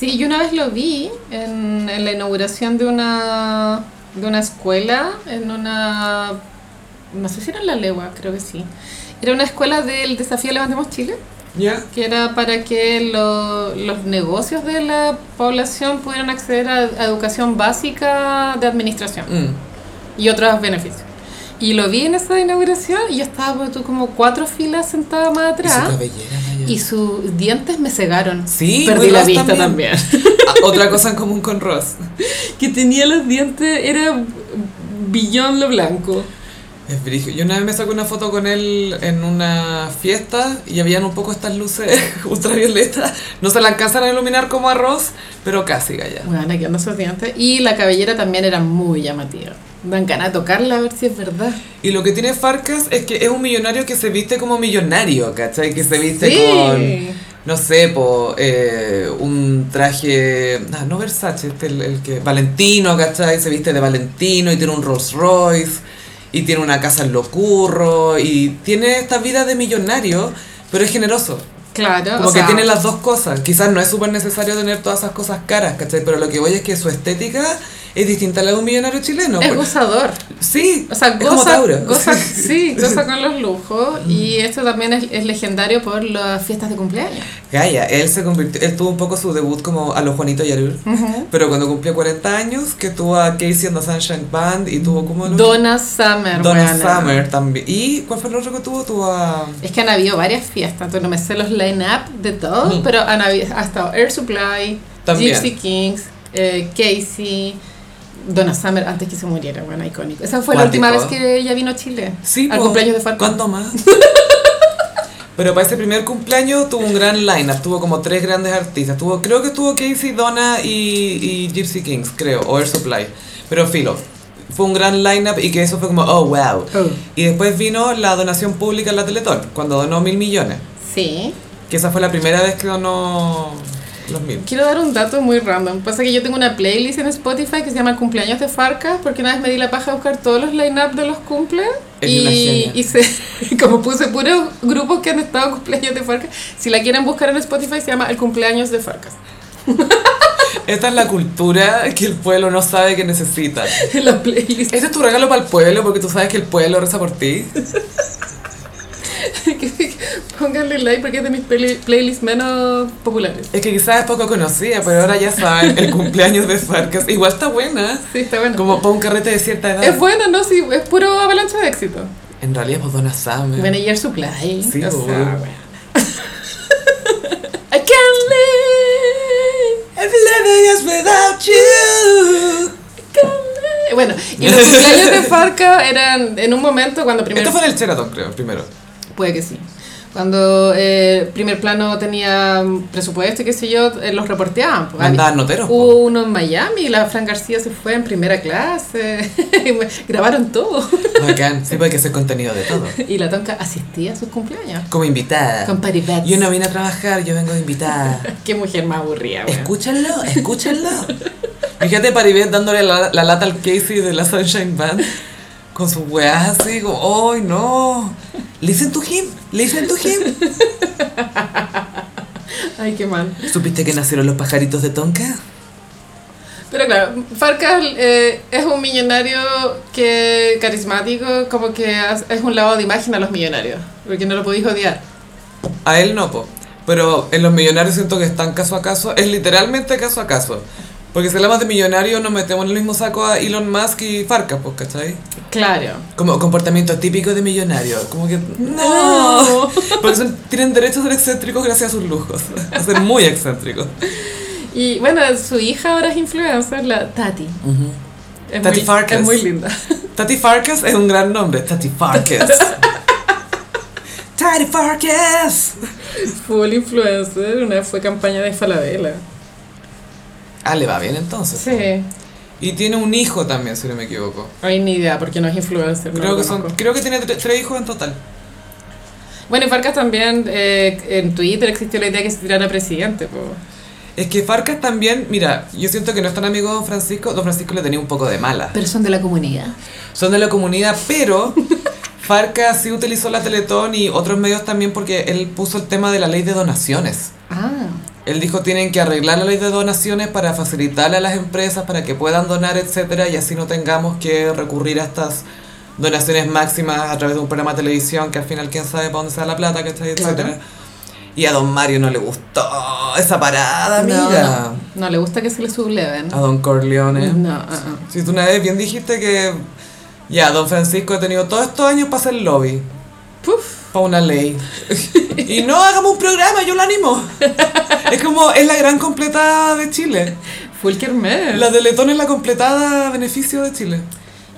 B: Sí, yo una vez lo vi en, en la inauguración de una, de una escuela, en una... No sé si era en La Legua, creo que sí. Era una escuela del desafío Levantemos Chile,
A: ¿Ya?
B: que era para que lo- los negocios de la población pudieran acceder a, a educación básica de administración
A: Mm.
B: y otros beneficios. Y lo vi en esa inauguración y yo estaba ponte tú, como cuatro filas sentada más
A: Y su
B: atrás
A: cabellera. Maya.
B: y sus dientes me cegaron.
A: Sí,
B: Perdí
A: muy
B: la
A: Ross
B: vista
A: también.
B: también.
A: Ah, Otra cosa en común con Ross.
B: que tenía los dientes era billón lo blanco.
A: Es brillo. Yo una vez me saqué una foto con él en una fiesta y habían un poco estas luces ultravioletas. No se la alcanzan a iluminar como a Ross, pero casi, Gaya.
B: Bueno, aquí andan esos dientes. Y la cabellera también era muy llamativa. Dan ganas de tocarla a ver si es verdad.
A: Y lo que tiene Farkas es que es un millonario que se viste como millonario, ¿cachai? Que se viste
B: Sí.
A: con, no sé, po, eh, un traje, ah, no Versace, este el, el que, Valentino, ¿cachai? Se viste de Valentino y tiene un Rolls Royce y tiene una casa en Locurro y tiene esta vida de millonario, pero es generoso.
B: Claro.
A: Como
B: o
A: que
B: sea,
A: tiene las dos cosas. Quizás no es súper necesario tener todas esas cosas caras, ¿cachai? Pero lo que voy es que su estética es distinta a la de un millonario chileno.
B: Es
A: por-
B: gozador.
A: Sí,
B: O sea,
A: pues. es como
B: goza,
A: Tauro.
B: goza- sí, goza con los lujos. Y esto también es, es legendario por las fiestas de cumpleaños.
A: Gaia, él se convirtió, él tuvo un poco su debut como a los Juanito Yarur, pero cuando cumplió 40 años, que tuvo a Casey and the Sunshine Band y tuvo como... los-
B: Donna Summer.
A: Donna
B: weona.
A: Summer también. ¿Y cuál fue el otro que tuvo? Tuvo a...
B: Es que han habido varias fiestas, entonces no me sé los line-up de todos,
A: Ujú.
B: pero han habido, ha estado Air Supply,
A: También.
B: Gypsy Kings, eh, Casey, Donna Summer, antes que se muriera, bueno, icónico. Esa fue la
A: Cuático.
B: última vez que ella vino a Chile,
A: Sí,
B: al
A: po.
B: cumpleaños de Farco.
A: ¿Cuánto más? Pero para ese primer cumpleaños tuvo un gran line-up, tuvo como tres grandes artistas. Tuvo, creo que estuvo Casey, Donna y, y Gypsy Kings, creo, o Air Supply. Pero filo, fue un gran line-up y que eso fue como, oh, wow.
B: Oh.
A: Y después vino la donación pública en la Teletón, cuando donó mil millones.
B: Sí.
A: Que esa fue la primera vez que donó los mil.
B: Quiero dar un dato muy random. Pasa que yo tengo una playlist en Spotify que se llama Cumpleaños de Farcas, porque una vez me di la paja a buscar todos los line-up de los cumple.
A: Es una
B: Y,
A: genia.
B: y se, como puse puros grupos que han estado en cumpleaños de Farcas, si la quieren buscar en Spotify se llama El Cumpleaños de Farcas.
A: Esta es la cultura que el pueblo no sabe que necesita.
B: En la playlist.
A: Ese es tu regalo para el pueblo porque tú sabes que el pueblo reza por ti.
B: Pónganle like porque es de mis peli- playlists menos populares.
A: Es que quizás es poco conocida, pero ahora ya saben, el cumpleaños de Farkas igual está buena.
B: Sí, está bueno.
A: Como para un carrete de cierta edad.
B: Es bueno, ¿no? Sí, es puro avalancha de éxito.
A: En realidad, pues Donna sabe.
B: Manager Supply.
A: Sí,
B: o sea,
A: obvio.
B: bueno. I can't live,
A: Every living is without you.
B: I can't live. Bueno, y los cumpleaños de Farca eran en un momento cuando primero...
A: Esto fue en el Sheraton, creo, primero.
B: Puede que sí. Cuando eh, primer plano tenía mm, presupuesto y qué sé yo, eh, los reporteaban. pues.
A: Mandaban noteros,
B: Hubo
A: po.
B: uno en Miami, la Fran García se fue en primera clase, grabaron todo.
A: Bacán, sí, porque hay que hacer contenido de todo.
B: Y la Tonka asistía a sus cumpleaños.
A: Como invitada.
B: Con Patty Batts.
A: Yo no vine a trabajar, yo vengo de invitada.
B: Qué mujer más aburrida, weón.
A: Escúchenlo, escúchenlo. Fíjate Paribet dándole la, la lata al Casey de la Sunshine Band con sus weas así, como, ¡ay no! Listen to him, listen to him.
B: Ay, qué mal.
A: ¿Supiste que nacieron los pajaritos de Tonka?
B: Pero claro, Farkas eh, es un millonario que carismático, como que has- es un lado de imagen a los millonarios, porque no lo podéis odiar.
A: A él no, po. Pero en los millonarios siento que están caso a caso. Es literalmente caso a caso. Porque si hablamos de millonarios, nos metemos en el mismo saco a Elon Musk y Farca, pues, ¿cachai?
B: Claro.
A: Como comportamiento típico de millonario. Como que. ¡No! Por eso tienen derecho a ser excéntricos gracias a sus lujos. A ser muy excéntricos.
B: Y bueno, su hija ahora es influencer, la Tati. Es
A: Tati
B: muy,
A: Farkas.
B: Es muy linda.
A: Tati Farkas es un gran nombre. Tati Farkas. Tati Farkas.
B: Full influencer, una vez fue campaña de Falabella.
A: Ah, le va bien entonces.
B: Sí.
A: Y tiene un hijo también, si no me equivoco.
B: Hay ni idea porque no es influencer. no
A: Creo
B: lo
A: que son.
B: conozco.
A: Creo que tiene tre- tres hijos en total.
B: Bueno, y Farkas también eh, en Twitter existió la idea que se tirara presidente. po.
A: Es que Farcas también, mira, yo siento que no es tan amigo de Don Francisco, Don Francisco le tenía un poco de mala.
B: Pero son de la comunidad.
A: Son de la comunidad, pero Farcas sí utilizó la Teletón y otros medios también porque él puso el tema de la ley de donaciones.
B: Ah.
A: Él dijo tienen que arreglar la ley de donaciones para facilitarle a las empresas para que puedan donar, etcétera, y así no tengamos que recurrir a estas donaciones máximas a través de un programa de televisión que al final quién sabe para dónde se da la plata, ¿cachai?
B: Claro.
A: etcétera. Y a don Mario no le gustó esa parada, amiga. Ah,
B: No, no. No, le gusta que se le subleven.
A: A Don Corleone.
B: No, ah, ah.
A: Si tú una vez bien dijiste que ya, Don Francisco ha tenido todos estos años para hacer lobby,
B: Puf.
A: para una ley. y no hagamos un programa, yo lo animo. es como, es la gran completada de Chile.
B: Fulker Mel.
A: La Teletón es la completada a beneficio de Chile.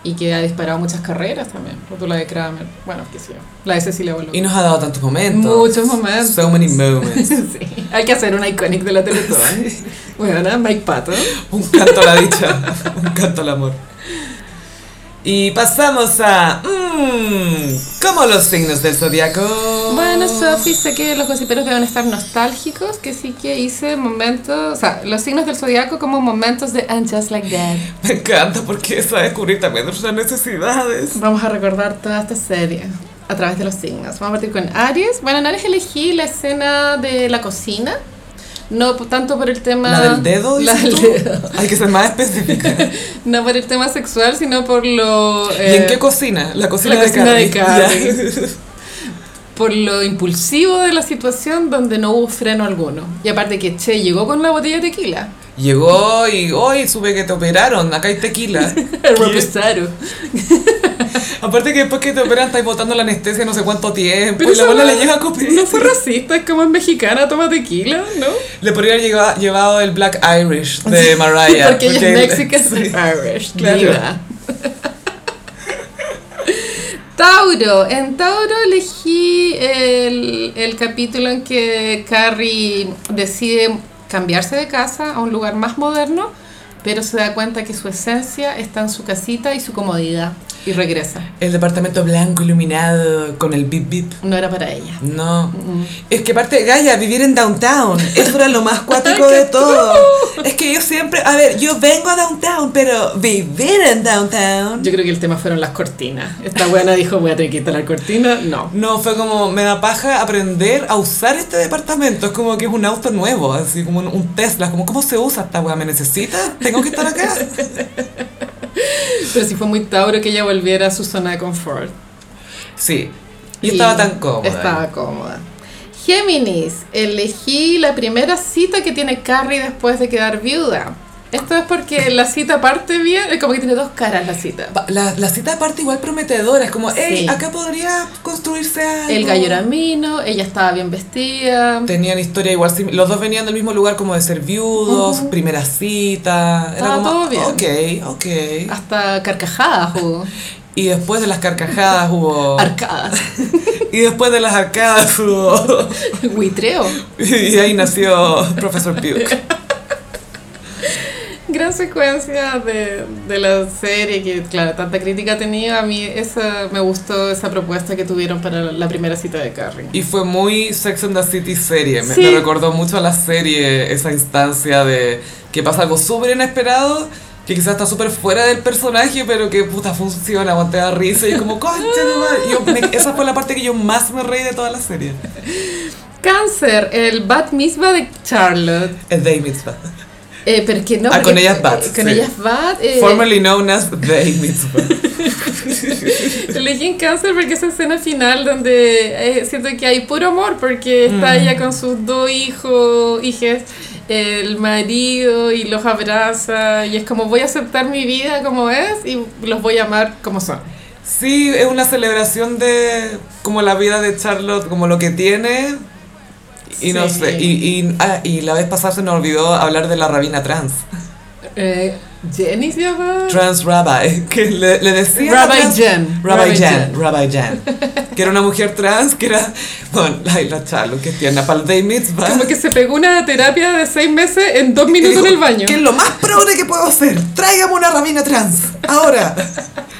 B: Y que ha disparado muchas carreras también. O tú la de Kramer. Bueno, qué sé yo. La de Cecilia Boloco.
A: Y nos ha dado tantos momentos.
B: Muchos momentos.
A: So many moments.
B: sí. Hay que hacer una iconic de la Teletón. Bueno, ¿no? Mike Pato.
A: Un canto a la dicha, un canto al amor. Y pasamos a... Mmm, ¿Cómo los signos del zodiaco?
B: Bueno, Sofi, sé que los gossiperos deben estar nostálgicos, que sí que hice momentos, o sea, los signos del zodiaco como momentos de And Just Like That.
A: Me encanta porque es a descubrir también nuestras necesidades.
B: Vamos a recordar toda esta serie a través de los signos. Vamos a partir con Aries. Bueno, en Aries elegí la escena de la cocina. No p- tanto por el tema.
A: ¿La del dedo?
B: Ah, La
A: dices
B: del
A: tú?
B: dedo.
A: Hay que ser más específica.
B: No por el tema sexual, sino por lo.
A: ¿Y en
B: eh,
A: qué cocina? La cocina,
B: la
A: de,
B: cocina de
A: Carrie.
B: por lo impulsivo de la situación donde no hubo freno alguno. Y aparte que Che llegó con la botella de tequila.
A: Ya. Llegó y hoy supe que te operaron. Acá hay tequila.
B: Reposaro.
A: Aparte que después que te operan estáis botando la anestesia no sé cuánto tiempo.
B: Pero
A: y la
B: esa
A: bola
B: weá
A: le llega a copiar.
B: No fue racista, es como en mexicana toma tequila, ¿no?
A: Le podría haber lleva- llevado el Black Irish de Mariah.
B: porque ella es
A: él-
B: mexica,
A: sí.
B: Irish,
A: claro.
B: diva. Tauro. En Tauro elegí el, el capítulo en que Carrie decide cambiarse de casa a un lugar más moderno, pero se da cuenta que su esencia está en su casita y su comodidad y regresa.
A: El departamento blanco iluminado con el bip bip.
B: No era para ella.
A: No.
B: Mm.
A: Es que aparte, Gaia, vivir en downtown, eso era lo más cuático de todo. Es que yo siempre, a ver, yo vengo a downtown, pero vivir en downtown.
B: Yo creo que el tema fueron las cortinas. Esta buena dijo, voy a tener que quitar la cortina. No.
A: No, fue como, me da paja aprender a usar este departamento. Es como que es un auto nuevo, así como un, un Tesla. Como, ¿cómo se usa esta weá? ¿Me necesita? ¿Tengo que estar acá?
B: Pero sí fue muy Tauro que ella volviera a su zona de confort.
A: Sí. Y estaba tan cómoda.
B: Estaba cómoda. Géminis, elegí la primera cita que tiene Carrie después de quedar viuda. Esto es porque la cita parte bien, es como que tiene dos caras la cita.
A: Pa- La, la cita aparte igual prometedora, es como, hey,
B: Sí.
A: acá podría construirse algo.
B: El gallo era mino, ella estaba bien vestida.
A: Tenían historia igual, sim- los dos venían del mismo lugar como de ser viudos, primera cita, era
B: Estaba
A: como,
B: todo bien.
A: ok,
B: Ah.
A: ok.
B: Hasta carcajadas hubo.
A: Y después de las carcajadas hubo...
B: Arcadas.
A: y después de las arcadas hubo...
B: Buitreo.
A: y ahí nació Profesor Puke.
B: Gran secuencia de, de la serie que, claro, tanta crítica ha tenido. A mí esa, me gustó esa propuesta que tuvieron para la primera cita de Carrie.
A: Y fue muy Sex and the City serie. Me,
B: Sí.
A: me recordó mucho a la serie esa instancia de que pasa algo súper inesperado, que quizás está súper fuera del personaje, pero que puta funciona, cuando te da risa y es como, concha tu madre". Yo me- Esa fue la parte que yo más me reí de toda la serie.
B: Cáncer, el Bat Mitzvah de Charlotte.
A: Es Day Mitzvah.
B: Eh, pero que no.
A: Ah,
B: porque-
A: con ellas Bat,
B: eh, con
A: sí.
B: ellas Bat. eh,
A: Formerly known as Day Mitzvah.
B: Elegí en Cáncer porque esa escena final donde eh, siento que hay puro amor porque está
A: Mm.
B: ella con sus dos hijos, hijes, el marido y los abraza y es como voy a aceptar mi vida como es y los voy a amar como son.
A: Sí, es una celebración de como la vida de Charlotte, como lo que tiene. Y no
B: Sí.
A: sé, y, y, ah, y la vez pasada se nos olvidó hablar de la rabina trans.
B: Eh, Jenny se llama.
A: Trans Rabbi, que le, le decía...
B: Rabbi
A: trans-
B: Jen.
A: Rabbi
B: Rabbi
A: Jan, Rabbi Jan. Que era una mujer trans, que era... Bueno, ay, la Charlotte, que tierna, para el Day Mitzvah.
B: Como que se pegó una terapia de seis meses en dos
A: Que
B: minutos
A: dijo,
B: en el baño.
A: "¿Qué es lo más progre que puedo hacer? Tráigame una rabina trans, ahora,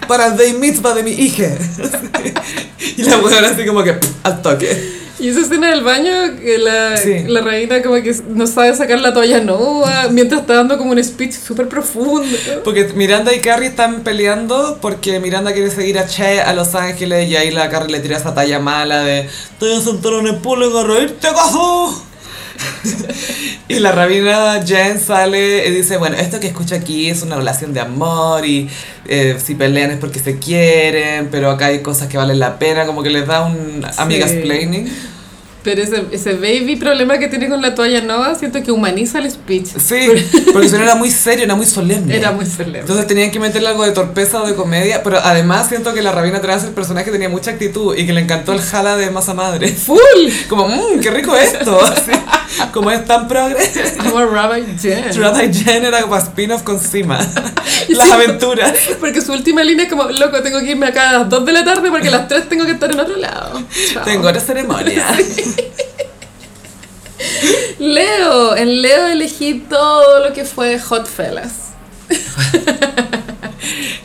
A: para el Day Mitzvah de mi hija. Y la mujer así como que pff, al toque.
B: Y esa escena del baño, que la,
A: Sí.
B: la reina como que no sabe sacar la toalla nueva, mientras está dando como un speech súper profundo.
A: Porque Miranda y Carrie están peleando porque Miranda quiere seguir a Che a Los Ángeles y ahí la Carrie le tira esa talla mala de te voy a sentar en el público a reírte, cojo. y la rabina Jen sale y dice, bueno, esto que escucho aquí es una relación de amor y eh, si pelean es porque se quieren, pero acá hay cosas que valen la pena, como que les da un amigas planning.
B: Pero ese, ese baby problema que tiene con la toalla nueva, siento que humaniza el speech.
A: Sí, porque si no era muy serio, era muy solemne.
B: Era muy celebre.
A: Entonces tenían que meterle algo de torpeza o de comedia, pero además siento que la rabina trans, el personaje tenía mucha actitud y que le encantó el jala de masa madre.
B: ¡Full!
A: Como, mmm, qué rico esto. así. como es tan progre.
B: Como Rabbi Jen.
A: Trata y Jen era como spin-off con Sima.
B: Y
A: Las
B: sí.
A: aventuras.
B: Porque su última línea es como, loco, tengo que irme acá a las 2 de la tarde porque a las 3 tengo que estar en otro lado. Chao.
A: Tengo la ceremonia.
B: Leo, en Leo elegí todo lo que fue Hot Fellas.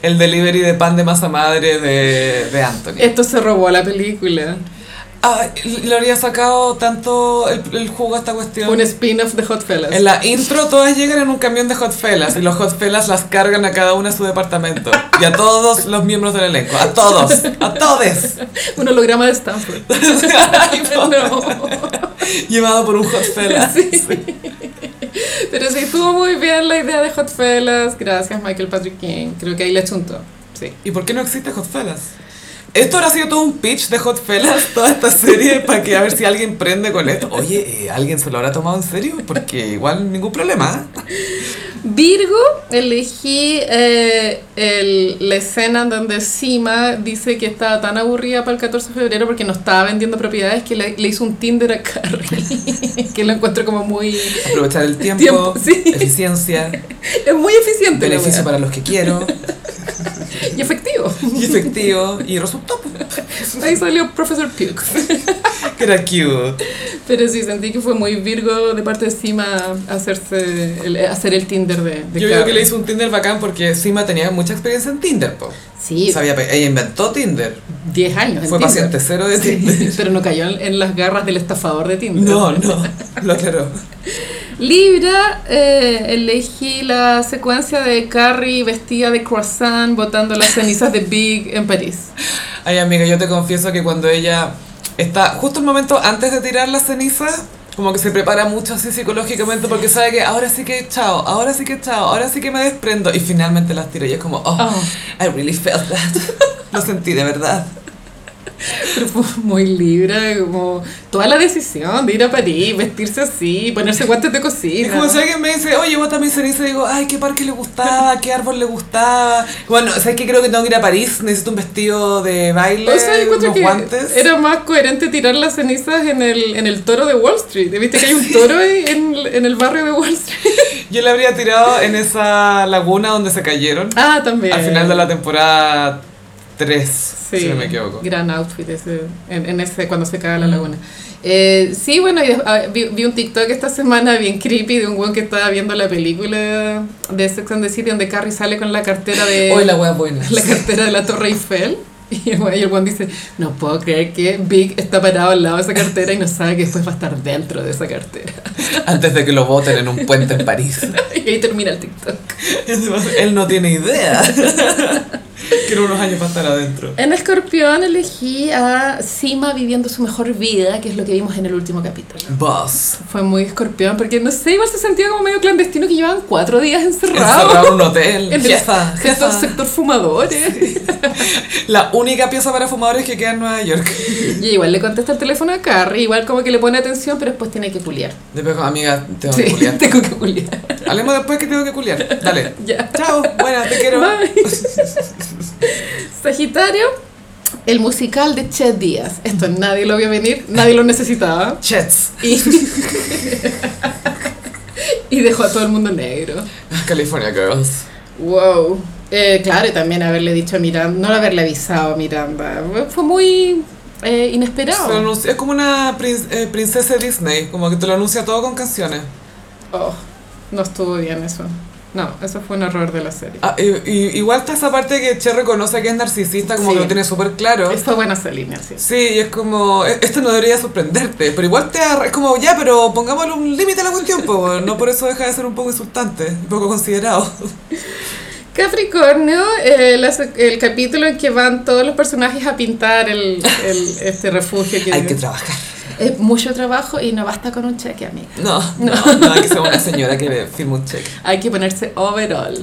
A: El delivery de pan de masa madre de, de Anthony.
B: Esto se robó la película.
A: Ah, le habría sacado tanto el, el jugo a esta cuestión.
B: Un spin-off de Hot Fellas.
A: En la intro todas llegan en un camión de hot fellas y los hot fellas las cargan a cada una a su departamento y a todos los miembros del elenco, a todos, a todes,
B: Un holograma de Stanford.
A: Ay, no.
B: No.
A: llevado por un hot fella.
B: Pero sí, estuvo muy bien la idea de Hot Fellas. Gracias, Michael Patrick King. Creo que ahí le chuntó. Sí.
A: ¿Y por qué no existe hot fellas? Esto habrá sido todo un pitch de hot fellas toda esta serie para que a ver si alguien prende con esto. Oye, eh, ¿alguien se lo habrá tomado en serio? Porque igual ningún problema. ¿eh?
B: Virgo, elegí eh, el- la escena en donde Sima dice que estaba tan aburrida para el 14 de febrero porque no estaba vendiendo propiedades que le, le hizo un Tinder a Carrie. que lo encuentro como muy.
A: Aprovechar el tiempo,
B: Tiempo, sí.
A: eficiencia,
B: Es muy eficiente. la
A: beneficio
B: wea.
A: para los que quiero
B: Y efectivo.
A: y efectivo y resultó. pues.
B: Ahí salió Professor Pukes.
A: Que era cute.
B: Pero sí, sentí que fue muy virgo de parte de Sima hacerse el- hacer el Tinder de, de
A: Yo creo que
B: Carrie.
A: le hizo un Tinder bacán porque Sima tenía mucha experiencia en Tinder, po.
B: Sí,
A: Sabía, pe- ella inventó Tinder.
B: 10 años. en
A: Fue
B: Tinder.
A: paciente cero de
B: Sí,
A: Tinder.
B: pero no cayó en, en las garras del estafador de Tinder.
A: No, no, lo aclaró.
B: Libra, eh, elegí la secuencia de Carrie vestida de croissant botando las cenizas de Big en París.
A: Ay, amiga, yo te confieso que cuando ella está justo el momento antes de tirar las cenizas, como que se prepara mucho así psicológicamente porque sabe que ahora sí que chao, ahora sí que chao, ahora sí que me desprendo y finalmente las tira y es como, oh,
B: Oh.
A: I really felt that. Lo sentí de verdad.
B: Pero fue muy Libra, como toda la decisión de ir a París, vestirse así, ponerse guantes de
A: Y
B: cocina.
A: como si alguien me dice, oye, bota mi ceniza, digo, ay, qué parque le gustaba, qué árbol le gustaba. Bueno, ¿sabes qué? Creo que tengo que ir a París, necesito un vestido de baile,
B: O sea, yo encuentro
A: unos
B: que
A: guantes.
B: era más coherente tirar las cenizas en el, en el toro de Wall Street. ¿Viste que hay un toro ahí en, en el barrio de Wall Street?
A: Yo la habría tirado en esa laguna donde se cayeron.
B: Ah, también.
A: Al final de la temporada 3, si no me equivoco. Mm.
B: Gran outfit ese, en, en ese cuando se cae la laguna. Eh, sí, bueno, y des- ah, vi, vi un TikTok esta semana bien creepy de un weón que estaba viendo la película de Sex and the City donde Carrie sale con la cartera de
A: Hoy la wea buena.
B: la cartera de la Torre Eiffel. Y el weón- y el weón dice, no puedo creer que Big está parado al lado de esa cartera y no sabe que después va a estar dentro de esa cartera.
A: Antes de que lo voten en un puente en París.
B: Y ahí termina el TikTok.
A: Él no tiene idea. que en unos años va a estar adentro.
B: En Escorpión elegí a Sima viviendo su mejor vida, que es lo que vimos en el último capítulo.
A: Boss.
B: Fue muy escorpión, porque no sé, igual se sentía como medio clandestino que llevaban cuatro días encerrados.
A: Encerrado en un hotel.
B: En el
A: Jefa,
B: sector,
A: jefa.
B: sector fumadores.
A: La única pieza para fumadores que queda en Nueva York.
B: Y igual le contesta el teléfono a Carrie, igual como que le pone atención, pero después tiene que culiar.
A: Después, como, amiga, tengo
B: Sí,
A: que culiar.
B: tengo que culiar.
A: Hablemos después que tengo que culiar. Dale.
B: Ya.
A: Chao. Buena, te quiero.
B: Bye. Sagitario, el musical de Chet Díaz. Esto nadie lo vio venir, nadie lo necesitaba.
A: Chets.
B: Y, y dejó a todo el mundo negro.
A: California Girls.
B: Wow. Eh, claro, y también haberle dicho a Miranda, no haberle avisado a Miranda. Fue muy eh,
A: Se lo
B: inesperado.
A: anuncia- es como una prin- eh, princesa de Disney, como que te lo anuncia todo con canciones.
B: Oh, no estuvo bien eso. No, eso fue un error de la serie.
A: Ah, y- y- igual está esa parte que Che reconoce que es narcisista, como
B: Sí.
A: que lo tiene súper claro.
B: Fue buena esa línea, sí.
A: Sí, y es como, e- esto no debería sorprenderte, pero igual te arra- es como, ya, pero pongámosle un límite a la cuestión, po, weón. no por eso deja de ser un poco insultante, un poco considerado.
B: Capricornio, eh, la sec- el capítulo en que van todos los personajes a pintar el, el- este refugio. Que
A: trabajar.
B: es mucho trabajo y no basta con un cheque, amigo.
A: No, no, no, hay que ser una señora que firma un cheque.
B: Hay que ponerse overall.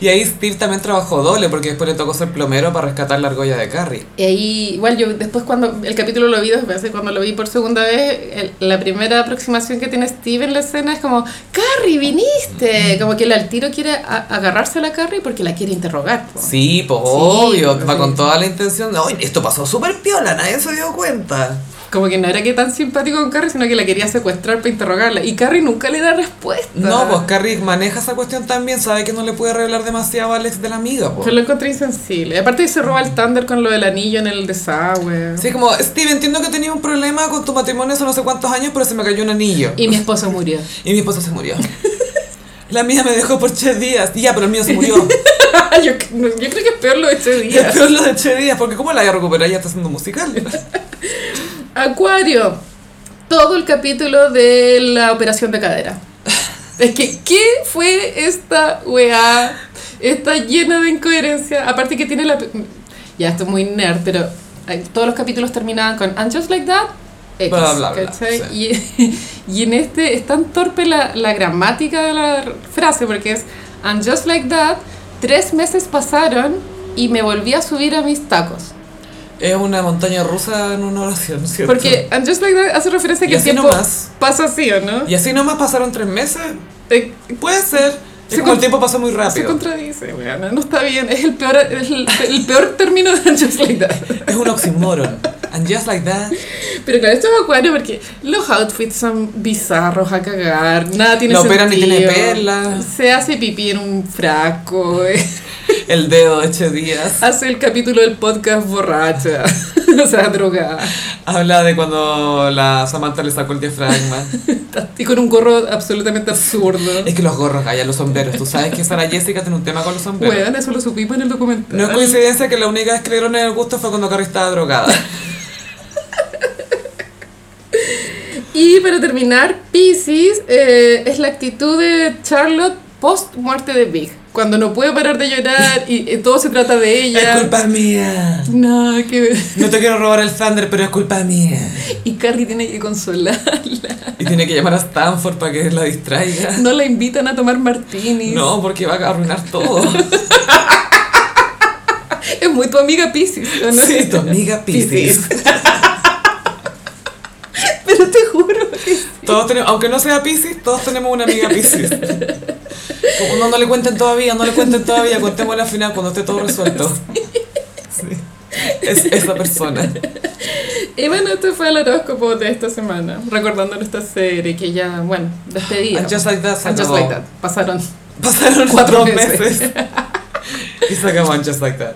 A: Y ahí Steve también trabajó doble, porque después le tocó ser plomero para rescatar la argolla de Carrie.
B: Y ahí, igual yo después cuando el capítulo lo vi dos veces, cuando lo vi por segunda vez, el- la primera aproximación que tiene Steve en la escena es como, Carrie, viniste. Como que él al tiro quiere a- agarrarse a la Carrie porque la quiere interrogar. po.
A: Sí, pues
B: Sí,
A: obvio,
B: pues,
A: va con
B: sí.
A: toda la intención. de, Oye, esto pasó súper piola, nadie se dio cuenta.
B: Como que no era que tan simpático con Carrie, sino que la quería secuestrar para interrogarla. Y Carrie nunca le da respuesta.
A: No, pues Carrie maneja esa cuestión también, sabe que no le puede revelar demasiado a Alex de la amiga, pues.
B: Yo lo encontré insensible. Aparte se roba el Thunder con lo del anillo en el desagüe.
A: Sí, como, Steve, entiendo que tenía un problema con tu matrimonio hace no sé cuántos años, pero se me cayó un anillo. Y,
B: Y mi esposo murió.
A: mi esposo se murió. La mía me dejó por Che días. Ya, pero el mío se murió.
B: yo, yo creo que es peor lo de ese
A: Y el
B: día.
A: peor lo de Che días, porque ¿cómo la voy a recuperar? Ya está haciendo musical.
B: Acuario, todo el capítulo de la operación de cadera. Es que, ¿qué fue esta weá? Está llena de incoherencia. Aparte que tiene la... Ya, esto es muy nerd, pero eh, todos los capítulos terminaban con And just like that. X",
A: Bla, bla, bla,
B: ¿cachai? y, y en este es tan torpe la, la gramática de la r- frase porque es And just like that, tres meses pasaron y me volví a subir a mis tacos.
A: Es una montaña rusa en una oración, ¿cierto?
B: Porque And Just Like That hace referencia a
A: Y
B: que el
A: así
B: tiempo
A: nomás.
B: pasa así, ¿o no?
A: Y así nomás pasaron tres meses.
B: Eh,
A: Puede ser.
B: Se
A: Es como
B: con-
A: el tiempo pasó muy
B: se
A: rápido.
B: contradice, weona, no está bien. Es el peor, el, el peor término de And Just Like That.
A: Es un oxímoron. And just like that.
B: Pero claro, esto es acuario porque los outfits son bizarros a cagar, nada tiene
A: La
B: sentido.
A: operan y tiene perlas.
B: Se hace pipí en un frasco. eh.
A: el dedo de Che Díaz.
B: Hace el capítulo del podcast borracha, o sea, drogada.
A: Habla de cuando la Samantha le sacó el diafragma.
B: Y con un gorro absolutamente absurdo.
A: es que los gorros, Gaya, los sombreros. Tú sabes que Sara Jessica tiene un tema con los sombreros.
B: Weón, eso lo supimos en el documental.
A: No es coincidencia que la única vez que le dieron el gusto fue cuando Carrie estaba drogada.
B: Y para terminar, Pisces eh, es la actitud de Charlotte post muerte de Big. Cuando no puede parar de llorar y, y todo se trata de ella.
C: Es culpa mía.
B: No, que...
A: No te quiero robar el Thunder, pero es culpa mía.
B: Y Carrie tiene que consolarla.
A: Y tiene que llamar a Stanford para que la distraiga.
B: No la invitan a tomar martinis.
A: No, porque va a arruinar todo.
B: Es muy tu amiga Pisces, ¿o ¿no?
A: Sí, tu amiga Pisces.
B: Pero te juro que
A: Todos tenemos, aunque no sea Pisces, todos tenemos una amiga Pisces. Como, No, no le cuenten todavía, no le cuenten todavía, contémosla al final cuando esté todo resuelto. Sí. Es esa persona.
B: Y bueno, este fue el horóscopo de esta semana, recordando nuestra serie que ya, bueno, despedida.
A: And just like that, Ah, se
B: And just
A: acabó.
B: like that. Pasaron.
A: Pasaron
B: Cuatro
A: cuatro
B: meses.
A: meses. y se acabó en Just Like That.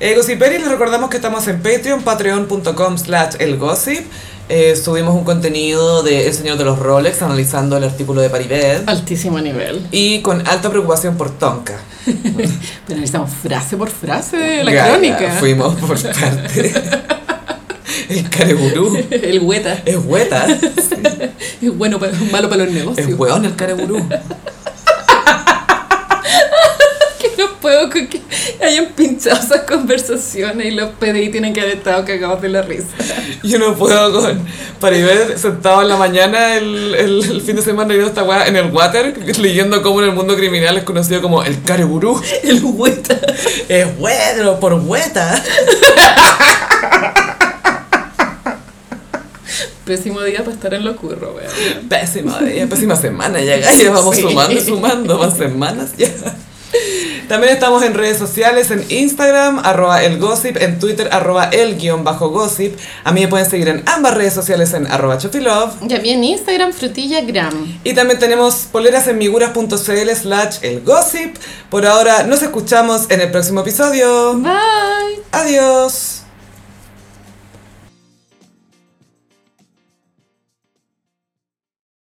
A: Eh, Gossip les recordamos que estamos en Patreon, patreon.com slash elgossip. Eh, subimos un contenido de El Señor de los Rolex, analizando el artículo de Paribet.
B: Altísimo nivel.
A: Y con alta preocupación por Tonka.
B: Pero necesitamos frase por frase de la
A: Gaya,
B: crónica.
A: Fuimos por parte. el careburú.
B: El hueta.
A: Es hueta.
B: Es bueno, pa- malo para los negocios.
A: Es hueón el careburú.
B: Que no puedo con que hayan pinchado esas conversaciones y los PDI tienen que haber estado cagados de la risa.
A: Yo no puedo con Paribet sentado en la mañana el, el, el fin de semana leyendo esta weá en el water, leyendo cómo en el mundo criminal es conocido como el careburú.
B: El hueta.
C: Es bueno por hueta.
B: Pésimo día para estar en lo curro, weón.
A: Pésima, día, pésima semana ya, ya vamos
B: Sí.
A: sumando, sumando, más semanas ya. También estamos en redes sociales, en Instagram, arroba el gossip, en Twitter, arroba el guión bajo gossip. A mí me pueden seguir en ambas redes sociales en arroba chopilove.
B: Ya vi en Instagram frutillagram.
A: Y también tenemos poleras en miguras.cl slash el gossip. Por ahora nos escuchamos en el próximo episodio.
B: Bye.
A: Adiós.